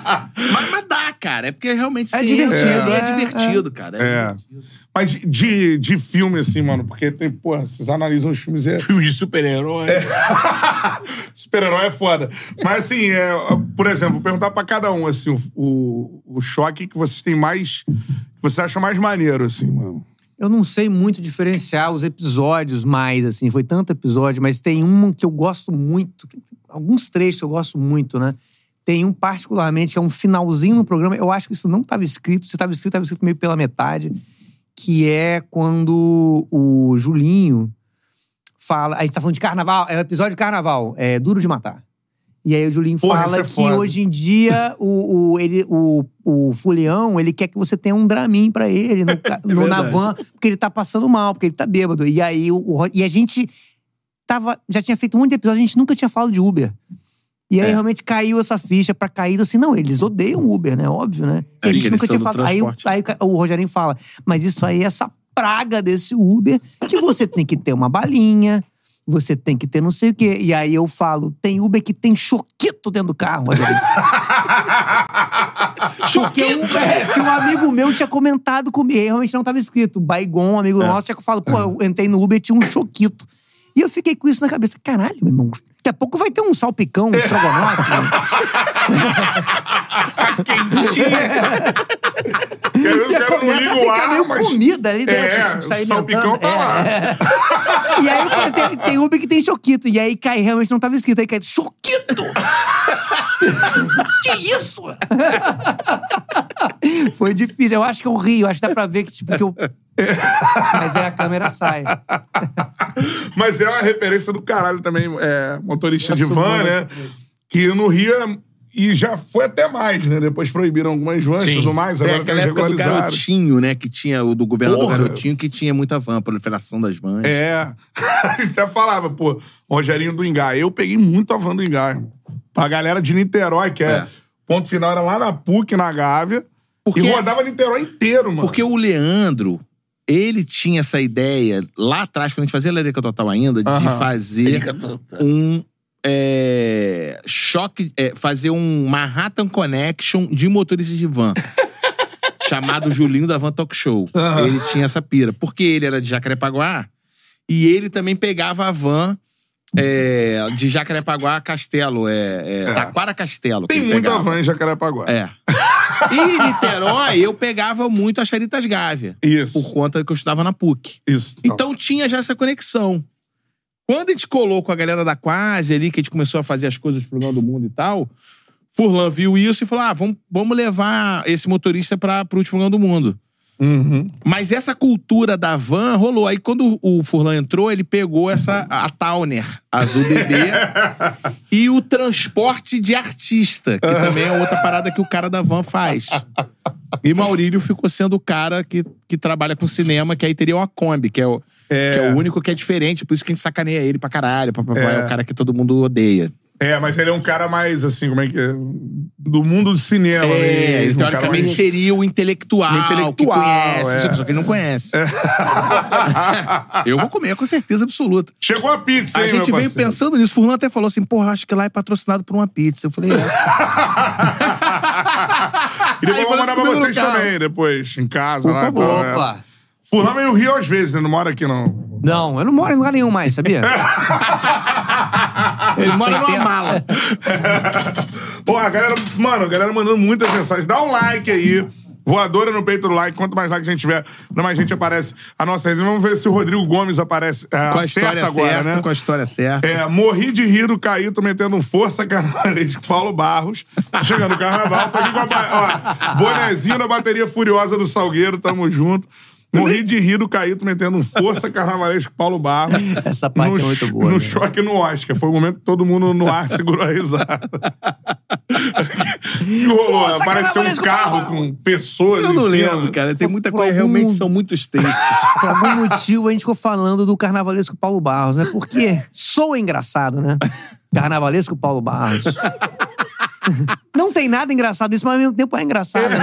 mas, mas dá, cara. É porque realmente
É
você
divertido,
entra,
é,
É, divertido, cara.
É. Mas de- de, de filme, assim, mano, porque tem, porra, vocês analisam os filmes é.
Filmes de super-herói.
Super-herói é foda. Mas, assim, é, por exemplo, vou perguntar pra cada um, assim, o, o, o choque que vocês têm mais. que você acha mais maneiro, assim, mano.
Eu não sei muito diferenciar os episódios mais, assim. Foi tanto episódio, mas tem um que eu gosto muito. tem Alguns trechos que eu gosto muito, né? Tem um particularmente que é um finalzinho no programa. Eu acho que isso não estava escrito. Se estava escrito, estava escrito meio pela metade. Que é quando o Julinho fala... A gente tá falando de carnaval. É o episódio de carnaval. É Duro de Matar. E aí o Julinho
Porra,
fala
isso é
que
foda.
hoje em dia o, o, ele, o, o Fulião, ele quer que você tenha um Dramin pra ele no,
É
ca- no- na
verdade.
van, porque ele tá passando mal, porque ele tá bêbado. E aí o, o- e a gente tava, já tinha feito um monte de episódio, a gente nunca tinha falado de Uber. E
É.
aí realmente caiu essa ficha pra cair assim, não, eles odeiam Uber, né? Óbvio, né?
É,
eles
que
nunca
eles são
tinham
do
falado. Aí, o-
transporte.
aí o ca- o Rogerinho fala, mas isso aí é essa praga desse Uber que você tem que ter uma balinha, você tem que ter não sei o quê. E aí eu falo, tem Uber que tem choquito dentro do carro, Rogerinho. Porque um, é, que um amigo meu tinha comentado comigo, e realmente não estava escrito. Baigon, um
É.
amigo nosso, tinha que fala, pô, eu entrei no Uber e tinha um choquito. E eu fiquei com isso na cabeça. Caralho, meu irmão, daqui a pouco vai ter um salpicão, um estrogonofe.
Quero, eu
Já
quero não
começa a
ligo o
ficar
ar,
meio
mas.
comida ali dentro.
é,
tipo, se
o salpicão
alimentando.
tá
É,
lá.
E aí eu falei, tem, tem Uber que tem choquito. E aí cai, realmente não tava escrito. Aí cai, choquito! que isso? Foi difícil. Eu acho que eu ri, eu acho que dá pra ver que, tipo, que eu. Mas aí a câmera sai.
Mas é uma referência do caralho também, é, motorista
Eu
de
sou
van,
bom
né? Que no Rio é- E já foi até mais, né? Depois proibiram algumas vans e
Sim.
tudo mais,
Tem
agora
É, aquela época do
regularizaram.
garotinho, né? Que tinha o do governador
Porra.
garotinho, que tinha muita van, proliferação das vans.
É. A gente até falava, pô, Rogerinho do Ingá. Eu peguei muito a van do Ingá, irmão. Pra galera de Niterói, que é,
É.
ponto final, era lá na PUC, na Gávea.
Porque-
E rodava Niterói inteiro, mano.
é, Porque o Leandro, ele tinha essa ideia lá atrás, quando a gente fazia Lerica Total ainda, de
Aham.
fazer um é, choque, é, fazer um Manhattan Connection de motorista de van. chamado Julinho da Van Talk Show. Ele tinha essa pira. Porque ele era de Jacarepaguá e ele também pegava a van é, de Jacarepaguá a Castelo. É, é, Taquara Castelo. que
Tem
ele
muita
pegava.
van em Jacarepaguá.
É. E em Niterói, eu pegava muito as Charitas Gávea.
Isso.
Por conta que eu estudava na PUC.
Isso.
Então tinha já essa conexão. Quando a gente colou com a galera da Quase ali, que a gente começou a fazer as coisas pro lado do mundo e tal, Furlan viu isso e falou: ah, vamos, vamos levar esse motorista para pro último lugar do mundo. Mas essa cultura da van rolou. Aí quando o Furlan entrou, ele pegou essa a Towner azul bebê e o transporte de artista, que também é outra parada que o cara da van faz. E Maurílio ficou sendo o cara que, que trabalha com cinema, que aí teria uma Kombi, que é, o, que é o único que é diferente, por isso que a gente sacaneia ele pra caralho. Pá, pá, pá, é. o cara que todo mundo odeia.
É, mas ele é um cara mais, assim, como é que é? Do mundo do cinema.
É, ele
mesmo, um cara
teoricamente
mais-
seria o intelectual,
O intelectual,
que conhece,
é.
só que- só que ele não conhece. Eu vou comer com certeza absoluta.
Chegou a pizza,
A
hein,
gente
meu
veio
parceiro?
pensando nisso. Furlan até falou assim: porra, acho que lá é patrocinado por uma pizza. Eu falei:
Tá
é.
E
Aí
depois eu vou
falou
mandar pra
comigo no
vocês
carro.
também, depois, em casa.
Por
lá,
favor.
tal, é.
Opa.
Fulano vem o Rio às vezes, né? Não mora aqui, não.
Não, eu não moro em lugar nenhum mais, sabia?
ele
Sem
mora numa
pena.
mala.
Pô, a galera, mano, a galera mandando muitas mensagens. Dá um like aí. Voadora no peito do like. Quanto mais like a gente tiver, ainda mais gente aparece. A nossa resenha. Vamos ver se o Rodrigo Gomes aparece. É,
Com a
acerta
história
agora,
certa,
né?
com a história certa.
É, morri de rir do Caíto metendo um força carnavalesco Paulo Barros. Chegando no carnaval, tá aqui com a ba- ó, bonezinho da bateria furiosa do Salgueiro, tamo junto. Morri de rir do Caíto metendo um força carnavalesco Paulo Barros.
Essa parte
no,
é muito
cho-
boa,
No
né?
choque no Oscar. Foi o momento que todo mundo no ar segurou a risada. Que rolou,
Força
apareceu um
carnavalesco
carro
Paulo
com pessoas
Eu não
em cima.
lembro, cara. Tem muita
Por
coisa,
algum-
realmente são muitos textos.
Por algum motivo a gente ficou falando do carnavalesco Paulo Barros, né? Porque soa engraçado, né? Carnavalesco Paulo Barros. Não tem nada engraçado isso, mas ao mesmo tempo é engraçado, né?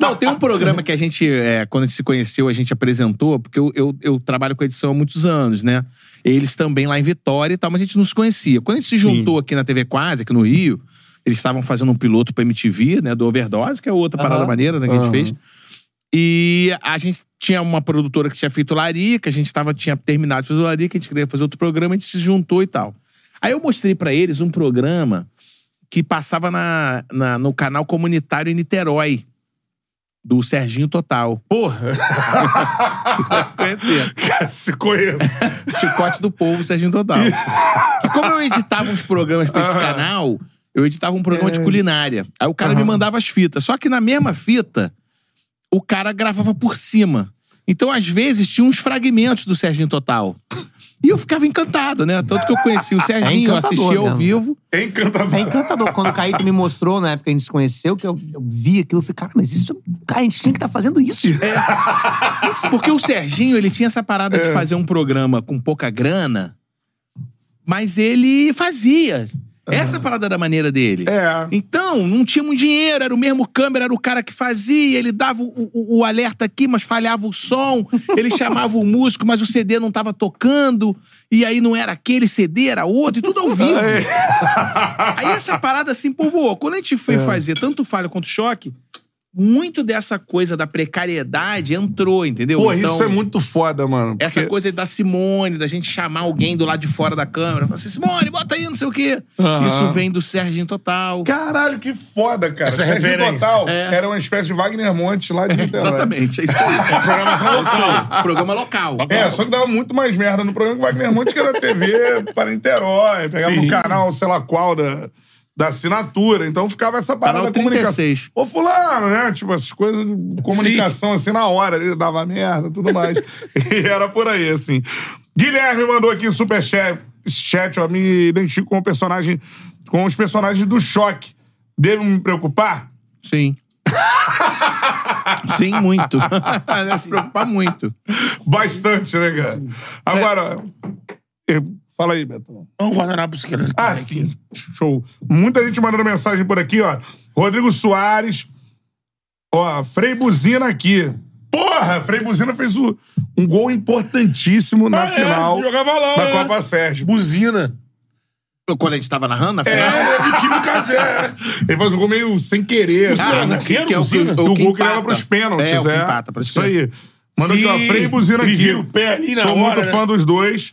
Não, tem um programa que a gente, é, quando a gente se conheceu, a gente apresentou, porque eu, eu, eu trabalho com edição há muitos anos, né? Eles também lá em Vitória e tal, mas a gente não se conhecia. Quando a gente se juntou aqui na TV Quase, aqui no Rio, eles estavam fazendo um piloto pra MTV, né? Do Overdose, que é outra parada
Aham.
maneira né, que a gente fez. E a gente tinha uma produtora que tinha feito Larica, a gente tava, tinha terminado de fazer Larica, a gente queria fazer outro programa, a gente se juntou e tal. Aí eu mostrei pra eles um programa que passava na, na- no canal comunitário em Niterói, do Serginho Total. Porra! Conhecia.
Se conheço.
Chicote do Povo, Serginho Total. E como eu editava uns programas pra esse canal, eu editava um programa de
É.
culinária. Aí o cara me mandava as fitas. Só que na mesma fita, o cara gravava por cima. Então, às vezes, tinha uns fragmentos do Serginho Total. E eu ficava encantado, né? Tanto que eu conheci o Serginho, eu
É encantador
assistia ao
mesmo.
vivo.
É encantador.
É encantador. Quando o Caíto me mostrou, na época que a gente se conheceu, que eu, eu vi aquilo, eu falei, cara, mas isso... Cara, a gente tinha que estar fazendo isso.
Porque o Serginho, ele tinha essa parada de fazer um programa com pouca grana, mas ele fazia. Essa é parada da maneira dele.
É.
Então, não tinha muito dinheiro, era o mesmo câmera, era o cara que fazia, ele dava o, o- o alerta aqui, mas falhava o som, ele chamava o músico, mas o CD não tava tocando, e aí não era aquele CD, era outro, e tudo ao vivo. aí essa parada se povoou. Quando a gente
É.
foi fazer tanto falha quanto choque, muito dessa coisa da precariedade entrou, entendeu?
Pô,
Então,
isso é muito foda, mano.
essa
porque-
coisa da Simone, da gente chamar alguém do lado de fora da câmera, falar assim, Simone, bota aí, não sei o quê. Isso vem do Serginho Total.
Caralho, que foda, cara.
Essa
Serginho
referência.
Total
É.
era uma espécie de Wagner Monte lá de Niterói.
Exatamente, é isso aí.
Programação local.
Programa local.
É, só que dava muito mais merda no programa que o Wagner Monte, que era TV para Niterói, pegava um canal, sei lá qual, da, da assinatura. Então ficava essa parada
Canal
da comunicação.
36.
Ô, fulano, né? Tipo, essas coisas de comunicação, assim, na hora. Ele dava merda tudo mais. e era por aí, assim. Guilherme mandou aqui um superchat, chat, ó, me identifico com o personagem com os personagens do Choque, devo me preocupar?
Sim. Sim, muito. Deve é se preocupar muito.
Bastante, né, cara? Agora, eu- fala aí, Betão.
Vamos guardar pra esquerda.
Ah, sim. Show. Muita gente mandando mensagem por aqui, ó. Rodrigo Soares. Ó, Frei Buzina aqui. Porra, Frei Buzina fez o- um gol importantíssimo na
Ah, é,
final
jogava lá,
da
é.
Copa Sérgio.
Buzina.
Quando a gente tava narrando na final.
É, do time Cazé.
Ele faz um gol meio sem querer.
Ah,
assim.
mas
aqui
zagueiro,
que é o
Buzina?
que,
E
o
o
que
gol que leva
empata.
pros pênaltis,
É,
é.
o que empata. pras
Isso
pênaltis.
aí. Manda aqui, ó,
Sim,
Frei e Buzina
ele
aqui.
vira o pé ali na
Sou
hora,
muito
né?
fã dos dois.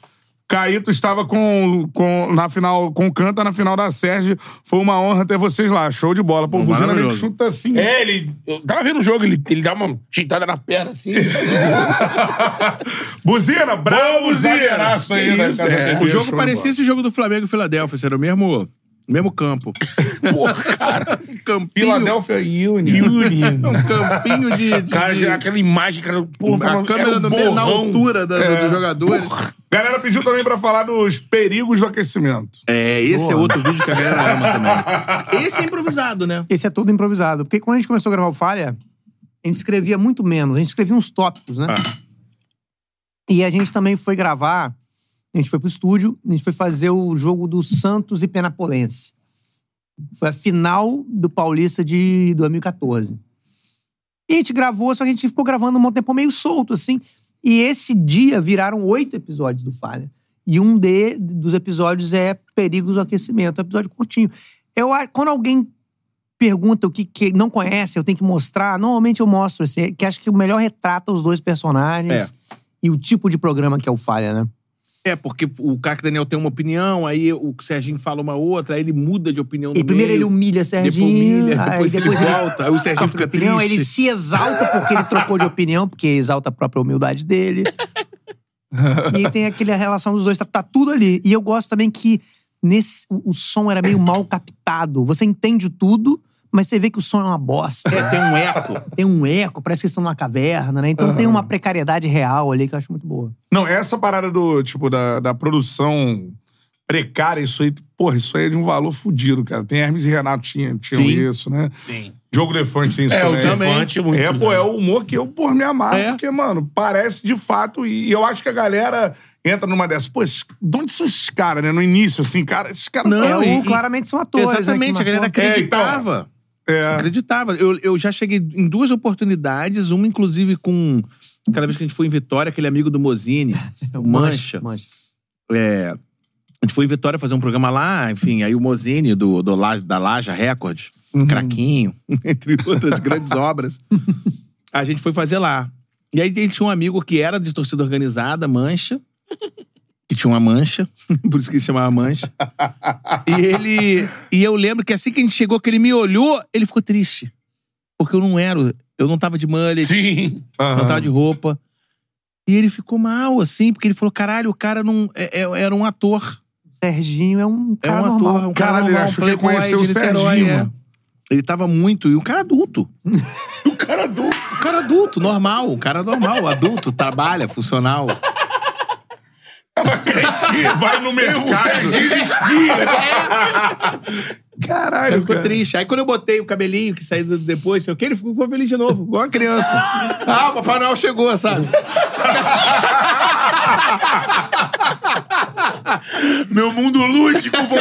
Caíto estava com, com, na final, com o Canta na final da Sérgio. Foi uma honra ter vocês lá. Show de bola. Pô, o Buzina meio que
maravilhoso.
chuta assim.
É, ele. Eu tava vendo o jogo, ele, ele dá uma jeitada na perna assim.
Buzina, bravo,
Buzina.
zagueiraço aí,
Que
né,
isso,
cara?
é.
O
Show de
jogo
bola.
parecia esse jogo do Flamengo e Filadélfia, assim, era o mesmo, mesmo campo.
Porra, cara.
Campinho,
Philadelphia Union.
Union.
um campinho de. de
Cara, já, aquela imagem, cara. Pô,
a
tava-
câmera
era um
no meio, na
borrão.
altura da, do- dos jogadores.
Galera pediu também pra falar dos perigos do aquecimento.
É, esse é outro vídeo que a galera ama também. Esse é improvisado, né?
Esse é todo improvisado. Porque quando a gente começou a gravar o Falha, a gente escrevia muito menos. A gente escrevia uns tópicos, né? E a gente também foi gravar, a gente foi pro estúdio, a gente foi fazer o jogo do Santos e Penapolense. Foi a final do Paulista de 2014. E a gente gravou, só que a gente ficou gravando um tempo meio solto, assim. E esse dia viraram oito episódios do Falha. E um de, dos episódios é Perigos do Aquecimento, um episódio curtinho. Eu, a- quando alguém pergunta o que, que não conhece, eu tenho que mostrar, normalmente eu mostro esse, que acho que o melhor retrata os dois personagens e o tipo de programa que é o Falha, né?
É, porque o Cac Daniel tem uma opinião, aí o Serginho fala uma outra, aí ele muda de opinião no
E primeiro ele
meio,
humilha
depois
Serginho,
humilha,
aí
depois,
depois
ele
ele
volta, aí o Serginho fica triste.
opinião, ele se exalta porque ele trocou de opinião, porque exalta a própria humildade dele. e aí tem aquela relação dos dois, tá, tá tudo ali. E eu gosto também que nesse, o, o som era meio mal captado. Você entende tudo, mas você vê que o som é uma bosta.
É, tem um eco.
Tem um eco, parece que eles estão numa caverna, né? Então tem uma precariedade real ali que eu acho muito boa.
Não, essa parada do, tipo, da, da produção precária, isso aí, porra, isso aí é de um valor fudido, cara. Tem Hermes e Renato tinha, tinham
Sim.
isso, né?
Sim.
Jogo do Elefante tem isso
É, o
também.
Defante é muito.
É, pô, é o humor que eu, por me amarro,
É.
porque, mano, parece de fato. E eu acho que a galera entra numa dessas. Pô, esses- de onde são esses caras, né? No início, assim, cara, esses caras.
Não,
É,
e-
o,
e-
claramente são atores. né, que
Exatamente, a galera
marcou.
É, então.
acreditava.
É.
Acreditava. Eu, eu já cheguei em duas oportunidades, uma inclusive com. Aquela vez que a gente foi em Vitória, aquele amigo do Mozini, o Mancha. É, a gente foi em Vitória fazer um programa lá, enfim, aí o Mozini do, do La- da Laja Records, Craquinho, entre outras grandes obras, a gente foi fazer lá. E aí tinha um amigo que era de torcida organizada, Mancha, que tinha uma mancha, por isso que ele chamava Mancha. E ele. E eu lembro que assim que a gente chegou, que ele me olhou, ele ficou triste. Porque eu não era. o- Eu não tava de mullet
Sim.
não tava de roupa. E ele ficou mal, assim, porque ele falou: caralho, o cara não, é- é- era um ator.
Serginho é um
É um
cara normal.
ator, é um cara
Caralho, ele
normal, um
achou que ia
playboy
conhecer
de
o
Niterói,
Serginho,
é.
mano.
Ele tava muito, e um cara adulto.
O cara do.
Um cara adulto, normal, um cara normal, adulto, trabalha, funcional.
Vai no mercado.
O Serginho
Caralho. Ele ficou triste. Aí quando eu botei o cabelinho que saiu depois, sei o que, ele ficou feliz de novo, igual uma criança. Ah, o Papai Noel chegou, sabe?
Meu mundo lúdico, pô.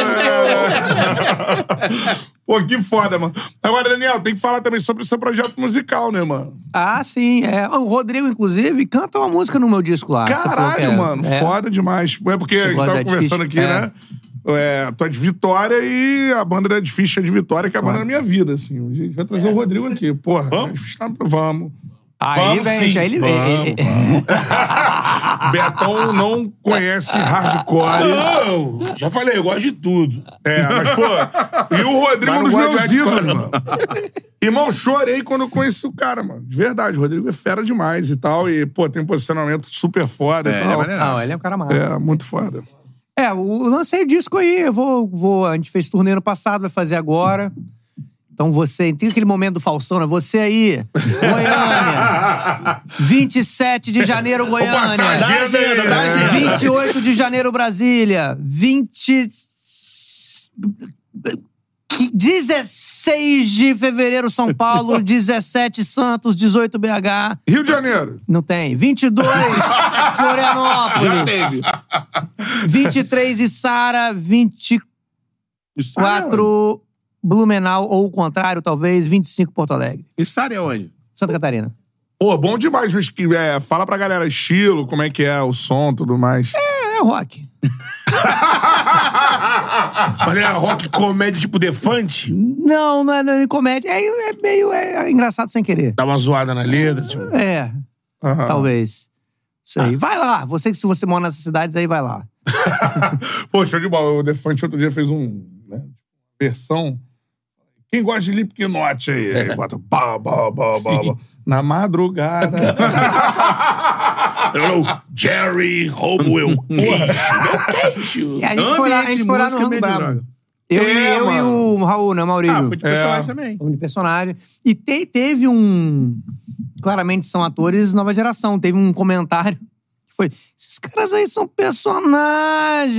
Pô, que foda, mano. Agora, Daniel, tem que falar também sobre o seu projeto musical, né, mano?
Ah, sim. É. O Rodrigo, inclusive, canta uma música no meu disco lá. Você falou que
Caralho,
é-
mano.
é.
Foda demais. É porque a gente
gosta
tava
da
conversando aqui,
Edfish? É.
né? É, tu é de Vitória e a banda da Edficha é de Vitória, que é a banda da minha vida, assim. A gente vai trazer o Rodrigo aqui. Porra, vamos. vamos.
Aí
Vamos
ele vem,
sim,
já ele vem. É,
vamos,
Ele-
Betão não conhece hardcore.
Não, já falei, eu gosto de tudo.
É, mas, pô. E o Rodrigo é um dos
Mas não
meus
gosto de
ídolos,
hardcore,
mano. Irmão, chorei quando eu conheci o cara, mano. De verdade, o Rodrigo é fera demais e tal. E, pô, tem um posicionamento super foda e
É,
tal.
ele é
Não, ele é um cara massa.
É, muito foda.
É, o lancei o disco aí, eu vou, vou. A gente fez turnê no passado, vai fazer agora. Então você. Tem aquele momento do Faustão, né? Você aí, Goiânia. 27 de janeiro, Goiânia.
passageiro aí,
dá
né?
agenda.
28 de janeiro, Brasília. 20. Que- 16 de fevereiro, São Paulo. 17, Santos. 18, BH.
Rio de Janeiro.
Não tem. 22, Ah, Florianópolis. 23, Içara. 24, Blumenau. Ou o contrário, talvez. 25, Porto Alegre.
Isso é onde?
Santa Catarina.
Pô, bom demais. mas que- É, fala pra galera estilo, como é que é o som, tudo mais.
É rock.
Mas é rock comédia tipo Defante?
Não, não é, não é comédia. É, é meio é engraçado sem querer.
Dá uma zoada na letra, tipo.
É,
Aham.
talvez. Isso aí. Vai lá. Você que se você mora nessas cidades, aí vai lá.
Pô, show de bola. O Defante outro dia fez um. Né, versão. Quem gosta de Slipknot aí? Aí bota. Pá, pá, pá, pá, pá. Na madrugada.
Hello, Jerry Hobwell Queijo. Meu queijo.
E a gente foi lá, a gente foi lá no Rango Brabo. Eu, e-
É,
eu e
mano.
o Raul, né, Maurílio?
Ah, foi de personagem também.
Nome de personagem. E te- teve um. Claramente são atores nova geração. Teve um comentário que foi: esses caras aí são personagens.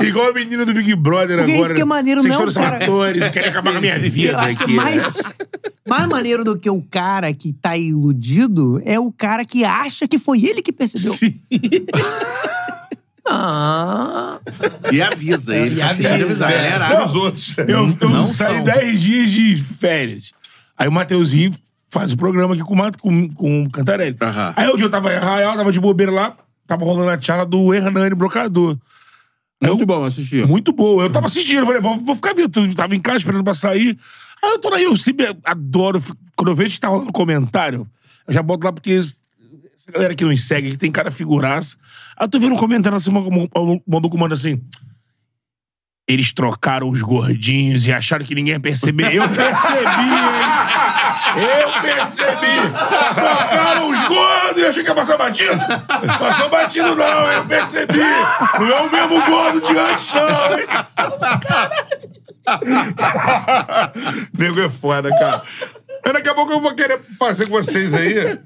Igual a menina do Big Brother
Porque
agora.
isso que é maneiro,
Vocês
não,
todos são
cara.
atores, querem acabar com a minha
Eu
vida
acho que é
aqui. né?
mais, mais maneiro do que o cara que tá iludido é o cara que acha que foi ele que percebeu. Sim. ah.
É, E avisa, é. ele faz questão de avisar. Ele era
Não, os outros. Eu, eu
Não
saí
são.
10 dias de férias. Aí o Mateuzinho faz o programa aqui com o, Mato, com, com o Cantarelli.
Aham.
Aí o dia eu tava em Arraial, tava de bobeira lá, tava rolando a charla do Hernani Brocador.
É muito bom assistir.
Muito boa. Eu tava assistindo, eu falei, vou, vou ficar vendo. Eu tava em casa esperando pra sair. Aí eu tô lá, eu sempre adoro. fico- Quando eu vejo que tá rolando comentário, eu já boto lá porque essa galera que nos segue, que tem cara figuraça. Aí eu tô vendo um comentário assim, um um- um maluco manda assim. Eles trocaram os gordinhos e acharam que ninguém ia perceber. Eu percebi, hein? Eu percebi! Trocaram os gordos e achei que ia passar batido. Passou batido, não, eu percebi! Não é o mesmo gordo de antes, não, hein?
Nego é foda, cara. Mas daqui a pouco eu vou querer fazer com vocês aí.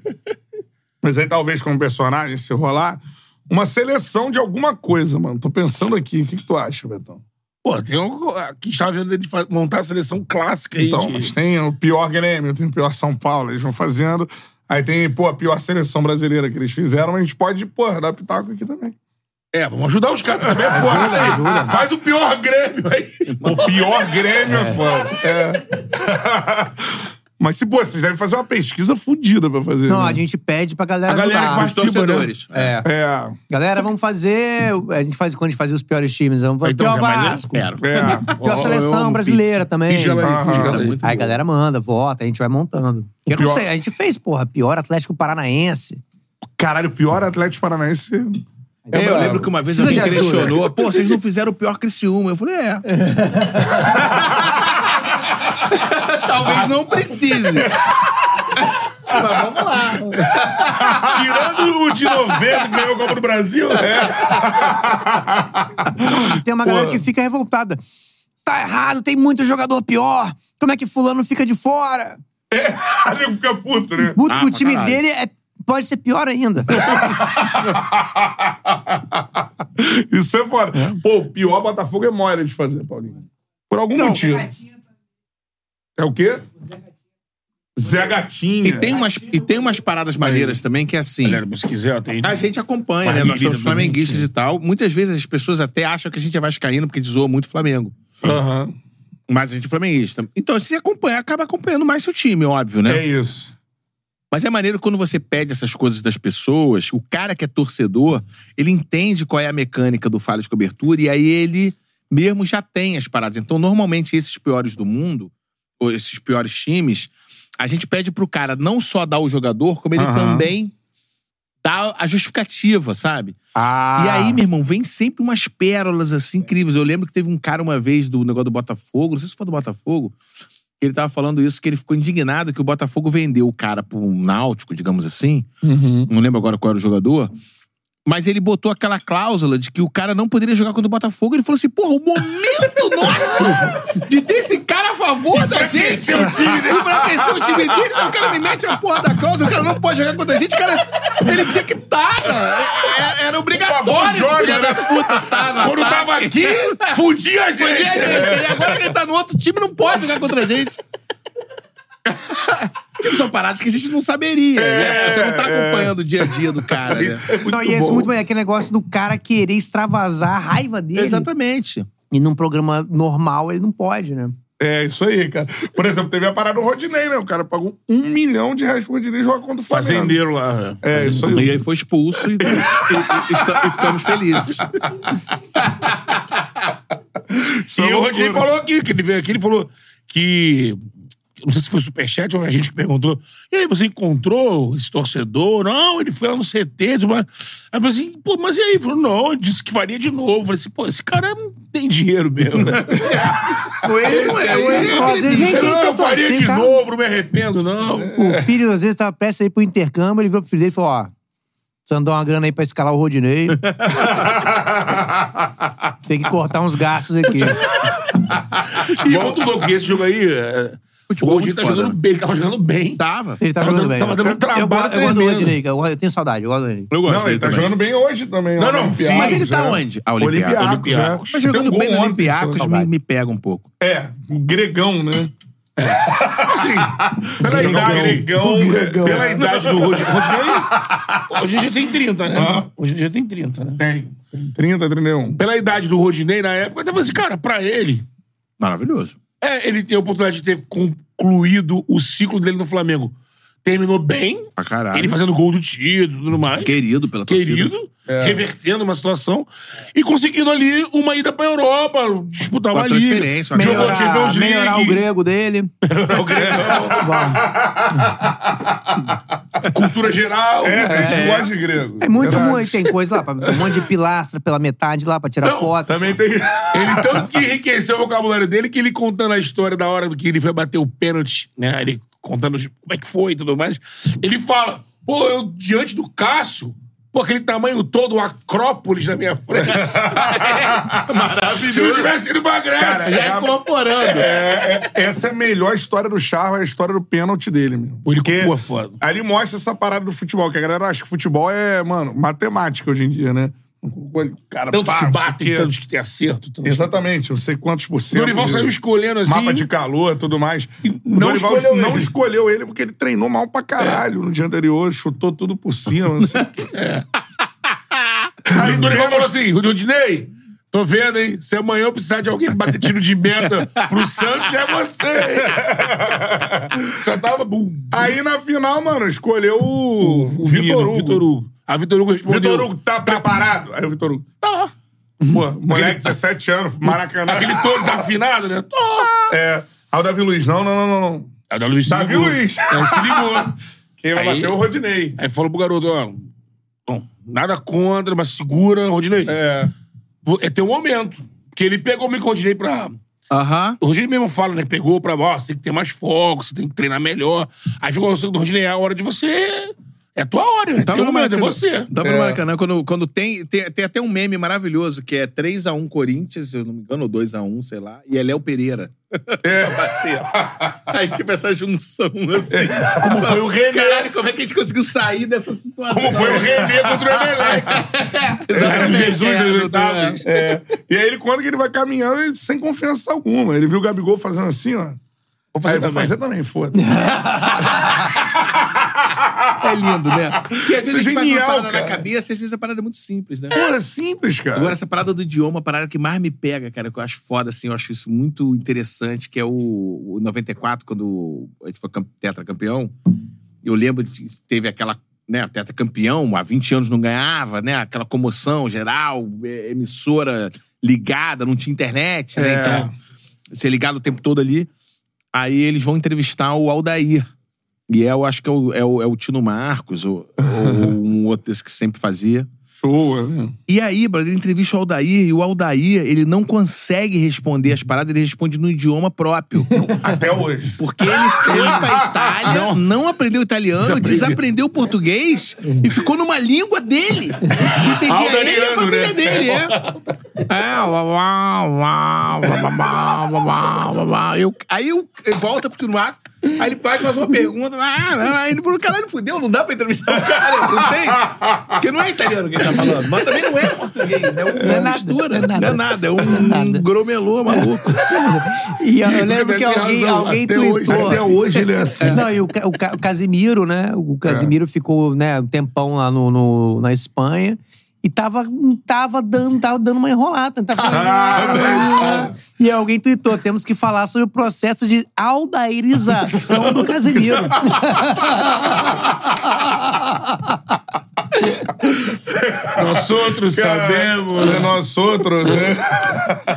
Mas aí talvez como personagem, se rolar, uma seleção de alguma coisa, mano. Tô pensando aqui. O que, que tu acha, Betão?
Pô, tem um. Aqui estava vendo ele fa- montar a seleção clássica aí.
Então,
de-
mas tem o pior Grêmio, tem o pior São Paulo, eles vão fazendo. Aí tem, pô, a pior seleção brasileira que eles fizeram, mas a gente pode, pô, dar pitaco aqui também.
É, vamos ajudar os caras também é fora. né? Faz o pior Grêmio aí.
O pior Grêmio é foda. É. mas se, pô, vocês devem fazer uma pesquisa fodida pra fazer.
Não,
né?
a gente pede pra galera.
A galera
ajudar.
que
Os torcedores.
É.
É.
Galera, vamos fazer. A gente faz quando a gente fazia os piores times. Vamos fazer pior Vasco.
espero.
É.
Pior
eu
seleção
amo
brasileira também.
Aham.
Aí a galera manda, vota, a gente vai montando. Eu não
pior-
sei, a gente fez, porra, pior Atlético Paranaense.
Caralho, o pior Atlético Paranaense.
É, eu lembro que uma vez
Precisa
alguém
de ajuda.
questionou, pô, vocês não fizeram o pior Criciúma. Eu falei, é. Talvez não precise.
Tirando o de 90 que ganhou a Copa do Brasil. É.
E tem uma galera que fica revoltada. Tá errado, tem muito jogador pior. Como é que fulano fica de fora?
Ah, nego fica puto, né?
Puto,
Ah,
que o
pra
time
caralho.
dele é- pode ser pior ainda.
Isso é foda. Pô, o pior Botafogo é mole de fazer, Paulinho. Por algum motivo. É o quê? Zé Gatinha.
E tem um umas, e tem umas paradas maneiras também que é assim.
Galera, se quiser, ó, tem.
A gente acompanha,
Mas
né?
minha
Nós
vida
somos
do domingo,
flamenguistas e tal. Muitas vezes as pessoas até acham que a gente é vascaíno porque zoa muito o Flamengo.
Aham.
Mas a gente é flamenguista. Então, se acompanha, acaba acompanhando mais seu time, óbvio, né?
É isso.
Mas é maneiro quando você pede essas coisas das pessoas, o cara que é torcedor, ele entende qual é a mecânica do falha de cobertura e aí ele mesmo já tem as paradas. Então, normalmente, esses piores do mundo, ou esses piores times, a gente pede pro cara não só dar o jogador, como ele
Aham.
também dá a justificativa, sabe? E aí, meu irmão, vem sempre umas pérolas assim incríveis. Eu lembro que teve um cara uma vez do negócio do Botafogo, não sei se foi do Botafogo, que ele tava falando isso, que ele ficou indignado que o Botafogo vendeu o cara pro Náutico, digamos assim.
Uhum.
Não lembro agora qual era o jogador. Mas ele botou aquela cláusula de que o cara não poderia jogar contra o Botafogo. Ele falou assim: porra, o momento nosso de ter esse cara a favor
é
da gente. O time
né?"
dele. Enfraquecer o time dele. O cara me mete a porra da cláusula. O cara não pode jogar contra a gente. O cara, ele tinha que estar. Era, era
Por favor,
obrigatório. esse
joga,
filho
né?
da puta tá,
Quando tava aqui, fudia a
Ele
gente.
é gente, e agora que ele tá no outro time, não pode jogar contra a gente. Tipo, são paradas que a gente não saberia. né? Você não tá acompanhando o dia a dia do cara. né?
É. Isso é muito
Não, e é isso
bom.
muito bem, aquele negócio do cara querer extravasar a raiva dele.
Exatamente.
E num programa normal ele não pode, né?
É isso aí, cara. Por exemplo, teve a parada do Rodinei, né? O cara pagou um milhão de reais pro Rodinei jogar contra o Flamengo.
Fazendeiro lá.
É, isso aí.
E aí foi expulso e, e- e- e esta- e ficamos felizes.
E o Rodinei falou aqui, que ele veio aqui, ele falou que. Não sei se foi superchat ou a gente que perguntou. E aí, você encontrou esse torcedor? Não, ele foi lá no CT. tudo mais. Aí eu falei assim, pô, mas e aí? Ele falou, não, ele disse que faria de novo. Eu falei assim, pô, esse cara não tem dinheiro mesmo, né?
Não é, às vezes nem
Não,
tem
eu
tanto
faria
assim,
de
cara.
novo, não me arrependo, não.
O filho, às vezes, tá prestes aí pro intercâmbio, ele virou pro filho dele e falou: ó, precisando dar uma grana aí pra escalar o Rodinei. tem que cortar uns gastos aqui.
E outro louco, Ah, que esse jogo aí. é, o Rodinei tá
muito foda,
jogando
né?
bem, tava jogando bem.
Tava.
Ele tá
Tava
jogando
dando-
bem.
tava dando um
Eu- eu,
trabalho
gosto- eu gosto do
tremendo.
Rodinei, cara. Eu eu tenho saudade, eu gosto do Rodinei.
Eu gosto
Não, ele tá
também.
jogando bem hoje também.
Não,
lá
não,
no
sim.
Olympiacos,
Mas ele tá
né?
onde? A
Olympiacos,
Olympiacos.
né?
Mas jogando
Tem um
bem
gol
no
ontem,
Olympiacos
sei lá.
me, me pega um pouco.
É, o Gregão, né? tá,
Assim, pela idade,
Gregão. Gregão.
pela idade do Rodinei. Rodinei- Hoje em dia tem 30, né? Hoje em dia tem 30, né?
Tem. 30, 31.
pela idade do Rodinei na época, eu tava assim, cara, pra ele,
Maravilhoso.
é, ele tem a oportunidade de ter concluído o ciclo dele no Flamengo. Terminou bem,
Pra caralho.
ele fazendo gol do título e tudo mais.
Querido pela torcida.
Querido, revertendo uma situação e conseguindo ali uma ida pra Europa, disputar
Uma
uma liga.
transferência, uma
Jogou a
Melhorar,
Champions League.
melhorar o grego dele.
Melhorar o Grêmio.
Bom,
Cultura geral.
É, cara, a gente gosta de grego.
é muito,
Verdade.
muito, tem coisa lá, pra- um monte de pilastra pela metade lá pra tirar
Não,
foto.
Também tem.
Ele tanto que enriqueceu o vocabulário dele que ele contando a história da hora que ele foi bater o pênalti, né? Ele contando os- como é que foi e tudo mais. Ele fala, pô, eu diante do Cássio, pô, aquele tamanho todo, o Acrópolis na minha frente. Se não tivesse ido pra Grécia. É.
Já incorporando.
É, é- essa é a melhor história do Charles, é a história do pênalti dele, meu.
Pô, ele cultua é foda.
Aí ele mostra essa parada do futebol, que a galera acha que futebol é, mano, matemática hoje em dia, né? O Cara,
Tantos
pá,
que
não sei o
batem,
quê.
tantos que têm acerto. tantos-
Exatamente, não sei quantos por
O
cento.
Dorival
de-
saiu escolhendo assim.
Mapa de calor, tudo mais. O
não
Dorival
escolheu
não
ele.
escolheu ele porque ele treinou mal pra caralho no dia anterior, chutou tudo por cima, não sei o quê.
Aí o Dorival falou assim: Rodinei, tô vendo, hein? Se amanhã eu precisar de alguém pra bater tiro de meta pro Santos, é você. hein?" Só tava. Bum.
Aí na final, mano, escolheu o, Ah, o Vitor
menino,
Hugo.
Vitor Hugo. A Vitor Hugo respondeu.
Vitor Hugo, tá preparado? Aí o Vitor Hugo, tá. Pô, moleque, 17 anos, Maracanã.
Aquele todo desafinado, né? Tô.
É. Aí o Davi Luiz, não, não, não, não, não.
Aí o Davi Luiz se
Davi
ligou.
Luiz.
É, se ligou.
Quem vai
Aí-
bater é o Rodinei.
Aí falou pro garoto, ó. Bom, nada contra, mas segura, Rodinei.
É.
Vou- É teu momento. Porque ele pegou o Rodinei pra.
Aham.
O Rodinei mesmo fala, né? Pegou pra. Ó, você tem que ter mais foco, você tem que treinar melhor. Aí ficou assim, Rodinei, é a hora de você. É a tua hora,
Tá
é
Tava
teu
no
momento, é
Maracanã.
né?
você.
Tava no Maracanã, quando, quando tem, tem. Tem até um meme maravilhoso que é 3x1 Corinthians, se eu não me engano, ou 2x1, sei lá, e é Léo Pereira. É. Aí, tipo, essa junção assim.
Como foi o René?
Caralho, como é que a gente conseguiu sair dessa situação?
Como foi o René contra o Emelec?
Exatamente.
Jesus,
É,
Jesus, tá?
é.
É. E aí ele conta que ele vai caminhando ele- sem confiança alguma. Ele viu o Gabigol fazendo assim, ó. Vou fazer,
também.
vou fazer também, foda-se.
É lindo, né? Porque às vezes
é
a gente faz uma
Genial,
parada na
cara.
cabeça e às vezes a parada é muito simples, né?
Pô, é simples, cara.
Agora, essa parada do idioma, a parada que mais me pega, cara, que eu acho foda, assim, eu acho isso muito interessante, que é o, o 94, quando a gente foi cam- tetracampeão. Eu lembro de teve aquela, né, tetracampeão, há 20 anos não ganhava, né? Aquela comoção geral, eh, emissora ligada, não tinha internet, né? Então, você ligado o tempo todo ali. Aí eles vão entrevistar o Aldair. E é, eu acho que é o, é o, é o Tino Marcos, ou, ou um outro desse que sempre fazia.
Show, né?
E aí, brother, ele entrevista o Aldair e o Aldair, ele não consegue responder as paradas, ele responde no idioma próprio.
Até hoje.
Porque ele foi pra Itália, não, aprendeu italiano, desaprendeu o português e ficou numa língua dele. Entendia ele e a
Aldariano,
família
né?
dele, é. É, blá, blá, blá, blá, blá, blá, blá, blá, blá. Eu, aí eu, eu volta pro no ar, aí ele faz mais uma pergunta. Ah, não, aí ele falou: caralho, fudeu, não dá pra entrevistar o cara, não tem? Porque não é italiano que ele tá falando, mas também não é português, é uma mistura.
né?
Não é nada, é, um
nada.
gromelô maluco.
E eu, eu lembro que
Tem
alguém,
razão,
alguém
até
tweetou.
Hoje, É. até hoje ele é assim.
Não, e o, Ca- o Ca- o Casimiro, né? O Casimiro ficou né, um tempão lá no, no- na Espanha e tava, tava, dando, tava dando uma enrolada. Tava falando,
é
"Ah", e alguém tweetou: temos que falar sobre o processo de aldairização do Casimiro.
Nós outros sabemos, né? Nós outros, né?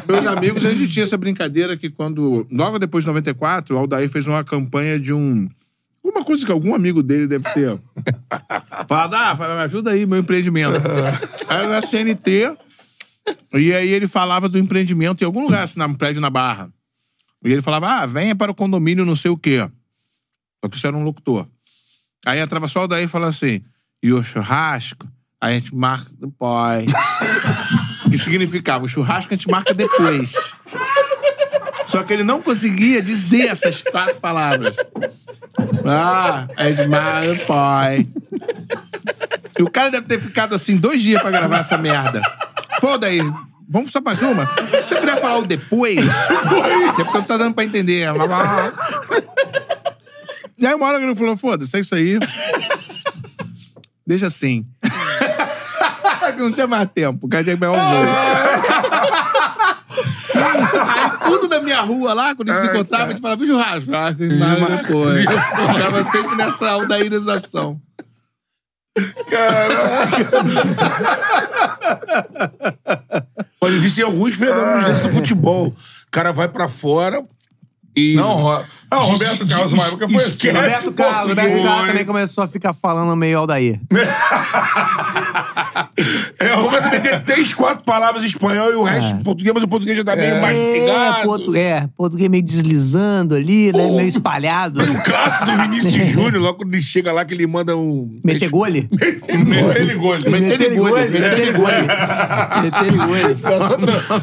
Meus amigos, a gente tinha essa brincadeira que quando. Logo depois de 94, o Aldair fez uma campanha de um. Uma coisa que algum amigo dele deve ter. Falado, ah, fala, me ajuda aí, meu empreendimento. Era na CNT. E aí ele falava do empreendimento em algum lugar, assim, num prédio na Barra. E ele falava, ah, venha para o condomínio não sei o quê. Só que isso era um locutor. Aí entrava só o Aldair e falava assim, e o churrasco, a gente marca depois. que significava o churrasco a gente marca depois. Só que ele não conseguia dizer essas quatro palavras. Ah, a gente marca depois. E o cara deve ter ficado assim dois dias pra gravar essa merda. Pô, daí, vamos só mais uma? Se você puder falar o depois, é porque não tá dando pra entender. Blá, blá. E aí uma hora que ele falou, foda-se, é isso aí. Deixa assim. Que não tinha mais tempo, o cara tinha que pegar um voo. Aí tudo na minha rua lá, quando a gente se encontrava, a gente falava churrasco. Ah, que maravilha, pô. Eu Tava sempre nessa aldairização.
Mas existem alguns
Ah.
fenômenos desse do futebol. O cara vai pra fora e.
Não, Ro- Ah, o Roberto Carlos Maiuca foi assim, né?
Esquece
Roberto
o
Carlos, Roberto
português.
Carlos também começou a ficar falando meio Aldair.
É, começa a meter três, quatro palavras em espanhol e o resto em português, mas o português já tá meio
É,
mastigado.
portu, é, português meio deslizando ali, né?
Pô.
Meio espalhado.
Tem o clássico do Vinícius Júnior, logo quando ele chega lá, que ele manda um.
Meter gole?
Ele golho.
Meter gole, meter gole. Meter gole.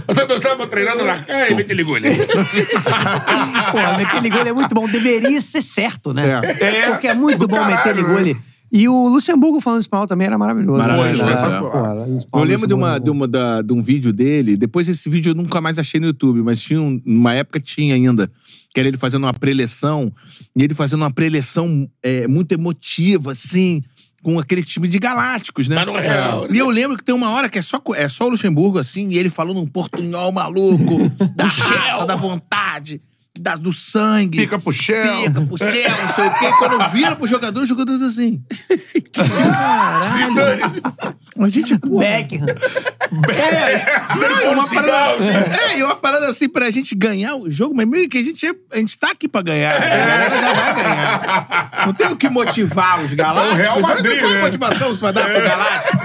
Você não estava treinando na cara É. e mete ele
né?
gole.
Pô, meter gole é muito bom. Deveria ser certo, né?
É.
Porque é muito
Do
bom
caralho,
meter
né?
gole. E o Luxemburgo falando espanhol também era maravilhoso.
Maravilhoso,
Né?
é.
Pô, era-
Eu lembro de, uma, de, uma, da- de um vídeo dele. Depois esse vídeo eu nunca mais achei no YouTube, mas tinha um- uma época tinha ainda. Que era ele fazendo uma preleção. E ele fazendo uma preleção é, muito emotiva, assim, com aquele time de galácticos, né?
no real,
E eu lembro que tem uma hora que é só, co- é só o Luxemburgo, assim, e ele falando um portunhol maluco, da raça, da vontade, da- do sangue.
Pica pro chão.
Pica pro céu, não sei o quê. E Quando vira pro jogador, os jogadores assim.
Zidane.
A gente, porra,
Beckham.
Não, é uma
Sinal,
parada, é, e uma parada assim pra gente ganhar o jogo, mas meio que a gente, é- a gente tá aqui pra ganhar. né?
É.
A galera já vai ganhar. Não tem o que motivar os galácticos.
É o Real
né?
Madrid,
Qual é
né?
a motivação que você vai dar pro galáctico?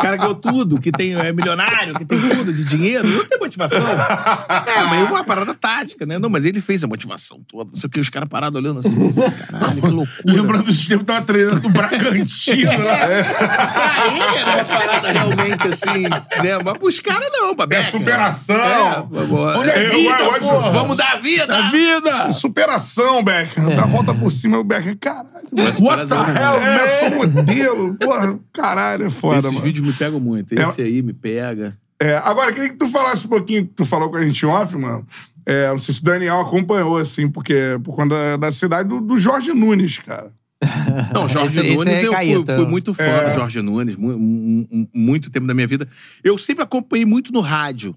O cara ganhou tudo, que tem, é milionário, que tem tudo de dinheiro. Não tem motivação. É, mas é uma parada tática, né? Não, mas ele fez a motivação toda. Não sei o que, os caras parados olhando assim. assim, Caralho, que loucura.
Lembrando do sistema que
tá
tava treinando o Bragantino lá.
É. Pra ele era uma parada realmente assim, né? Mas pros caras não, pra
É
Becker.
superação.
Onde
é vida, porra?
Vamos dar vida! Dar vida!
Superação,
É.
Beckham. Dá a volta por cima, o Beckham, caralho.
What
Tá hell, né? Sou modelo. Porra, caralho, é foda,
Esses
mano.
vídeos me pegam muito. Esse aí me pega.
É, agora, queria que tu falasse um pouquinho que tu falou com a gente em off, mano. É, não sei se o Daniel acompanhou, assim, porque por conta da, da cidade do, do Jorge Nunes, cara.
Não, Jorge
Esse- esse
Nunes,
é
eu fui,
Caetano.
fui muito fã do Jorge Nunes, mu- mu- mu- muito tempo da minha vida. Eu sempre acompanhei muito no rádio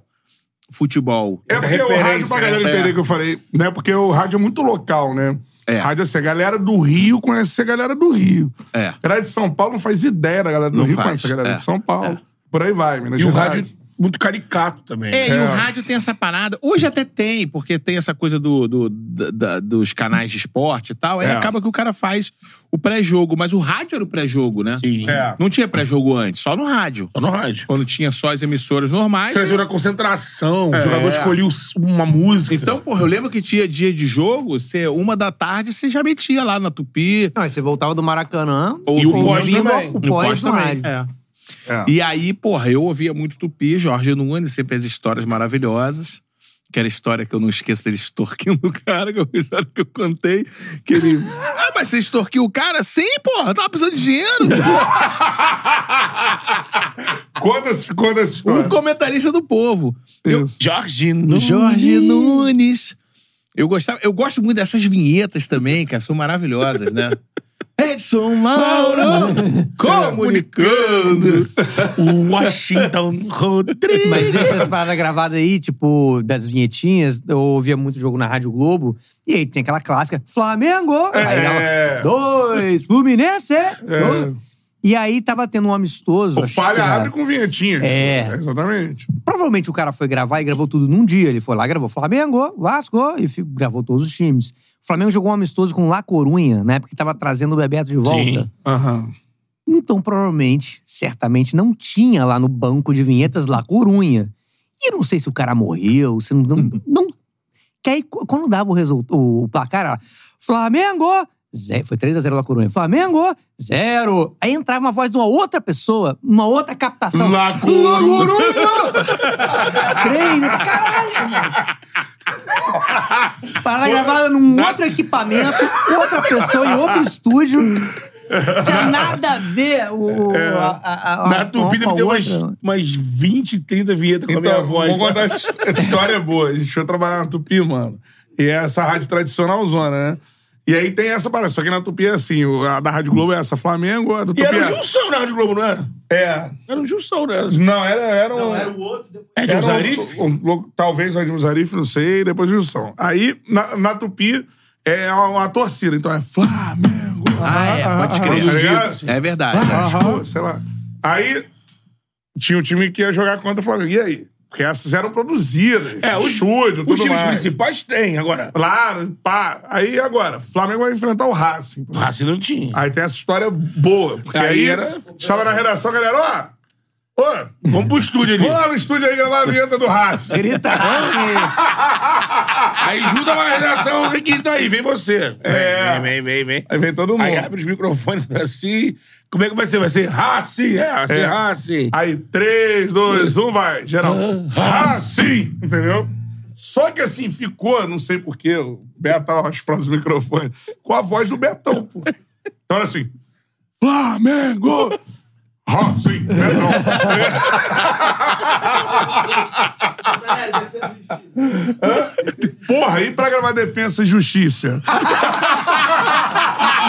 futebol.
É porque o rádio, pra
referência,
galera
né?
entender
É.
que eu falei, né? Porque o rádio é muito local, né?
É.
Rádio, assim, a galera do Rio conhece a galera do Rio.
É.
A galera de São Paulo não faz ideia da galera do
Não
Rio,
faz,
conhece a galera
é,
de São Paulo. Por aí vai, Minas
E o
Gerais.
rádio muito caricato também.
É, e o rádio tem essa parada. Hoje até tem, porque tem essa coisa do, do- da- da- dos canais de esporte e tal. Aí
É.
acaba que o cara faz o pré-jogo. Mas o rádio era o pré-jogo, né?
Sim.
É.
Não tinha pré-jogo antes, só no rádio.
Só no rádio.
Quando tinha só as emissoras normais.
Você a concentração, o
É.
jogador escolheu uma música.
Então, porra, eu lembro que tinha dia de jogo, você, uma da tarde, você já metia lá na Tupi.
Não, e você voltava do Maracanã.
E o pós
ouvindo
também.
O pós do rádio.
É.
É.
E aí, porra, eu ouvia muito Tupi, Jorge Nunes, sempre as histórias maravilhosas. Que era a história que eu não esqueço dele extorquindo o cara, que é uma história que eu contei. Que ele. Ah, mas você extorquiu o cara? Sim, porra, eu tava precisando de dinheiro.
Conta, essa- conta essa
o
história.
um comentarista do povo. Eu,
Jorge Nunes.
Jorge Nunes. Eu gostava, eu gosto muito dessas vinhetas também, que são maravilhosas, né? Edson Mauro comunicando.
Washington Rodrigues.
Mas essas paradas gravadas aí, tipo, das vinhetinhas, eu ouvia muito jogo na Rádio Globo. E aí tem aquela clássica, Flamengo! Aí
É.
dava dois, Fluminense! dois. E aí tava tendo um amistoso.
O
acho que
falha
era-
abre com vinhetinhas.
É.
Exatamente.
Provavelmente o cara foi gravar e gravou tudo num dia. Ele foi lá, gravou Flamengo, Vasco e fi- gravou todos os times. O Flamengo jogou um amistoso com o La Corunha, na época que tava trazendo o Bebeto de volta.
Sim.
Aham.
Então, provavelmente, certamente não tinha lá no banco de vinhetas La Corunha. E eu não sei se o cara morreu, se não. não, não- que aí, qu- quando dava o, result, o placar, era Flamengo! Zé, foi 3x0 La Corunha. Flamengo, zero. Aí entrava uma voz de uma outra pessoa, uma outra captação.
La
La
Corunha!
Corunha! Três. eu falei, Caralho, mano. Parada gravada num outro equipamento, outra pessoa em outro estúdio. Tinha nada a ver o. o- a, a, a,
É. Na Tupi deve
uma
ter
com a
umas,
outra.
umas 20, 30 vinhetas com a minha
Então,
voz. né?
vou contar essa, essa história é boa. A gente foi trabalhar na Tupi, mano. E é essa rádio tradicional zona, né? E aí tem essa parada. Só que na Tupi é assim, o- a da Rádio Globo é essa, Flamengo, a do
E
Tupi
era
é-
um Junção na Rádio Globo, não era?
É.
Era um Junção, né?
Não, era, era um...
É de
Era um-
Zarif?
um lo- talvez o Edmundo Zarif, não sei, depois Junção. Aí, na, na Tupi, é uma torcida, então é Flamengo.
Ah, é, pode
Tá
crer.
ligado?
É verdade.
Vasco, sei lá. Aí tinha um time que ia jogar contra o Flamengo. E aí? Porque essas eram produzidas.
É, os-
estúdio, tudo
Os times
mais.
principais têm, agora.
Claro, pá. Aí agora, Flamengo vai enfrentar o Racing.
Ah, se não tinha.
Aí tem essa história boa. Porque
Aí
aí,
era-
estava na redação, galera, ó. Ô,
Vamos pro estúdio ali.
vamos lá no estúdio aí gravar a vinheta do Racing.
Grita assim.
Aí junta uma redação que tá aí, vem você.
É.
Vem, vem, vem, vem.
Aí é- vem todo mundo.
Aí abre os microfones assim. Como é que vai ser? Vai ser Raci, é, vai ser
É.
Raci.
Aí, 3, 2, 1, vai, geral. Ah, sim! Entendeu? Só que assim, ficou, não sei porquê, o Beto tava raspando os microfones, com a voz do Betão, pô. Então era assim, Flamengo! Ah, sim, Betão. Porra, e pra gravar Defensa e Justiça?
um-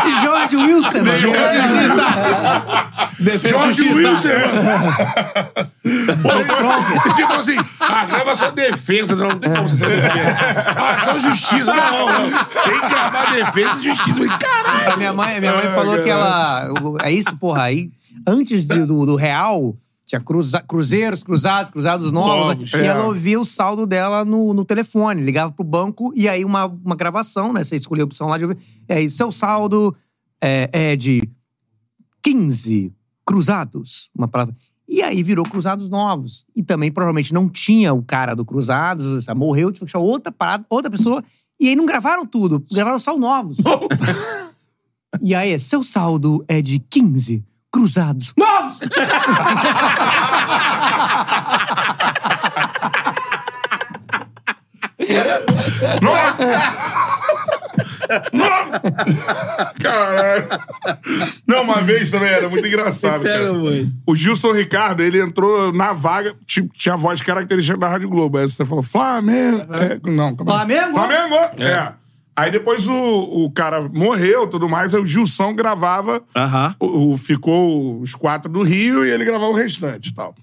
E Jorge Wilson. mano.
Jorge Wilson.
Strongest.
Tipo assim, ah, grava só defesa, não tem como você ser defesa. Ah, só justiça, não, não, não. Tem que gravar defesa e justiça. Eu falei, Caralho!
A Minha mãe, a minha mãe falou que ela. o- É isso, porra. Aí, antes de- do, do Real, tinha cruza- cruzeiros, cruzados, cruzados novos.
Novos,
e
é.
ela ouvia o saldo dela no, no telefone. Ligava pro banco e aí uma, uma gravação, né? Você escolhia a opção lá de ouvir. É isso, seu saldo é, é de 15 cruzados. Uma palavra. E aí virou Cruzados Novos. E também provavelmente não tinha o cara do Cruzados, morreu, tinha que achar outra parada, outra pessoa. E aí não gravaram tudo, gravaram só o Novos. E aí, seu saldo é de 15 cruzados. Novos!
Caralho. Não, uma vez também era muito engraçado, cara. O Gilson Ricardo, ele entrou na vaga, tipo, tinha a voz característica da Rádio Globo. Aí você falou, Flamengo. É, não, calma aí.
Flamengo?
Flamengo! É. Aí depois o, o cara morreu e tudo mais, aí o Gilson gravava,
Aham.
o, o- ficou os quatro do Rio e ele gravava o restante e tal.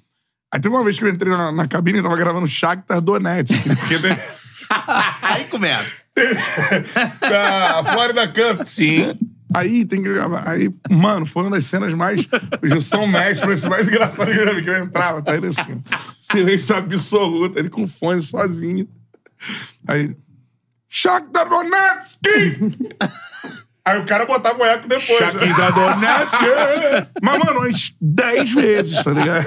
Aí teve uma vez que eu entrei na, na cabine e tava gravando Shakhtar Donetsk, porque tem
Aí começa.
a Florida Cup.
Sim.
Aí tem que gravar. Aí, mano, foi uma das cenas mais. O Gilson Mestre foi esse mais engraçado que eu já vi, que eu entrava, tá ele assim. Silêncio absoluto, ele com fone sozinho. Aí ele. Shakhtar Donetsk! Aí o cara botava o eco depois. né? Shakhtar Donetsk! Mas, mano, umas 10 vezes, tá ligado?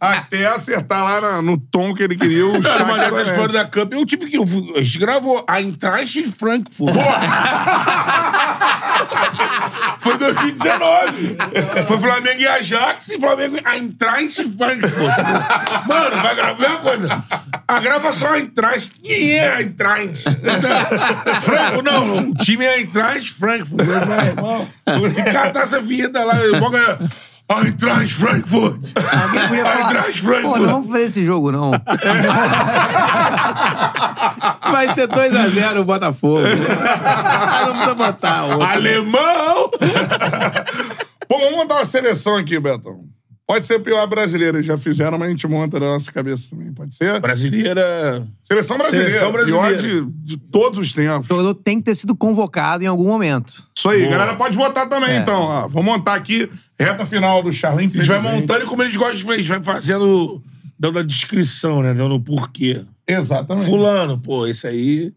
até acertar lá na- no tom que ele queria o
Cara,
Shakhtar
mas essa
Donetsk.
história da Cup, eu tive que. Eu, fui- a gente gravou a Eintracht de Frankfurt. Foi 2019. Foi Flamengo e Ajax e Flamengo e Eintracht de Frankfurt. Mano, vai gravar a mesma coisa. A grava só a Eintracht. Quem é a Eintracht? Frankfurt, não. O time é a Eintracht Frankfurt. Meu irmão, catar essa vinheta lá. Eu vou ganhar. Eintracht Frankfurt.
é
Alguém podia falar,
Eintracht
Pô,
Frankfurt.
não vamos fazer esse jogo, não.
Vai ser 2x0 o Botafogo. não precisa botar o
Alemão!
Pô, vamos montar uma seleção aqui, Betão. Pode ser pior brasileira, já fizeram, mas a gente monta na nossa cabeça também. Pode ser?
Brasileira.
Seleção brasileira.
Seleção brasileira.
Pior de, de todos os tempos.
O jogador tem que ter sido convocado em algum momento.
Isso aí, galera pode votar também, então. ó. vou montar aqui, reta final do Charlin.
A gente vai montando e como eles gostam de fazer, a gente vai fazendo. Dando a descrição, né? Dando o porquê.
Exatamente.
Fulano, pô, esse aí.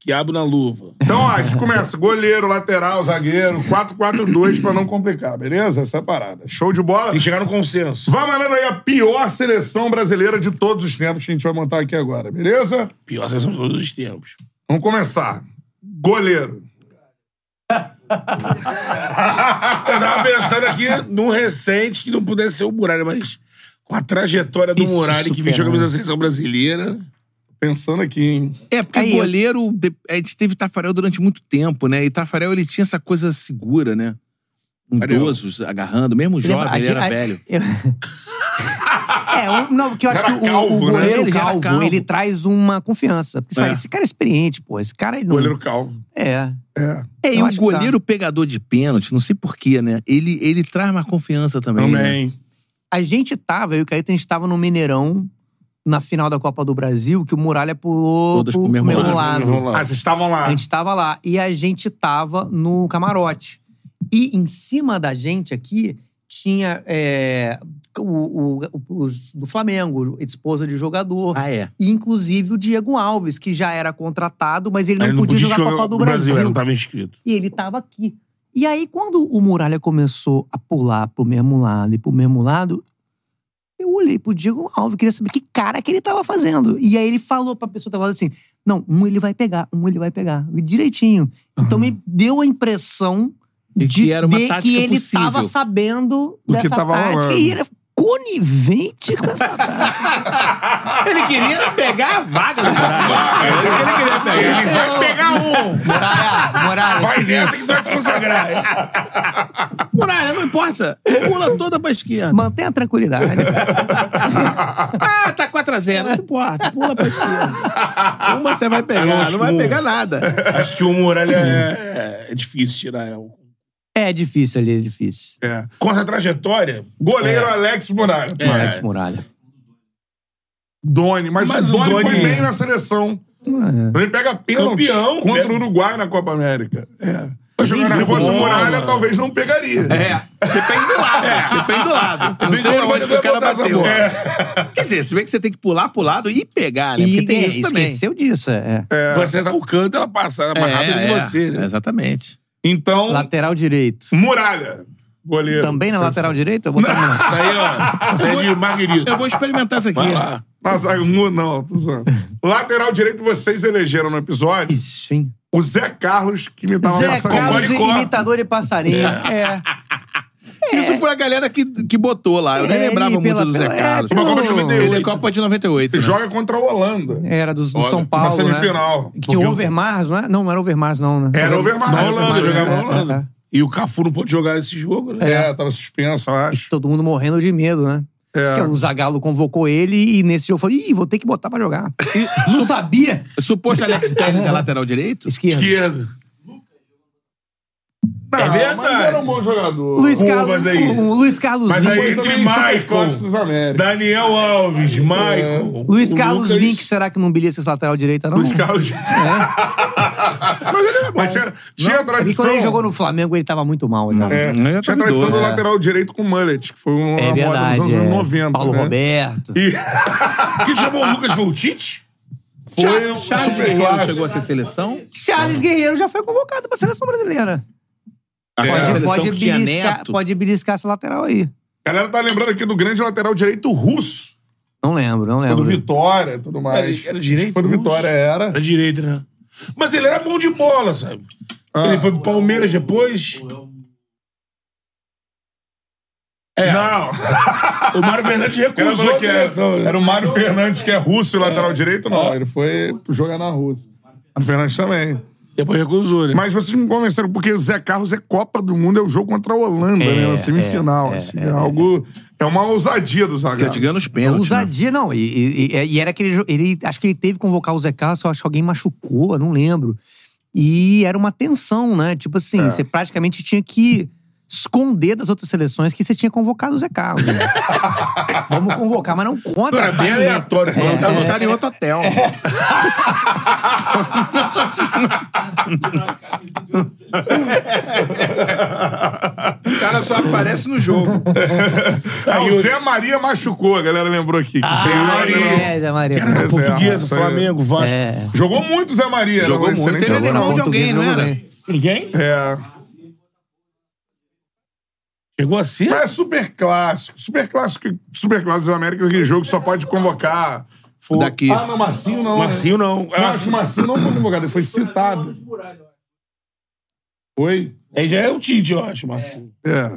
Quiabo na luva.
Então, ó, a gente começa. Goleiro, lateral, zagueiro, 4-4-2 pra não complicar, beleza? Essa é a parada. Show de bola.
Tem que chegar no consenso.
Vai mandando aí a pior seleção brasileira de todos os tempos que a gente vai montar aqui agora, beleza?
Pior sessão de todos os tempos.
Vamos começar. Goleiro.
Eu tava pensando aqui num recente que não pudesse ser o Muralha, mas com a trajetória do
Isso,
Muralha que vestiu a
cara.
camisa da seleção brasileira.
Pensando aqui, hein?
É, porque
Aí,
o goleiro. de- A gente teve Tafarel durante muito tempo, né? E Tafarel, ele tinha essa coisa segura, né? Idosos agarrando, mesmo jovem,
Lembra- a
ele
gente-
era
a-
velho.
eu- é, um- não, porque eu acho
Era
que o,
calvo,
o
né?
goleiro
Ele já era
calvo,
calvo.
ele traz uma confiança. Porque você
É.
fala, esse cara é experiente, pô. Esse cara ele não...
Goleiro calvo.
É.
É, e
Eu
o
acho que tá.
goleiro pegador de pênalti, não sei porquê, né? Ele, ele traz uma confiança também. né?
Também.
A gente tava, eu e o Caíto, a gente tava no Mineirão, na final da Copa do Brasil, que o Muralha pulou
Todas pro
pro
mesmo
mesmo
lado.
lado.
Ah, vocês estavam lá.
A gente tava lá. E a gente tava no camarote. E em cima da gente aqui tinha é, o, o- os do Flamengo, esposa de jogador.
Ah, é.
E, inclusive o Diego Alves, que já era contratado, mas ele não,
Aí
podia, jogar a Copa do
no
Brasil.
não tava inscrito.
E ele tava aqui. E aí, quando o Muralha começou a pular pro mesmo lado e pro mesmo lado, eu olhei pro Diego Alves, queria saber que cara que ele tava fazendo. E aí ele falou pra pessoa, tava assim, não, um ele vai pegar, um ele vai pegar. E direitinho. Então me deu a impressão
De
de,
que era uma
de
tática
que ele
possível.
tava sabendo
Do que
dessa
tava
tática.
rolando.
E era conivente com essa
Ele queria pegar a vaga do Ele queria pegar. Então,
Ele vai pegar um!
Muralha,
é
Muralha.
Vai nessa que tu vai se consagrar.
Muralha, não importa. Pula toda pra esquerda.
Mantenha a tranquilidade.
Ah, tá 4x0. Não importa, pula pra esquerda. Uma você vai pegar,
lógico,
não vai
uma.
pegar nada.
Acho que o Muralha é, é difícil tirar. É. o-
É difícil ali, é difícil.
É.
Com essa trajetório,
Goleiro Alex Muralha.
É. Alex Muralha.
Doni, mas,
Mas
o
o
Doni,
Doni-
foi bem na seleção.
É.
Ele pega pênalti
Campeão,
contra
pega-
o Uruguai na Copa América. É.
jogar na
Se fosse o
bola.
Muralha, talvez não pegaria. É.
Depende do lado. Depende É. do lado. Não sei
Depende
onde
do
que o
lado
cara
da
bateu.
bola.
Quer dizer, se bem que você tem que pular pro lado e pegar, né? Porque
E
tem
é,
isso é, também.
esqueceu disso, é. é.
você tá o canto, ela passa mais rápido que você. né?
Exatamente.
Então,
Lateral direito.
Muralha. Goleiro.
Também na lateral direita? Eu vou botar
Isso aí, ó. Isso aí é de Marguerite.
Eu vou experimentar isso aqui.
Vai lá.
Mas, ah, mu- não, tô zoando. Lateral direito, vocês elegeram no episódio
Isso, hein?
o Zé Carlos, que me tava
Zé Carlos,
Cocoricó.
imitador de passarinho. É.
Isso foi a galera que, que botou lá. Eu nem
É,
lembrava
ele
muito
pela-
do Zé
pela- é,
Carlos.
pelo- Copa de
98.
Ele é Copa de 98. né?
joga contra a Holanda.
Era do, É, do
Olha,
São
na
Paulo,
semifinal.
né? Que tinha o Overmars, não é? Não, não era Overmars, não, né?
Era Overmars.
Na
Nossa,
Holanda,
mas-
jogava na
é, é,
Holanda.
é.
E o Cafu não pôde jogar esse jogo, né?
É, tava suspenso, eu acho.
Todo mundo morrendo de medo, né?
É.
Porque o Zagallo convocou ele e nesse jogo falou, ih, vou ter que botar pra jogar. não sabia?
Suposto Alex Telles é lateral direito?
Esquerda.
Esquerda. É verdade.
Mas era um bom jogador.
Luiz
Pô,
Carlos,
mas aí-
o- o Luiz Carlos
Mas
Vinck.
aí-
Foi também
Entre Michael,
Supercopa dos Américas. É.
Daniel Alves, Michael.
Luiz
o
Carlos
Lucas.
Vinck, será que não belia esse lateral direita, não? É.
Luiz Carlos. Mas ele era bom. Mas tinha, tinha a
Porque
tradição.
quando ele jogou no Flamengo, ele tava muito mal. Já.
É,
Ele já
tinha a
tava
tradição
idoso,
do
é.
lateral direito com o mullet, que foi uma
É verdade.
moda nos anos
é.
90.
Paulo
né?
Roberto.
E
Quem chamou o Lucas foi o Tite?
foi um
Charles
super
Guerreiro
clássico.
chegou a ser seleção?
Charles Guerreiro já foi convocado pra seleção brasileira.
Aquela
Pode,
É.
É, seleção
pode,
que tinha
beliscar,
Neto.
pode beliscar essa lateral aí.
galera tá lembrando aqui do grande lateral direito russo.
Não lembro, não
Do
lembro.
Vitória e tudo mais.
Era- era
Acho
direito
que Foi do
russo?
Vitória, era.
Era direito, né? Mas ele era bom de bola, sabe?
Ah.
Ele foi pro Palmeiras depois. É.
Não,
O Mário Fernandes
era,
recusou a
que era,
seleção. né?
era o Mário Fernandes, que é russo e lateral direito, não. Ele foi jogar na Rússia. Mário Fernandes também.
Depois recusou, né?
Mas vocês me convenceram, porque o Zé Carlos é Copa do Mundo, é o jogo contra a Holanda, né? Na semifinal. É, assim, é algo. É uma ousadia do Zagallo.
Tá ganhando os pênaltis. né?
É Ousadia, não. E, e- é, e- e era aquele. jo- Ele, acho que ele teve que convocar o Zé Carlos, eu acho que alguém machucou, eu não lembro. E era uma tensão, né? Tipo assim,
É.
você praticamente tinha que esconder das outras seleções que você tinha convocado o Zé Carlos. né? Vamos convocar, mas não conta.
Era
é
bem
pra ninguém.
aleatório.
Ela
é.
tá botar em outro hotel.
O cara só aparece no jogo.
Ah, o Zé Maria machucou, a galera lembrou aqui. Que Zé Maria.
Ah, É, Zé Maria.
Era reserva,
Portuguesa,
isso aí.
Flamengo, Vasco.
É.
Jogou muito o Zé Maria. era um
Jogou muito,
excelente
ele era
jogador.
irmão de alguém, não era?
Ninguém?
É.
Chegou assim?
Mas é super clássico. Super clássico, super clássico das Américas, aquele jogo que só pode convocar. for-
Daqui.
Ah, não, Marcinho não. né?
Marcinho não. é assim.
Não, acho que o Marcinho não foi convocado, ele foi citado. Foi?
Aí já é o Tite, eu acho, Marcinho.
É.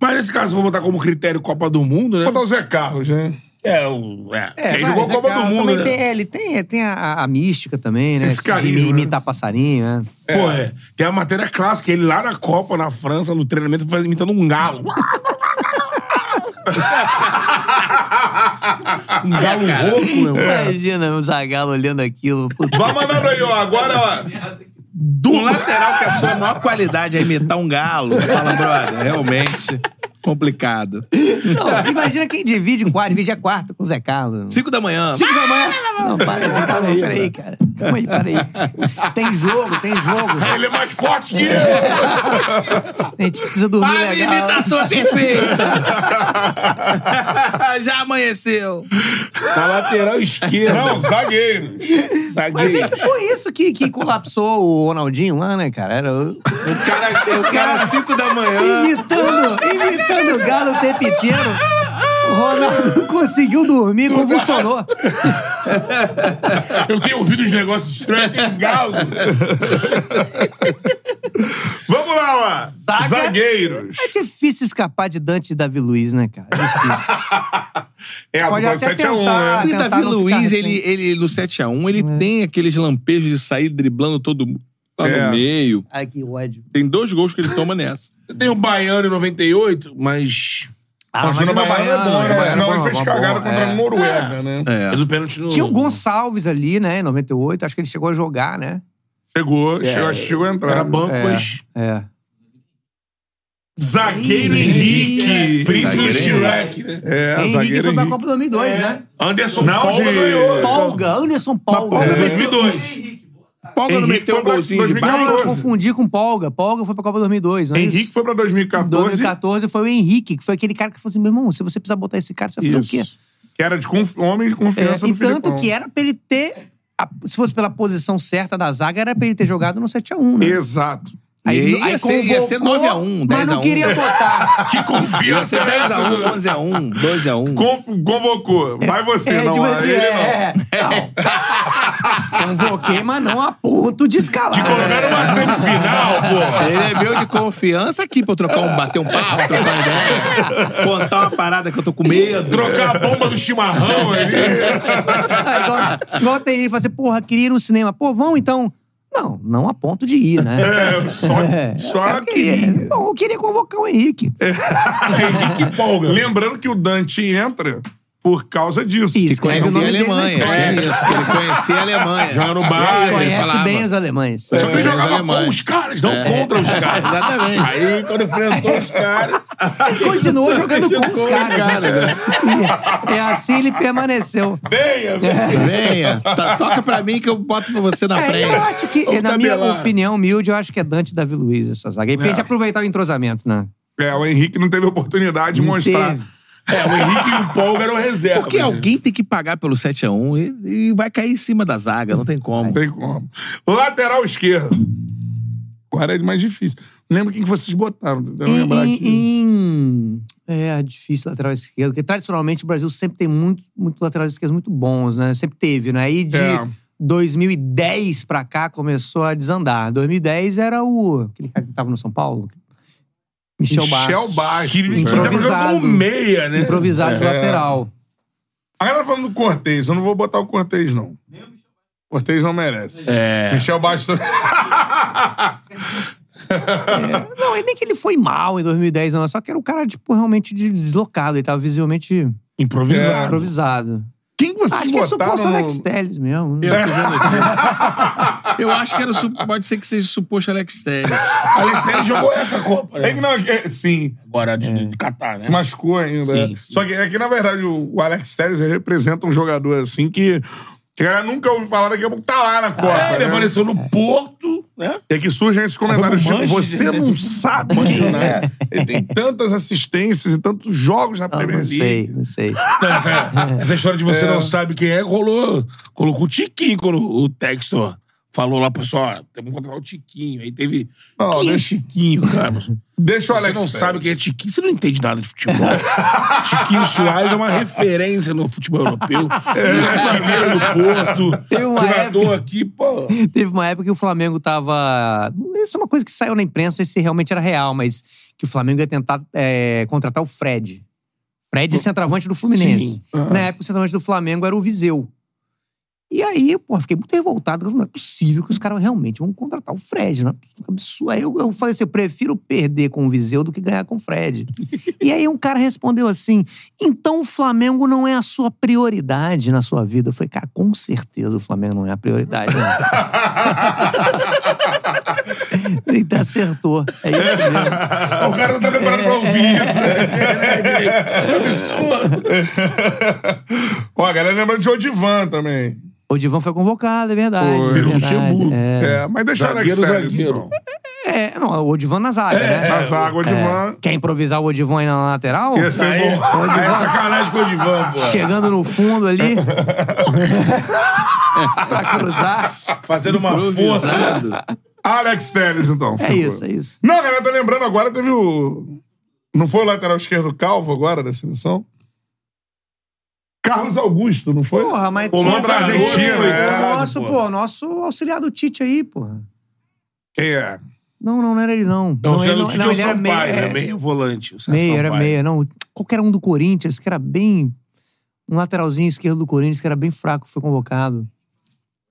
Mas nesse caso, vou botar como critério Copa do Mundo, né?
Vou botar É. o Zé Carlos, né?
É, o. É.
É,
Quem
mas
jogou
Zé
Copa do
Carlos
Mundo,
também
né?
Tem, é, ele tem, tem a- a, a mística também, né?
Esse carinho,
de imi-
né?
imitar passarinho, né?
Pô, é. Tem a matéria clássica, ele lá na Copa, na França, no treinamento, faz- imitando um galo. um
Ah,
galo rouco, meu irmão.
Imagina o Zagalo olhando aquilo. puta.
Vai mandando aí, ó. Agora, ó.
Um lateral que a sua maior qualidade é imitar um galo. Fala, brother, realmente complicado.
Não, imagina quem divide em quarto, divide a quarta com o Zé Carlos.
Cinco da manhã.
Cinco da manhã. Não, para, Zé Carlos, peraí, cara. Calma aí, peraí. Tem jogo, tem jogo.
Ele é mais forte que eu.
A gente precisa dormir
Ah, minha
legal.
imitação é perfeita. Já amanheceu.
Na lateral esquerda.
Não, zagueiros.
Mas
Zagueiro.
nem que foi isso que, que colapsou o Ronaldinho lá, né, cara? Era o-
O cara, o cara cinco da manhã.
imitando, imitando o galo o tempo inteiro. O Ronaldo não conseguiu dormir, convulsionou.
Eu tenho ouvido uns negócios estranhos, tem um galo.
Vamos lá, ó.
Zaga.
Zagueiros.
É difícil escapar de Dante e Davi Luiz, né, cara? Difícil.
É, a
Pode
dupla de
até
7 a 1,
tentar.
né?
O
tentar
Davi
não ficar É.
Luiz,
refém.
ele, ele no 7x1, ele tem aqueles lampejos de sair driblando todo mundo lá
É.
no meio.
Ai, que ódio.
Tem dois gols que ele toma nessa.
Tem o Baiano em 98, mas.
Ah,
O Júnior Baiano é bom,
Júnior
né?
Baiano é
Não,
bom,
ele fez
bom,
cagada
bom,
contra
é.
a Noruega, né?
É do pênalti no.
Tinha o Gonçalves ali, né, em 98. Acho que ele chegou a jogar, né?
Chegou, chegou, acho que chegou a entrar.
Era banco,
É.
mas.
É.
Zagueiro
Henrique.
Henrique. Príncipe do
Zagueiro
Shrek, né? É,
Henrique
zagueiro
foi pra
Henrique.
Copa 2002, né?
Anderson
Não,
Paula
de-
ganhou.
Polga, Anderson Polga.
Paulo,
É.
2002.
Polga não
Henrique
meteu
foi
um
pra
golzinho de
2014.
baixo.
Não, eu confundi com Polga. Polga foi pra Copa 2002, não é isso?
Henrique foi pra 2014.
2014 foi o Henrique, que foi aquele cara que falou assim: meu irmão, se você precisar botar esse cara, você vai fazer o quê?
Isso. Que era de conf- homem de confiança
É,
do
e tanto
Filipão.
que era pra ele ter. a- se fosse pela posição certa da zaga, era pra ele ter jogado no 7x1, né?
Exato.
E aí ia ser- ia ser 9x1,
Mas não
10x1.
queria botar.
Que
Ia
confiança
ser
era essa?
10x1, 11x1, 12x1.
Conf- Convocou. Vai você,
É,
não.
tipo
vai
assim,
ele, não.
é, não. Convoquei, mas não a ponto de escalar.
Te colocaram uma semifinal, pô.
Ele é meu de confiança aqui pra eu trocar um, bater um papo, trocar uma ideia, contar uma parada que eu tô com medo.
Trocar a bomba do chimarrão ali.
é
Aí, igual, igual tem gente que fala assim, porra, queria ir no cinema. Pô, vão então. Não, não a ponto de ir, né? é
É, só, só
Eu
que.
queria, Bom, eu queria convocar o Henrique.
Henrique Polga. Lembrando que o Dante entra por causa disso.
Isso,
Que conhecia a
Escreve o nome dele na
Alemanha.
história.
Tinha isso, que ele conhecia a Alemanha. Joga no
Bayern,
ele
Conhece
falava.
bem os alemães. É.
Só que
É,
ele jogava
os alemães.
com os caras, não contra os caras.
Exatamente.
Aí, quando enfrentou os caras.
Ele continuou jogando com os caras.
caras,
né? É assim ele permaneceu.
Venha, venha.
Venha, to- toca pra mim que eu boto pra você na
É,
Tá frente.
eu acho que,
Vamos
na minha
tabelar.
opinião humilde, eu acho que é Dante e Davi Luiz essa zaga. E pra gente aproveitar o entrosamento, né?
É, o Henrique não teve oportunidade de
Não
mostrar.
teve.
É, o Henrique e o Polga eram reserva.
Porque
né?
alguém tem que pagar pelo 7x1 e, e vai cair em cima da zaga, não tem
Não
como.
tem como. Lateral esquerdo. Agora é mais difícil. Lembra quem que vocês botaram? Tentando lembrar
Em,
aqui.
em- É, difícil lateral esquerdo. Porque tradicionalmente o Brasil sempre tem muito, muito laterais esquerdos muito bons, né? Sempre teve, né? E de
É.
2010 pra cá começou a desandar. 2010 era o. aquele cara que tava no São Paulo? Michel Bastos.
Bastos. É.
Que ele tá
Improvisado.
jogando como meia, né?
Improvisado de lateral.
A galera falando do Cortez, eu não vou botar o Cortez, não. Cortez não merece.
É.
Michel Bastos.
É, Não, e nem que ele foi mal em 2010, não. Só que era o cara, tipo, realmente deslocado. Ele tava visivelmente
É.
Improvisado.
É, improvisado.
Quem que vocês
Acho que é
botaram?
suposto
no-
Alex Telles mesmo. né?
Eu, tô vendo aqui. Eu acho que era o su- pode ser que seja o suposto Alex Telles.
Alex Telles jogou essa Copa,
É que
né?
não, é- sim,
Agora de, de Catar, né?
se machucou ainda.
Sim,
é.
sim.
Só que aqui, na verdade, o o Alex Telles representa um jogador assim que, que a galera nunca ouviu falar, daqui a pouco tá lá na Copa.
É, ele
né?
apareceu no Porto, né?
É que surgem esses comentários,
Vamos
tipo,
Manchester,
você
né?
não sabe quem é. Ele tem tantas assistências e tantos jogos na
Não,
Premier
não
League.
sei, não sei.
Não, essa, essa história de você
É.
não sabe quem é, rolou. Colocou o Tiquinho quando o Textor falou lá, pessoal, ó, temos que contratar o Tiquinho. Aí teve.
Não,
quem é
deixa-
Tiquinho, cara?
Deixa o
Você
Alex
não
Telles.
sabe quem é Tiquinho, você não entende nada de futebol. Tiquinho Soares é uma referência no futebol europeu. É. Timeiro do Porto.
Tem uma
jogador aqui, pô.
Teve uma época que o Flamengo tava. Isso é uma coisa que saiu na imprensa, não sei se realmente era real, mas que o Flamengo ia tentar é, contratar o Fred. Fred, centroavante do Fluminense.
Sim. Ah. Aham.
Na época, o centroavante do Flamengo era o Viseu. E aí, pô, fiquei muito revoltado. Não é possível que os caras realmente vão contratar o Fred, né? Absurdo. Aí eu, eu falei assim: eu prefiro perder com o Viseu do que ganhar com o Fred. e aí um cara respondeu assim: então o Flamengo não é a sua prioridade na sua vida. Eu falei, cara, com certeza o Flamengo não é a prioridade. Né? Ele tá acertou. É isso mesmo.
O cara não tá preparado pra ouvir isso. né? É
Absurdo.
Ó, a galera lembra de Odivan também.
O Divan foi convocado, é verdade.
Foi. um
é verdade,
Luxemburgo.
É.
É, mas deixa o Alex
Zagueiro,
Telles.
zagueiro.
então.
É, não, o Divan na zaga, né?
Na zaga, o Odivan.
Quer improvisar o Odivan aí na lateral?
É, Ia ser
Aí,
bom.
aí é sacanagem com o Divan, pô.
Chegando no fundo ali. pra cruzar.
Fazendo uma força.
Alex Telles, então.
É isso, é isso.
Não, a galera tá lembrando agora, teve o. Não foi o lateral esquerdo calvo agora da seleção? Carlos Augusto, não foi?
Porra, mas
O nome
tinha
da
pra-
Argentina,
Pô,
é.
Nosso, pô, nosso auxiliar do Tite aí, porra.
Quem é?
Não, não, não era ele, não.
Não,
ele
você não
não,
tinha o
ele era meio-
Sampaio,
é,
né? Meia volante. o César
Meia, era
Sampaio.
meia. Não, qualquer um do Corinthians, que era bem. Um lateralzinho esquerdo do Corinthians, que era bem fraco, foi convocado.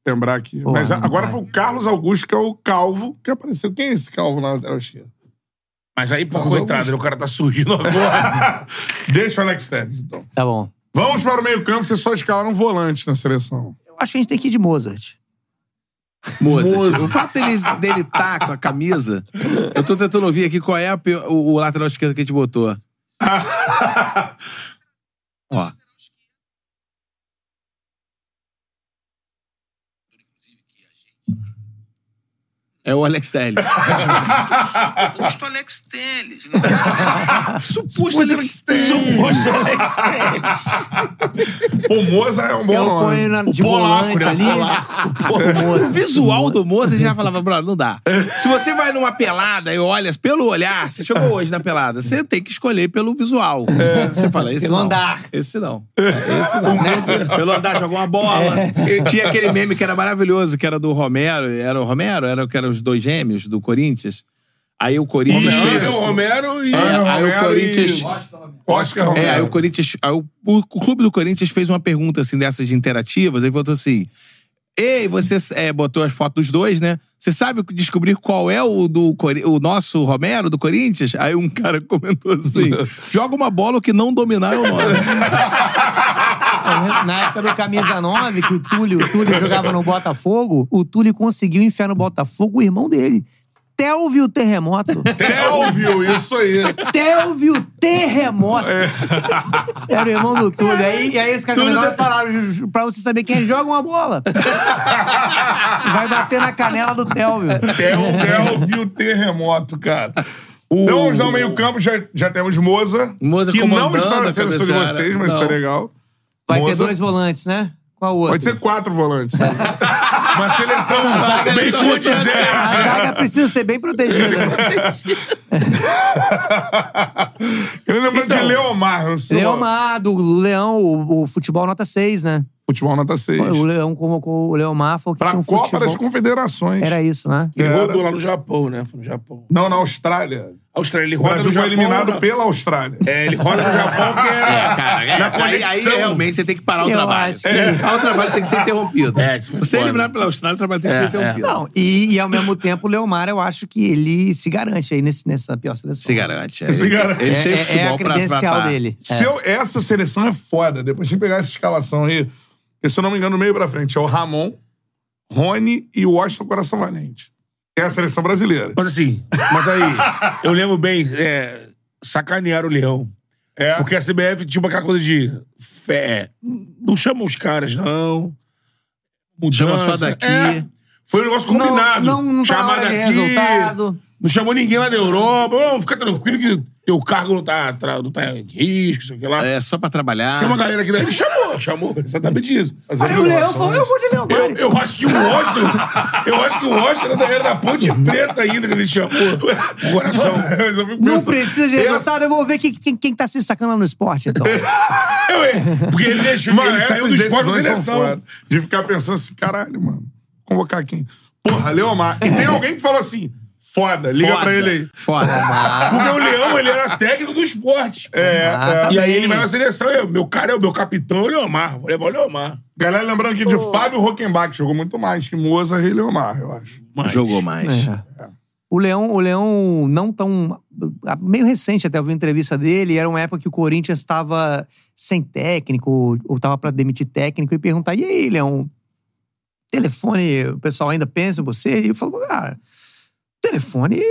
Lembrar aqui.
Porra,
Mas a- agora
cara.
foi o Carlos Augusto, que é o calvo, que apareceu. Quem é esse calvo na lateral esquerda?
Mas aí, pô,
Carlos
coitado, né? o cara tá surgindo agora.
Deixa o Alex Telles, então.
Tá bom.
Vamos para o meio-campo, você só escalaram um volante na seleção.
Eu acho que a gente tem que ir de Mozart.
Mozart. O fato dele, dele tá com a camisa. Eu tô tentando ouvir aqui qual é a pior- o, o lateral esquerdo que a gente botou. Ó. É o Alex Telles.
Suposto Alex Telles.
Suposto Alex Telles.
Suposto Alex Telles.
O Moza é um bom
eu
nome.
ponho na, de
polaco,
volante
né?
ali.
O polaco.
O visual do Moza já falava, brother, não dá. Se você vai numa pelada e olha pelo olhar, você chegou hoje na pelada, você tem que escolher pelo visual.
É.
Você fala, esse
Pelo
não.
andar.
Esse não. É, Esse
Um
não. Esse- Pelo andar, jogou uma bola.
É.
Tinha aquele meme que era maravilhoso, que era do Romero. Era o Romero? Era o que eram os dois gêmeos do Corinthians. Aí o Corinthians fez...
Romero, é Romero e.
É,
Romero
aí o
e-
Corinthians...
Oscar Romero.
É, aí o Corinthians. aí o, o clube do Corinthians fez uma pergunta assim dessas de interativas, aí botou assim: Ei, você é, botou as fotos dos dois, né? Você sabe descobrir qual é o do Cori- o nosso Romero do Corinthians? Aí um cara comentou assim: joga uma bola o que não dominar é o nosso.
Na época do Camisa 9, que o Túlio, o Túlio jogava no Botafogo, o Túlio conseguiu enfiar no Botafogo o irmão dele. Telvio Terremoto.
Telvio, isso aí.
Telvio Terremoto. Era o irmão do Túlio. Aí, e aí os caras Túlio... falaram "Ju- ju- pra você saber quem é, joga uma bola. Vai bater na canela do Telvio.
Tel, Telvio Terremoto, cara. Então, vamos dar o meio-campo, já, já temos Moza.
Moza
que não
comandando
está na
a
seleção de
cabeçada.
vocês, mas isso é
Não.
legal.
Vai ter
Mozart.
dois volantes, né? com a outra.
Pode ser quatro volantes.
Uma seleção
zaga-
bem contingente.
A zaga precisa ser bem protegida.
Eu lembro de Leomar. não sei o nome.
Leomar, do Leão, o, o futebol nota 6, né?
Futebol nota 6.
O Leão convocou o Leomar, falou que
Pra
tinha um
Copa
futebol...
das Confederações.
Era isso, né?
Ele rodou lá no Japão, né? Foi no Japão.
Não, na Austrália.
A Austrália, ele
O
roda
Brasil
no
foi
Japão.
eliminado
né?
pela Austrália.
É, ele roda no Japão que é...
Cara, é,
Na
aí, aí
conexão.
realmente você tem que parar o
Eu
trabalho. tipo,
acho que-
É. O trabalho tem que ser interrompido.
É,
se
se
você
for
eliminar
fora.
pela Austrália, o trabalho tem que
É,
ser
é.
um
interrompido.
Não, e, e ao mesmo tempo o Leomar, eu acho que ele se garante aí nesse, nessa pior seleção.
Se garante. É.
Se garante.
Ele
É,
chega
é-
de futebol
é a
pra- pra-
credencial
pra-
dele. É.
Se eu- essa seleção é foda. Depois de pegar essa escalação aí, porque, se eu não me engano, meio pra frente é o Ramon, Rony e o Washington Coração Valente. É a seleção brasileira.
Mas assim, mas aí, eu lembro bem, é, sacanearam o Leão.
É.
Porque a CBF tinha aquela coisa de fé. Não chama os caras, não. Mudança.
Chama só daqui.
É. Foi um negócio
Não-
combinado.
Não, não, tá na
Chamar
hora de
daqui,
resultado.
Não chamou ninguém lá da Europa. Ô, fica tranquilo que teu cargo não tá, tra- não tá em risco, sei o que lá.
É só pra
Tem
trabalhar.
uma galera aqui, né? ele chamou, chamou, exatamente isso. As
Aí o Leão falou,
observações.
eu vou de Leomar.
Eu, eu acho que o Washington. eu acho que o Washington era da Ponte Preta ainda que ele chamou. O coração.
Não precisa de resultado, eu vou ver quem, quem, quem tá se sacando lá no esporte, então.
Eu, eu, porque ele deixou.
Mano,
ele
essas
saiu do esporte da
decisões são
seleção.
foda. De ficar pensando assim, caralho, mano, convocar quem? Porra, Leomar. E tem alguém que falou assim, foda, liga
Foda.
pra ele aí.
Foda.
Porque o Leão, ele era técnico do esporte. É,
Ah, tá
E aí
bem.
ele vai na seleção. Eu, meu cara é o meu capitão, é o Leomar. Vou levar o Leomar.
Galera, lembrando que de Fábio Rockenbach jogou muito mais que Moza e Leomar, eu acho.
Jogou
É.
mais.
O Leão, o Leão não tão. ah, Meio recente até eu vi uma entrevista dele, era uma época que o Corinthians estava sem técnico, ou estava para demitir técnico, e perguntar: e aí, Leão? Telefone, o pessoal ainda pensa em você? E eu falo, cara, telefone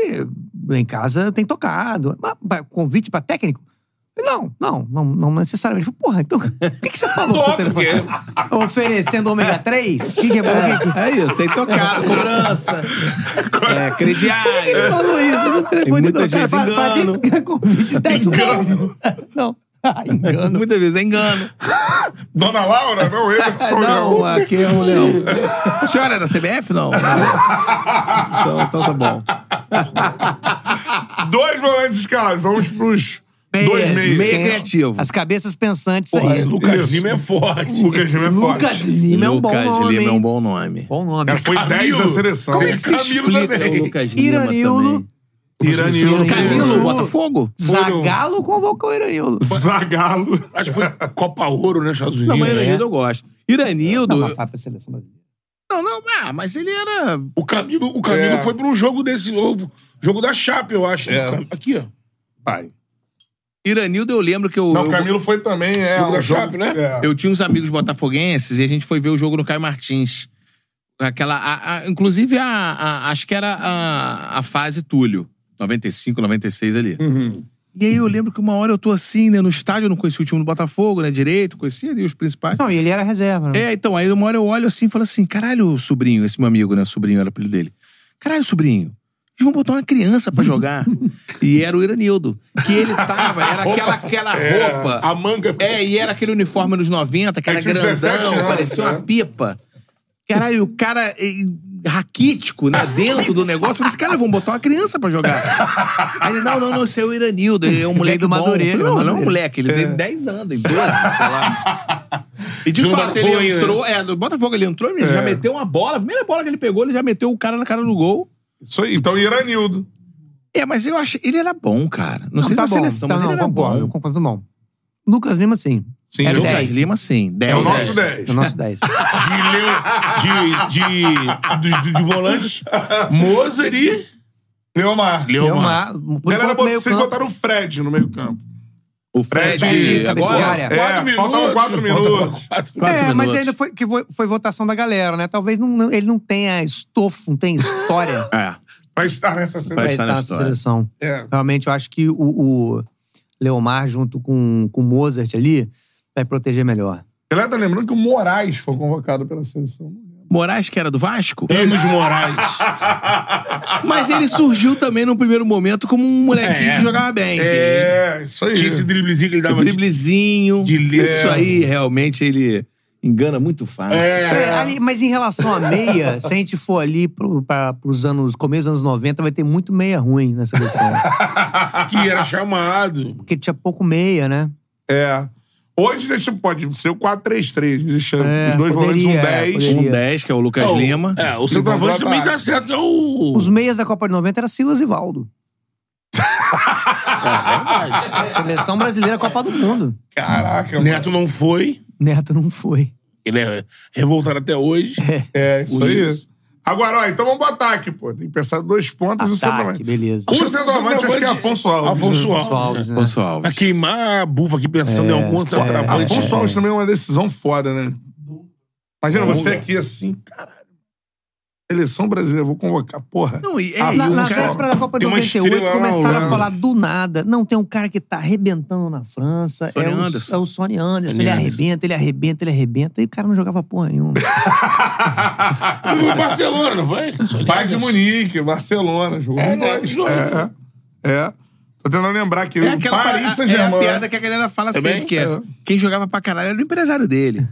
lá em casa tem tocado. Mas, mas convite para técnico? Não, não, não, não necessariamente. Eu falo, Porra, então, o que, que você falou do seu
Óbvio que
telefone? Oferecendo ômega 3? O que, que é bom? O que que-
É isso, tem tocado, cobrança. É, crediário.
Por que ele falou isso? No telefone
muita
do cara.
gente
Pra, pra
engano.
dizer que é convite técnico. Engano. Não. Ah, engano.
Muitas vezes é engano.
Dona Laura, não, eu sou o
Não,
Leão.
aqui é o Leão. A senhora é da CBF? Não. Então, então tá bom.
Dois volantes escalados, vamos pros dois meios.
Meia
Tem
criativo.
As cabeças pensantes
Porra,
aí.
Lucas
Isso.
Lima é forte.
Lucas Lima é forte.
Lucas Lima é um bom
Lucas
nome.
Lima é um
hein?
bom nome.
Bom nome.
Cara, Foi 10 da seleção.
Como é que se
Camilo
explica
também.
o Lucas Lima
Iranildo.
Iranildo.
Camilo,
Iranildo.
Botafogo?
Zagalo convocou o Iranildo.
Zagalo.
Acho que foi Copa Ouro, né, Estados Unidos.
Não, mas é. Iranildo eu gosto.
Não,
Iranildo...
mas vai pra seleção brasileira.
Não, não, ah, mas ele era...
O Camilo, o Camilo
É.
foi pra um jogo desse novo. Jogo da Chape, eu acho.
É.
Aqui, ó.
Pai.
Iranildo eu lembro que eu...
Não,
eu-
o Camilo foi também, é.
Jogo
um
da Chape, né?
é.
Eu tinha uns amigos botafoguenses e a gente foi ver o jogo no Caio Martins. Aquela, a- a- inclusive, a, a- acho que era a, a fase Túlio. 95, 96 ali. E aí eu lembro que uma hora eu tô assim, né, no estádio, eu não conhecia o time do Botafogo, né, direito, conhecia ali os principais.
Não, e ele era reserva. Né?
É, então, aí uma hora eu olho assim e falo assim, caralho, sobrinho, esse meu amigo, né, sobrinho era o apelido dele. Caralho, sobrinho, eles vão botar uma criança pra jogar. e era o Iranildo, que ele tava, era aquela, aquela roupa.
A manga.
É, e era aquele uniforme nos 90, que era
Ele É, tinha
grandão,
17 anos,
parecia uma
né?
pipa. Caralho, o cara eh, raquítico, né, dentro do negócio. Eu falei assim, cara, vamos botar uma criança pra jogar. Aí ele, não, não, não, isso é o Iranildo, ele é um moleque
do
bom. Eu falei,
Madureira,
não, não
do
é um
Madureira."
moleque, ele tem 10 anos, tem 12, sei lá. E de
Jogou
fato,
Botafogo
ele
ainda, né?
entrou, é, do Botafogo ele entrou, ele
É.
já meteu uma bola, a primeira bola que ele pegou, ele já meteu o cara na cara do gol.
Isso aí. Então, Iranildo.
É, mas eu acho, ele era bom, cara. Não, sei
tá
se
bom.
na seleção,
Tá,
mas
não,
ele era
concordo, eu
bom.
concordo, bom. Lucas Lima, sim.
Sim,
É
eu-
Lucas Lima, sim. 10.
É o nosso 10.
É o nosso 10.
De, Leo, de, de, de, de volante, Moser e
Leomar.
Leomar.
Leomar, por
Galera,
enquanto,
bota-
um meio
vocês
campo.
botaram o Fred no meio campo.
O Fred,
Fred,
agora.
cabeceária.
É, faltavam quatro minutos.
Quatro
é, mas
minutos.
ainda foi, que foi, foi votação da galera, né? Talvez não- não- ele não tenha estofo, não tenha história
É.
Pra estar nessa
Vai
seleção.
pra
estar
estar
na
nessa
história.
tá seleção.
É.
Realmente, eu acho que o, o Leomar, junto com, com o Mozart ali, vai proteger melhor.
Galera, tá lembrando que o Moraes foi convocado pela seleção.
Moraes, que era do Vasco,
Ramos Moraes.
mas ele surgiu também no primeiro momento como um molequinho
É.
que jogava bem.
É, isso aí.
Tinha esse driblezinho que ele
O
dava. de-
Driblezinho.
De letra.
Isso aí, realmente, ele. Engana muito fácil.
É, ali- mas em relação à meia, se a gente for ali pro, pra, pros anos, começo dos anos 90, vai ter muito meia ruim na seleção.
Que era chamado.
Porque tinha pouco meia, né?
É. Hoje deixa, pode ser o 4-3-3. Deixa
É,
os dois
poderia,
volantes, um
é,
10.
poderia.
Um 10, que é o Lucas
Não,
Lima.
É, o centroavante
Ele
também
vai
tá certo, que é o.
Os meias da Copa de 90 era Silas e Valdo.
É
Seleção brasileira Copa do Mundo.
Caraca, é um mano.
Neto não foi.
Neto não foi.
Ele é revoltado até hoje.
É, isso aí.
Isso.
Agora, ó, então vamos pro ataque, pô. Tem que pensar dois pontos e o
Ataque,
centroavante.
beleza.
O centroavante, acho que é Afonso Alves.
Afonso Alves.
Alves, né?
Afonso Alves.
Vai queimar a bufa aqui pensando em algum outro centroavante.
Afonso Alves também é uma decisão foda, né? Imagina você aqui assim, caralho. Seleção brasileira, vou convocar, porra.
Não, e é,
Ah,
e
Na,
o
na
cara-
véspera da Copa de
tem uma
98,
estrela lá,
começaram a
Holanda.
falar do nada. Não, tem um cara que tá arrebentando na França.
Sony
é, o,
Anderson.
é o Sony Anderson.
Sony
ele
Anderson.
arrebenta, ele arrebenta, ele arrebenta. E o cara não jogava porra nenhuma.
E o Barcelona, não vai?
Pai
né?
de Munique, Barcelona, jogou
É,
com
né?
nós.
Jogou.
É, é. Tô tentando lembrar que o Paris
É pa- é a
Saint-Germain.
piada que a galera fala
Também?
sempre, que é,
É.
quem jogava pra caralho era o empresário dele.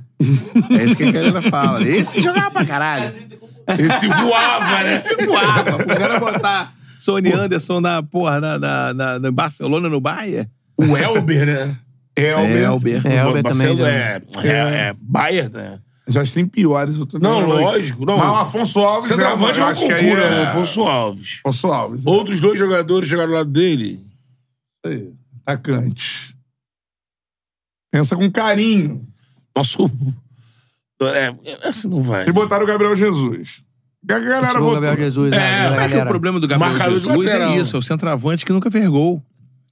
é isso que a galera fala. Esse jogava pra caralho.
Esse voava, né?
Esse voava. O cara botar Sony Anderson na porra, na, na, na- na Barcelona, no Bahia.
O Elber, né?
É,
Elber. né?
Albert.
É, Elber também.
Barcelona,
já.
É, é, é Bayern, né?
Já tem piores. eu tô
Não,
lembrando aqui.
lógico. Não.
Mas o Afonso Alves...
Centroavante
eu
é uma
acho que aí
loucura,
é-
o Afonso Alves.
Afonso Alves. é.
Outros dois jogadores chegaram do lado dele.
aí. Atacante. Pensa com carinho.
Nosso. É, essa não vai.
E botaram o Gabriel Jesus. E a galera
Tirou o
votou.
Gabriel Jesus. né,
É,
da
Mas que o
galera.
problema do Gabriel
Marcador de
Jesus
lateral.
é isso, é o centroavante que nunca fez gol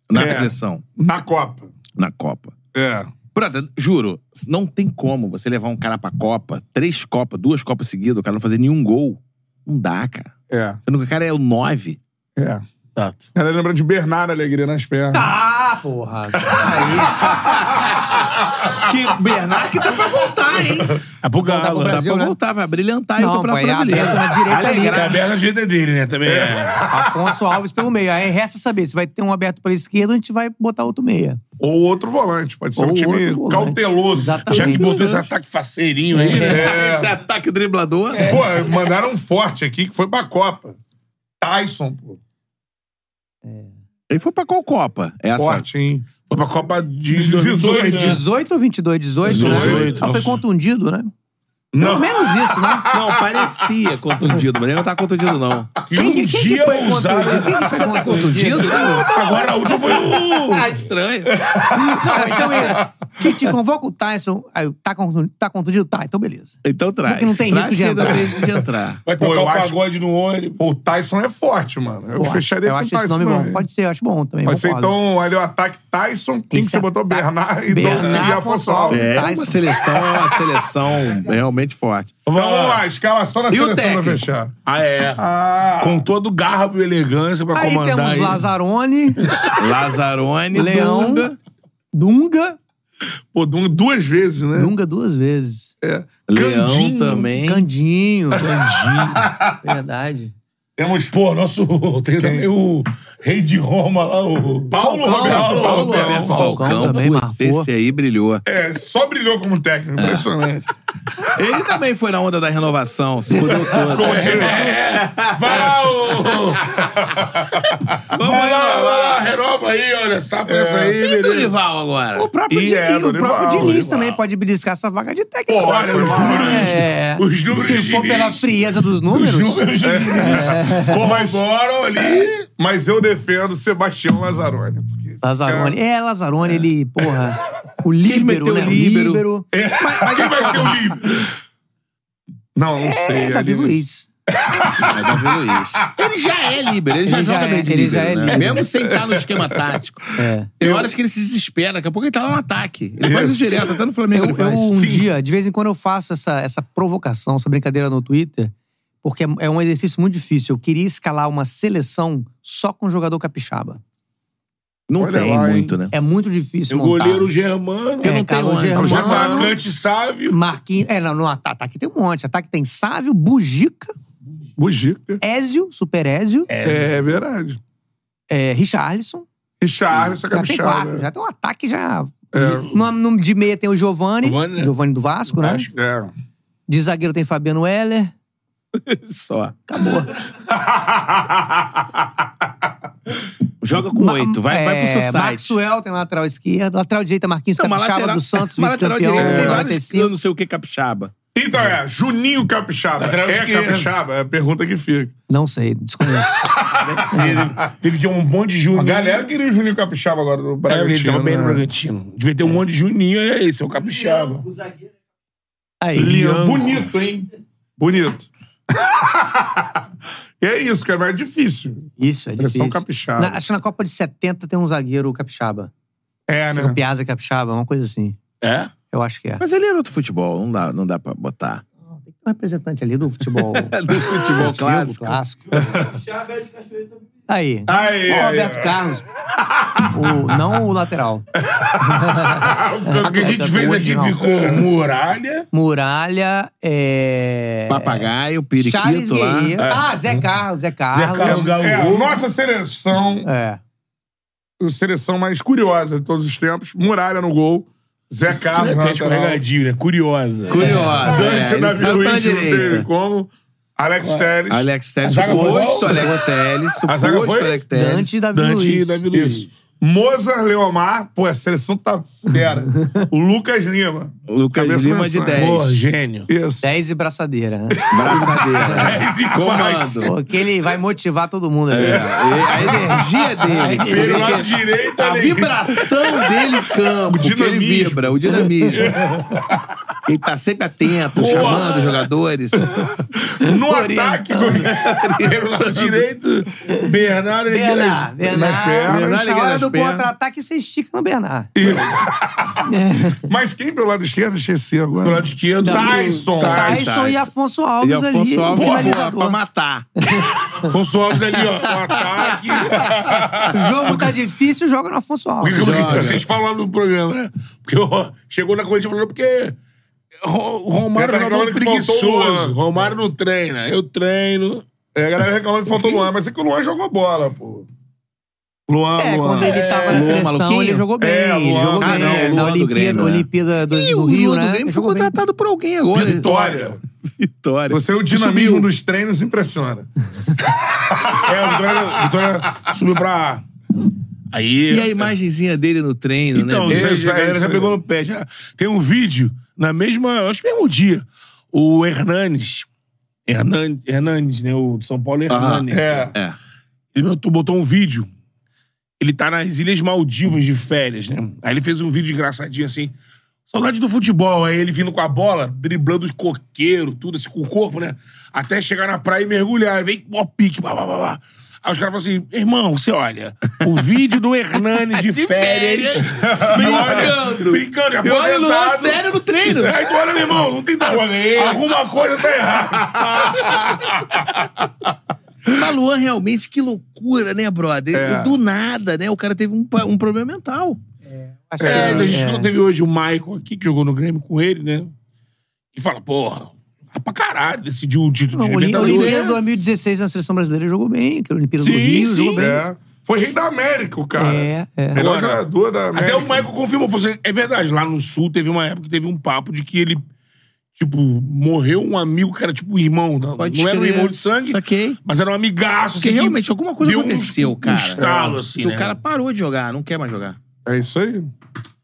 na
É.
seleção,
Na Copa.
na Copa.
É.
Brother, juro, não tem como você levar um cara pra Copa, três Copas, duas Copas seguidas, o cara não fazer nenhum gol. Não dá, cara.
É.
Sendo que o cara é o nove.
É. A
Exato.
galera lembra de Bernardo Alegria nas pernas.
Ah, porra.
Que Bernardo que tá pra voltar, hein?
É pro
Tá,
Galo.
pra voltar, vai brilhantar e o
Não, pô,
campeonato
é aberto
brasileiro.
na direita ali.
Tá aberto a direita dele, né? Também é.
Afonso Alves pelo meia. Aí resta saber se vai ter um aberto pela esquerda ou a gente vai botar outro meia.
Ou outro volante. Pode ser
Ou
um time
outro volante.
cauteloso.
Exatamente. Uhum.
Já que botou esse ataque tá, faceirinho aí, né?
Esse ataque driblador. É.
Pô, mandaram um forte aqui que foi pra Copa. Tyson, pô.
Ele foi pra qual Copa? Essa.
Forte, hein?
Foi pra Copa de
18,
2018.
né?
18 ou 22? 18?
18.
Né? Ah, foi contundido, né? Pelo
Não.
menos isso, né?
Não, parecia contundido, mas ele não tá contundido, não.
E um
que- que
dia
foi contundido?
ousado.
Quem que foi contundido?
Agora a última foi o.
Ah, estranho.
Não, então é. Tite, convoca o Tyson. Aí, tá, contundido, tá contundido? Tá, então beleza.
Então traz.
Porque não tem
Traz
risco de
que ainda
entrar.
tem risco de entrar.
Vai
Pô,
tocar
eu
o
acho-
pagode no ônibus.
Pô, o Tyson é forte, mano. Eu
Pô,
fecharia
eu
com o
acho
Tyson.
esse nome
também.
bom. Pode ser, eu acho bom também.
Pode ser,
concordo.
então, ali o ataque Tyson. Quem que
Esse
você botou?
ataque-
Bernard e,
Bernard,
e Afonso
Afonso
Alves.
Alves.
É,
Traz.
uma seleção, é uma seleção realmente forte.
Então, vamos lá. Escalação da
E o
seleção pra
técnico?
fechar.
Ah, é.
Ah,
Com todo garbo e elegância é pra
Aí
comandar.
temos
ele.
Lazzaroni,
Lazarone,
Leão.
Dunga.
Dunga.
pô, du- duas vezes, né?
Dunga duas vezes.
Leão
Candinho.
É.
também.
Candinho. Candinho. Verdade.
Temos, pô, nosso. Tem também o rei de Roma lá, o. Paulo Roberto. Paulo Roberto.
Falcão também
putz,
marcou.
esse aí brilhou.
É, só brilhou como técnico. Impressionante.
Ele também foi na onda da renovação, se fudeu todo.
É.
É.
é.
Vai lá, ô. Vai lá, vai lá, renova aí, olha, sabe essa aí.
E
beleza.
Dorival agora?
O próprio,
E
Diniz,
é,
o próprio
Dorival,
Diniz
Dorival.
também pode beliscar essa vaga de técnico.
Pô, olha,
Né?
os números-
É.
os números
Se
de
for pela
Diniz.
frieza dos números,
É.
Corroboram ali.
Mas eu defendo o Sebastião Lazzaroni. Porque
Lazzaroni. É, Lazzaroni, ele, porra. O líbero,
meteu
né?
o líbero.
líbero.
Quem
tá
vai ser o líder? Não, não sei.
É,
ali.
Davi Luiz.
É Davi Luiz. Ele já é líbero, ele já
Ele já
joga
é,
bem de
ele
líbero,
já é
né?
líbero.
Mesmo sem estar no esquema tático.
É.
Tem horas que ele se desespera, daqui a pouco ele tá lá no ataque. Ele faz
Isso.
isso direto, até no Flamengo
Eu,
ele faz.
eu, um
Sim.
dia, de vez em quando, eu faço essa, essa provocação, essa brincadeira no Twitter, porque é- é um exercício muito difícil. Eu queria escalar uma seleção só com jogador capixaba.
Não
Olha
tem
lá, hein.
muito, né?
É muito difícil
O
montar.
goleiro Germano.
É, Carlos
um
O
Germano.
atacante Sávio.
Marquinhos. É, não, no ata- ataque tem um monte. Ataque tem Sávio, Bugica,
Bugica.
Ézio, Super Ézio,
É, verdade.
é, Richarlison.
E Charles, só
Já tem
Tá capixaba.
quatro. Já tem um ataque já No, no- de meia tem o Giovani.
Giovani, né?
Giovani do Vasco, né?
Vasco.
É.
De zagueiro tem Fabiano Heller.
Só.
Acabou.
Joga com oito. Vai, vai pro seu site.
é, Maxwell tem lateral esquerda. Lateral direita, Marquinhos
Não, mas
Capixaba
lateral-
do Santos,
mas lateral
vice-campeão.
direito tem
com
vários- Eu
45.
não sei o que é capixaba.
Então é, Juninho Capixaba.
Lateral
É
esquerdo.
Capixaba? É a pergunta que fica.
Não sei, desconheço.
Teve de um monte de
A
Juninho.
galera queria o Juninho Capixaba agora do
É, ele
Bragantino.
tava bem no
né?
Bragantino. Devia ter um monte de Juninho, é esse, é o Capixaba.
Aí.
Lian, bonito, hein? Bonito. e é isso, cara, mas é difícil.
Isso, é
Seleção
difícil.
capixaba.
Na- acho que na Copa de 70 tem um zagueiro capixaba.
É,
Acho que é o Piazza capixaba, uma coisa assim.
É?
Eu acho que é.
Mas ele era outro futebol, não dá, não dá pra botar.
Um representante ali do futebol.
É Do futebol
antigo,
clássico.
clássico. Aí.
Aí,
Ó,
aí,
o Roberto Carlos. O- não o lateral.
O que a gente fez aqui
Original.
ficou um muralha.
Muralha. É...
Papagaio,
Charles
periquito lá. É.
Guerreiro. Ah, Zé Carlos, Zé Carlos.
Carlos.
É, é a nossa seleção,
É.
a seleção mais curiosa de todos os tempos. Muralha no gol, Zé Carlos na
Até
lateral.
escorregadinho, né? Curiosa.
Curiosa. É,
Zante,
ele
Davi
saiu pela
Luiz, não teve
direita.
como. Alex Teles.
Alex
A
Telles,
zaga
suposto
foi?
Alex Telles,
A zaga
suposto
foi?
Alex Telles.
Dante e Davi
Dante e
Luiz.
Davi Luiz.
Isso. Mozart Leomar, pô, a seleção tá fera. o Lucas Lima.
Lucas
Cabeça
Lima de
pensando.
10.
Porra, gênio.
Isso.
10 e braçadeira. né?
Braçadeira.
Esse
Comando.
Pô, que ele vai motivar todo mundo ali. né?
É, A energia dele. você vê
Pelo
que é
lado direito,
a
olha aí.
Tá vibração dele em campo.
O
que ele
dinamismo.
vibra, o dinamismo. Ele tá sempre atento, chamando os jogadores.
No
Oriental.
ataque, goleiro lado direito, Bernardo ele-
Bernard,
nas
Bernard.
pernas.
é Bernard,
Na hora
nas
do
pernas.
contra-ataque, você estica no Bernard.
Mas quem pelo lado esquerdo? Esqueci agora.
Do lado esquerdo.
Tyson.
Tá. Tyson,
Tyson.
e Afonso Alves
E Afonso
ali.
Alves
um
boa, pra
finalizador.
matar.
Afonso Alves ali, ó. O ataque.
O jogo tá difícil, joga no Afonso
Porque
Alves.
como que
Joga.
vocês falaram no programa, né? Porque ó, chegou na coletiva falando porque Ro- o Romário é
Ele tá
jogador
reclamando que faltou o
preguiçoso.
Luan.
Romário não treina. Eu treino.
É, a galera reclamando que faltou o Luan, mas é que o Luan jogou bola, pô. Luan,
É,
Luan.
quando ele tava na
Luan,
seleção,
maluquinho?
ele jogou bem.
É,
ele
Luan.
jogou
Ah,
bem.
não, Luan
na
do
Olimpíada,
Grêmio, né?
Olimpíada do,
E
do
o
Rio,
Rio do
né?
Grêmio
Ele
foi
jogou bem.
contratado por alguém agora.
Vitória.
Vitória.
Você, é o dinamismo dos treinos impressiona.
É, o Vitória, o Vitória subiu pra A. Aí.
E a imagenzinha dele no treino,
Então,
né?
isso,
Isso, é
aí, a galera
isso
já
aí.
pegou no pé. Já. Tem um vídeo, na mesma, acho que é mesmo dia, o Hernanes. Hernan- Hernanes, né? O de São Paulo é Hernanes.
é.
É.
Ele botou- botou um vídeo. Ele tá nas Ilhas Maldivas de férias, né? Aí ele fez um vídeo engraçadinho assim. Saudade do futebol. Aí ele vindo com a bola, driblando os coqueiros, tudo assim, com o corpo, né? Até chegar na praia e mergulhar. Aí Vem com o pique, blá, blá, blá, blá. Aí os caras falam assim, irmão, você olha, o vídeo do Hernanes de, férias. brincando. Brincando, é
E olha o Luan
aposentado.
sério no treino.
Aí tu olha, meu irmão, não tem nada.
É.
Alguma coisa tá errada.
Mas Luan, realmente, que loucura, né, brother?
É.
E Do nada, né? O cara teve um, pa- um problema mental.
Acho que-
É, a gente
é.
não teve hoje o Michael aqui, que jogou no Grêmio com ele, né? E fala, porra, é pra caralho, decidiu o título
Não,
de
o Oli-
Libertadores.
é
Olimpíada 2016 na seleção brasileira jogou bem, que a Olimpíada do
Sim,
Rio
sim.
jogou bem.
É. Foi rei da América, o cara.
É, é.
Melhor
Agora,
jogador da
Até
América.
o Michael confirmou, falou assim, é verdade, lá no Sul teve uma época que teve um papo de que ele, tipo, morreu um amigo que era tipo irmão, não não era um
crer.
irmão de sangue,
Saquei.
mas era um amigaço.
Porque
assim, que
realmente alguma coisa
deu um-
aconteceu,
um
cara. É,
estalo, assim,
Que
né?
o cara parou de jogar, não quer mais jogar.
É isso aí.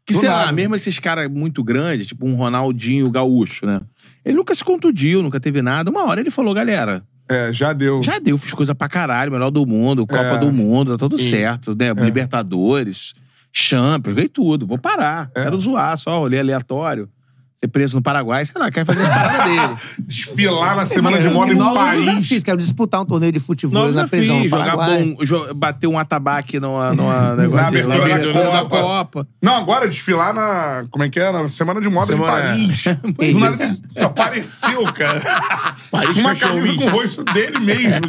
Que,
Do
sei lá,
nada.
mesmo esses caras muito grandes, tipo um Ronaldinho Gaúcho, né? Ele nunca se contundiu, nunca teve nada. Uma hora ele falou, galera,
É, já deu.
já deu, fiz coisa pra caralho, melhor do mundo, Copa do Mundo, tá tudo certo, né? Libertadores, Champions, ganhei tudo, vou parar. Quero zoar, só rolê aleatório. Ser preso no Paraguai, sei lá, quer fazer as paradas dele.
Desfilar na semana de moda em
Novos
Paris.
desafios, quero disputar um torneio de futebol
Novos
na prisão
desafios,
no
jogar
Paraguai.
bom, jo- bater um atabaque numa, numa negócio de- né?
abertura da
abertura da
Copa.
Copa.
Não, agora desfilar na. Como é que é? Na semana de moda
Semana- é.
de Paris. Do nada ele apareceu, cara.
Paris
Uma
Fashion
camisa
Week.
com o rosto dele mesmo.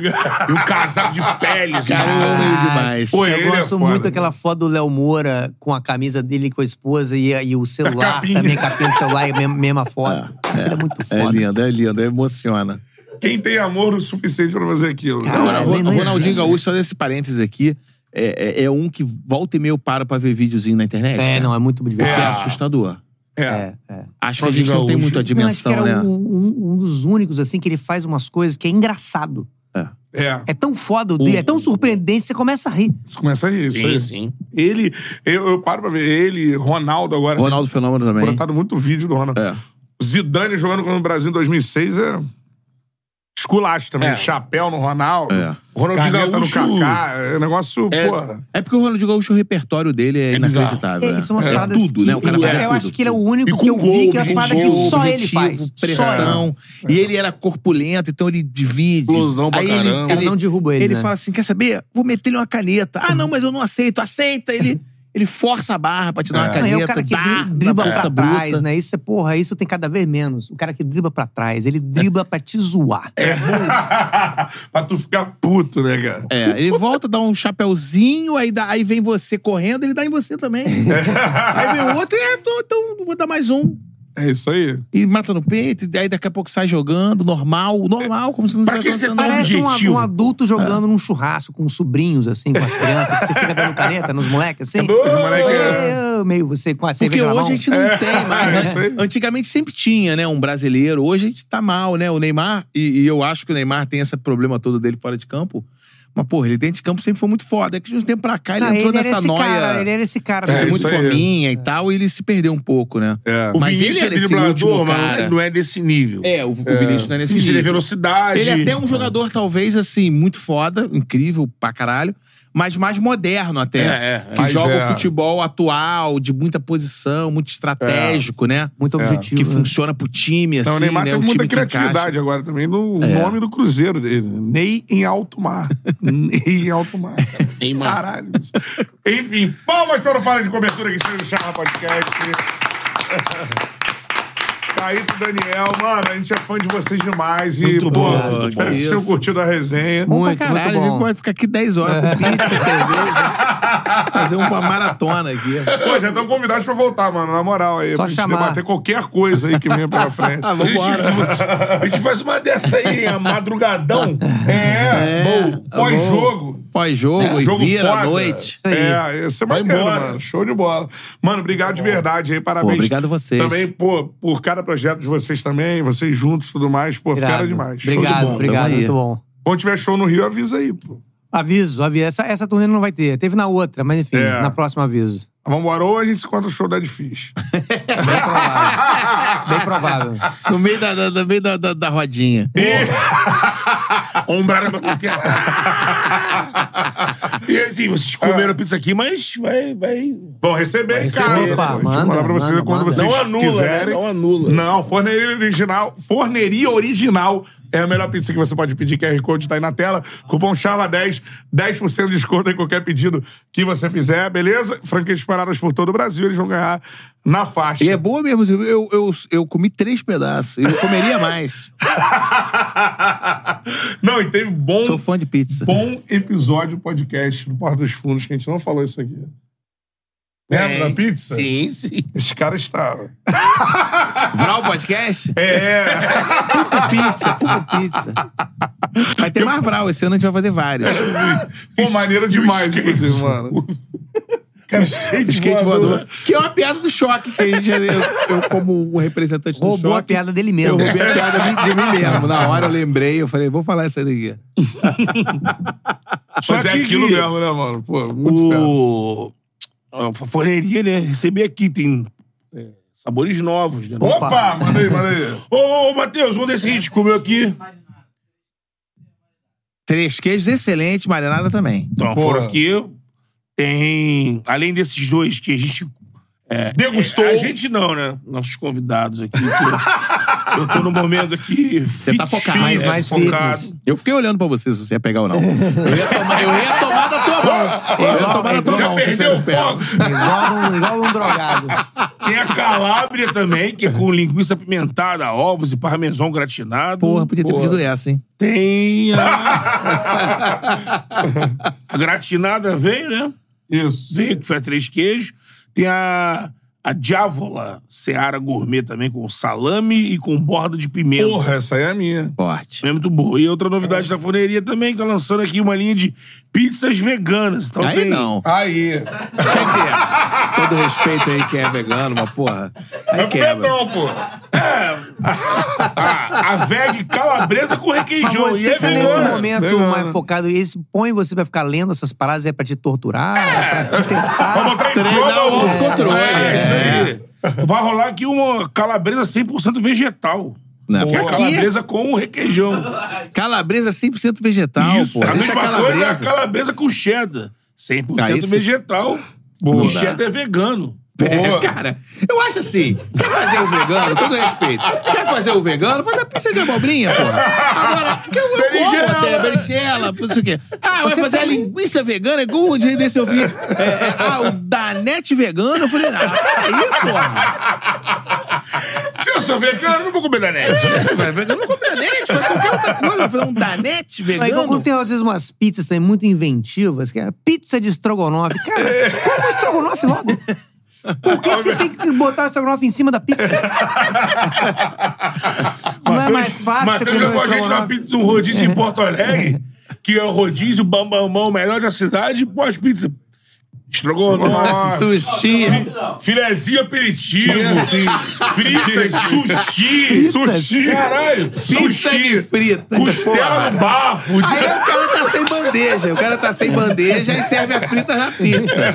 E um casaco de pele, assim.
Caramba,
tipo,
demais.
Pô, ele
Eu gosto
é foda,
muito
né?
daquela foto do Léo Moura com a camisa dele com a esposa e, e o
A
celular
capinha.
também, capinha do celular, é a mesma, mesma foto. Aquilo é muito
É
foda.
lindo, é lindo, emociona.
Quem tem amor o suficiente pra fazer aquilo.
Cara,
Agora, o
É
nem- não
né?
Ronaldinho
existe.
Gaúcho, só desse parênteses aqui, é, é- é um que volta e meia eu paro pra ver videozinho na internet.
É,
né?
não, é muito
Que é
divertido.
assustador.
É, é.
Acho que a
Código
gente não tem
Gaúcho.
muito a
Não, acho que
dimensão, né?
era um, um- um dos únicos, assim, que ele faz umas coisas que é engraçado.
É.
É tão foda, é tão surpreendente, você começa a rir.
Isso começa aí. Isso aí.
sim.
Ele, eu, eu paro pra ver, ele, Ronaldo
um-
agora. tá-
Ronaldo Fenômeno também.
Botado muito vídeo do Ronaldo.
É.
Zidane jogando contra o Brasil em 2006 é. Esculacho também.
É.
Chapéu no Ronaldo.
É.
Ronaldinho
caneta
Gaúcho-
no Kaká. É negócio,
É.
porra.
É porque o Ronaldo Gaúcho, o repertório dele é,
É bizarro.
inacreditável.
É,
né?
isso é umas
É
paradas
tudo,
que
né? O cara
eu,
faz
eu acho
tudo,
que ele é o
tudo.
único
E
que eu
com
vi
gol,
que é umas
com
paradas que
gol,
só ele
objetivo,
faz. Só ele.
Pressão. E ele era corpulento, então ele divide.
Explosão pra
Aí ele,
caramba.
Ela
ele,
não derruba ele,
ele
né?
fala assim: quer saber? Vou meter-lhe uma caneta. Ah, não, mas eu não aceito. Aceita. Ele, ele força a barra pra te dar uma
Não,
caneta.
é o cara que
dá,
dri- dribla
dá
pra
força
trás,
bruta.
né? Isso é, porra, isso tem cada vez menos. O cara que dribla pra trás, ele dribla pra te zoar.
pra tu ficar puto, né, cara?
É, ele volta, dá um chapéuzinho, aí, dá, aí vem você correndo, ele dá em você também. aí vem o outro, é, tô- então vou dar mais um.
É isso aí.
E mata no peito, e aí daqui a pouco sai jogando, normal, normal, como se não
Pra que
tivesse
você
acontecendo
tá
nada.
Parece um,
objetivo,
um adulto
É.
jogando num churrasco com sobrinhos, assim, com as crianças, que você fica dando caneta nos moleques,
É
assim.
Os moleque-
Eu, meio você com a
Porque
cerveja na
hoje
mão.
a gente não tem
é
mais.
isso
Né?
aí.
Antigamente sempre tinha, né? Um brasileiro. Hoje a gente tá mal, né? O Neymar, e, e eu acho que o Neymar tem esse problema todo dele fora de campo. Mas, porra, ele dentro de campo sempre foi muito foda. É que de um tempo pra cá ele
Não,
entrou
Ah, ele era
nessa
esse
noia
Cara, ele era esse cara.
de ser
É,
muito
isso aí.
fominha e tal, e ele se perdeu um pouco, né?
É.
O
Mas
Vinícius
ele
é
era esse
driblador,
último
mas
cara.
não é desse nível.
É, o, o Vinícius não é nesse
Vinícius ele é
nível.
velocidade.
Ele é até um jogador, talvez, assim, muito foda, incrível pra caralho, mas mais moderno até.
É, é, é.
Que
Mas
joga
é.
o futebol atual, de muita posição, muito estratégico, né?
Muito objetivo.
Que
né?
funciona pro time, assim,
Não, Então, o Neymar
né?
teve
o time
muita
que encaixa. É.
criatividade agora também no nome do Cruzeiro dele. né? Ney em alto mar. Ney em alto mar. cara.
Neymar.
Caralho. isso. Enfim, palmas para o Fala de Cobertura que esteve no Charla Podcast. Caíto Daniel, mano, a gente é fã de vocês demais. e,
Muito
pô,
bom, muito
espero que vocês
bom.
tenham curtido a resenha.
Bom É. pra
Muito,
caralho, a
muito bom.
gente pode ficar aqui 10 horas com pizza, cerveja. Fazer uma maratona aqui.
Pô, já estão convidados pra voltar, mano, na moral. Aí,
Só
pra gente
chamar.
debater qualquer coisa aí que venha pela frente.
Ah, vambora.
A gente faz uma dessa aí, a madrugadão.
É, bom, pós-jogo.
Pós-jogo, e
É, Jogo
vira
foda.
à noite.
É, isso é bacana,
embora. Tá
mano. Show de bola. Mano, obrigado de verdade aí, parabéns.
Pô, obrigado a vocês.
Também, pô, por cada projeto de vocês também, vocês juntos e tudo mais,
é
pô, fera
Irado.
demais. Show de
Obrigado,
bola.
obrigado.
Tamo aí.
Muito bom.
Quando tiver show no Rio, avisa aí, pô.
Aviso, aviso. Essa, essa turnê não vai ter. Teve na outra, mas enfim,
É.
na próxima aviso.
Vambora, ou a gente se encontra no show da Edifício.
Bem provável. Bem provável.
No meio da, da, da- meio da, da, da rodinha.
Ombrada pra tudo que é lado. E assim, vocês comeram pizza aqui, mas vai. vai...
Vão receber, cara.
receber, opa, manda,
falar pra vocês
manda,
quando
manda.
vocês
Não anula,
quiserem.
né? Não anula.
Não, forneria original. Forneria original é a melhor pizza que você pode pedir. QR Code tá aí na tela. Cupom CHALA10, 10% de desconto em qualquer pedido que você fizer, beleza? Franquias paradas por todo o Brasil, eles vão ganhar na faixa.
E é boa mesmo. Eu, eu, eu comi três pedaços. Eu comeria mais.
Não, e teve bom,
Sou fã de pizza.
bom episódio podcast do Porta dos Fundos, que a gente não falou isso aqui. Lembra da pizza?
Sim, sim.
Esse cara estava.
Vral Podcast?
É.
Pupo pizza, pupo pizza. Vai ter mais Vral. Esse ano a gente vai fazer vários.
Pô, maneiro demais,
skate.
inclusive, mano. Cara, skate,
Skate voador. Que é uma piada do choque que a gente, eu, eu como um representante do
Roubou a
choque.
piada dele
Eu
mesmo.
roubei a piada de, de mim mesmo. Na hora eu lembrei, eu falei, vou falar essa daqui.
Só
Mas é
que-
aquilo mesmo, né, mano? Pô, muito fera.
o... A forneria, né? Receber aqui tem é, sabores novos. Né?
Opa, manda aí, manda aí.
Ô, ô, ô, Matheus, um desse que a gente comeu aqui.
Três queijos excelentes, marinada também.
Então,
Porra.
foram aqui. Tem. Além desses dois que a gente. é,
Degustou.
é, a gente não, né? Nossos convidados aqui. que eu- eu tô no momento aqui. Você
tá focado, mais-
mais fitness.
Eu fiquei olhando pra você se você ia pegar ou não. Eu ia tomar, eu ia tomar da tua mão. Eu ia tomar da tua
Já
mão. se
perdeu
tivesse
o
pego.
foco.
Igual um, igual um drogado.
Tem a Calábria também, que é com linguiça pimentada, ovos e parmesão gratinado.
Porra, podia ter pedido essa, hein?
Tem a. a gratinada né? veio, né?
Isso.
Veio, que foi a três queijos. Tem a. A diávola Seara Gourmet também, com salame e com borda de pimenta.
Porra, essa aí é a minha.
Forte.
É muito boa. E outra novidade da forneria também, que tá lançando aqui uma linha de pizzas veganas. Então
Aí
tem...
não.
Aí.
Quer dizer, todo respeito aí quem é vegano, mas porra. Aí
É
quebra.
Pedrão, pô.
A, a veg calabresa com
Mas
requeijão. e
você
é
tá nesse
vegana.
momento
Vegana.
mais focado. E esse põe você pra ficar lendo essas paradas, é pra te torturar, é, pra te
Pra
testar.
botar em
Ah, Treinar
prova
o autocontrole.
É,
É.
isso aí. Vai rolar aqui uma calabresa 100% vegetal.
Não,
Que é
Né, pô,
calabresa com requeijão.
Calabresa é 100% vegetal,
Isso,
pô.
a
Deixa
mesma
a
coisa é a
calabresa.
calabresa com cheddar. 100%
Cara, esse-
vegetal.
Não
O
dá.
cheddar é vegano.
É, cara, eu acho assim. Quer fazer o vegano, todo respeito. Quer fazer o vegano, faz a pizza de abobrinha, porra. Agora, que eu, eu como
Berinjela. né? tá
até, berinjela, não sei o quê. Ah, vai fazer a linguiça vegana, igual um dia desse eu vi. é, é, ah, o danete vegano. Eu falei, ah, peraí, porra.
Se eu sou vegano, eu não vou comer
É
danete.
Isso, velho, vegano não come danete, foi qualquer outra coisa. Eu falei, um danete
Aí,
vegano.
É quando tem às vezes umas pizzas também muito inventivas, que é pizza de estrogonofe. Cara, como estrogonofe logo? Por que, que tem que botar o estrogonofe em cima da pizza? Não é mais fácil você
Matheus
comer um
jogou a gente na
estrogonofe?
pizza de um rodízio em Porto Alegre, que é o rodízio bambamão melhor da cidade, pós-pizza. Estrogonofe,
Sushi.
filezinho aperitivo, fritas, sushi, sushi, caralho,
de
sushi,
frita.
costela no bafo, de
Aí o cara tá sem bandeja. O cara tá sem bandeja e serve a frita na pizza.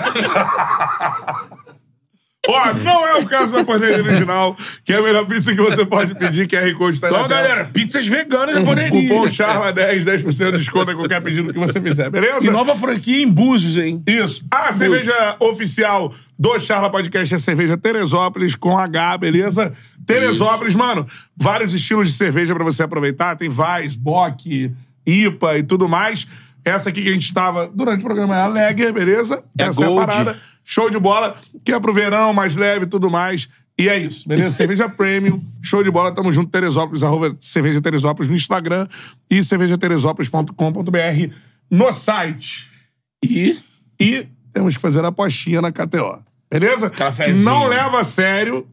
Ó, não é o caso da forneria original, que é a melhor pizza que você pode pedir, QR Code está aí
Então,
na tela.
galera, pizzas veganas de forneria.
Cupom CHARLA10, 10% de desconto em qualquer pedido que você fizer, beleza?
E nova franquia em Búzios, hein?
Isso. A cerveja oficial do Charla Podcast é a cerveja Teresópolis com H, beleza? Teresópolis, mano, vários estilos de cerveja pra você aproveitar. Tem Vaz, Bock, IPA e tudo mais. Essa aqui que a gente estava durante o programa é a Lager, beleza? Essa é a
Gold.
parada. Show de bola. Que é pro verão, mais leve e tudo mais. E é isso, beleza? Cerveja Premium, show de bola. Tamo junto, Teresópolis, arroba Cerveja Teresópolis no Instagram e cervejateresópolis.com.br no site.
E
E temos que fazer a apostinha na KTO. Beleza?
Cafezinho.
Não leva a sério.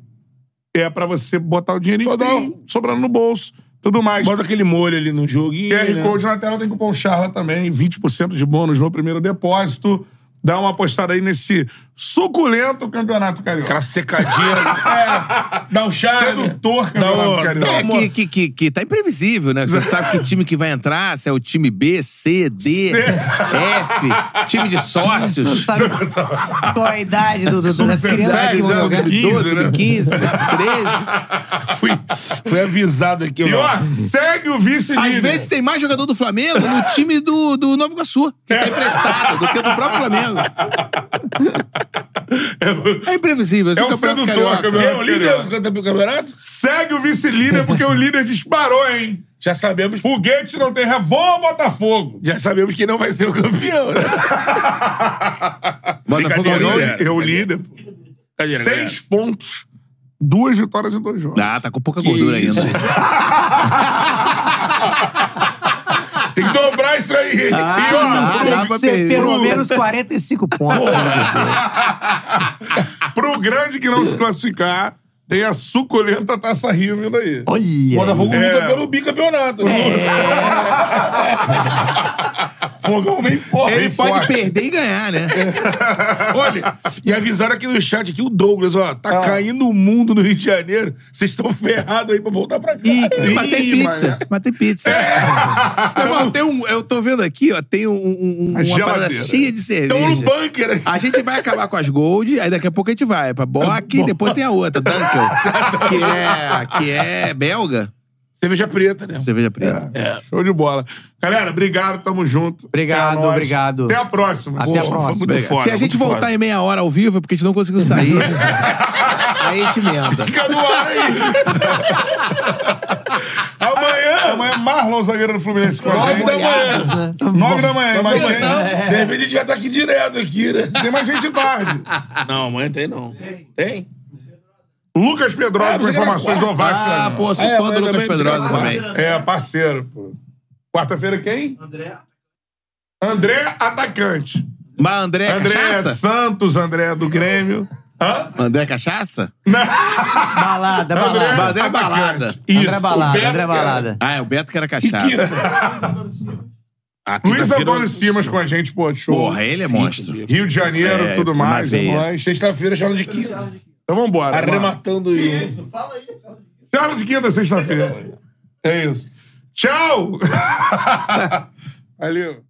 É pra você botar o dinheirinho
Só
que
dá um-
tem sobrando no bolso. Tudo mais.
bota aquele molho ali no né? jogo. e-
QR Code na tela, tem cupom CHARLA também. 20% de bônus no primeiro depósito. Dá uma apostada aí nesse suculento campeonato carioca.
Aquela secadinha. é, dá um charme.
Sedutor
Dá
campeonato
um uma-
carioca.
É, que, que, que, que tá imprevisível, né? Você sabe que time que vai entrar, se é o time B, C, D, F, time de
Não
sócios.
sabe qual é a idade do, do- das crianças que
17
vão
anos,
jogar.
sub-15,
12,
né?
15, 13.
Fui, fui avisado aqui.
E
ó.
ó, segue o vice-líder.
Às vezes tem mais jogador do Flamengo no time do, do Novo Iguaçu, que
É.
tá emprestado, do que do próprio Flamengo. É imprevisível. esse
É um
campeonato
sedutor,
carioca.
campeonato.
Quem é o líder do campe- campeonato?
Segue o vice-líder, porque o líder disparou, hein?
Já sabemos,
Foguete não tem ré. Voa, Botafogo!
já sabemos que não vai ser o campeão. né?
Botafogo é o
Eu,
líder.
eu líder. pô.
Brincadeira, galera.
Seis pontos, duas vitórias em dois jogos.
Ah, tá com pouca gordura
isso.
ainda.
Ah.
Tem que dobrar isso aí.
e ó,
dá,
pro,
dá pra
Você
perder.
pelo menos 45 pontos.
pro grande que não se classificar, tem a suculenta Taça Rio vindo aí.
Olha.
Botafogo
É.
luta pelo bicampeonato.
né? Fogão vem forte.
É. Ele
vem
pode
forte.
perder e ganhar, né?
Olha, e avisaram aqui no chat aqui o Douglas, ó, tá caindo o mundo no Rio de Janeiro. Vocês estão ferrados aí pra voltar pra cá.
Ih,
Ih,
mas tem pizza.
é.
mano.
Mas tem pizza. Agora, tem um, eu tô vendo aqui, ó, tem um, um- um-
A
uma parada
É. geladeira. um
cheia de
Estão no
cerveja.
bunker aqui.
A gente vai acabar com as Gold, aí daqui a pouco a gente vai pra
É
Bock, e depois tem a outra, Dunkel, que é, que é belga,
Cerveja preta, né?
cerveja preta.
É, Show de bola. Galera, obrigado, tamo junto.
Obrigado,
É nóis.
obrigado.
Até a próxima.
Até a próxima.
Foi muito foda.
Se a gente
muito
voltar
foda.
em meia hora ao vivo, é porque a gente não conseguiu sair, aí a gente emenda.
Fica no ar aí.
Amanhã, amanhã Marlon, zagueiro do Fluminense com a
Nove da
gente.
manhã.
né? Tá
Nove da manhã,
Mas
imagina.
amanhã, de repente, a gente já tá aqui direto aqui, né?
Tem mais gente tarde.
Não, amanhã tem não. Tem?
Lucas Pedrosa
Ah,
com
você
informações
era
do Vasco.
Ah,
né?
pô, sou
É,
fã
mas
do Lucas
também
Pedrosa
desgraça.
também.
É, parceiro, pô. Quarta-feira quem? André. André Atacante.
Mas André, é
André
cachaça?
Santos, André do Grêmio. Hã?
André é Cachaça?
Balada, balada.
André Balada.
André Balada, André Balada.
Ah, é o Beto que era cachaça. Ah,
Luiz
quinta-feira-
Antônio Simas com a gente, pô, show.
Porra, ele é monstro.
Rio de Janeiro,
É,
tudo
na
mais, é
veia.
nóis.
Sexta-feira, charla de quinta.
Então vambora. vamos lá.
Arrematando e...
Tchau de quinta, sexta-feira. É isso. Tchau! Valeu.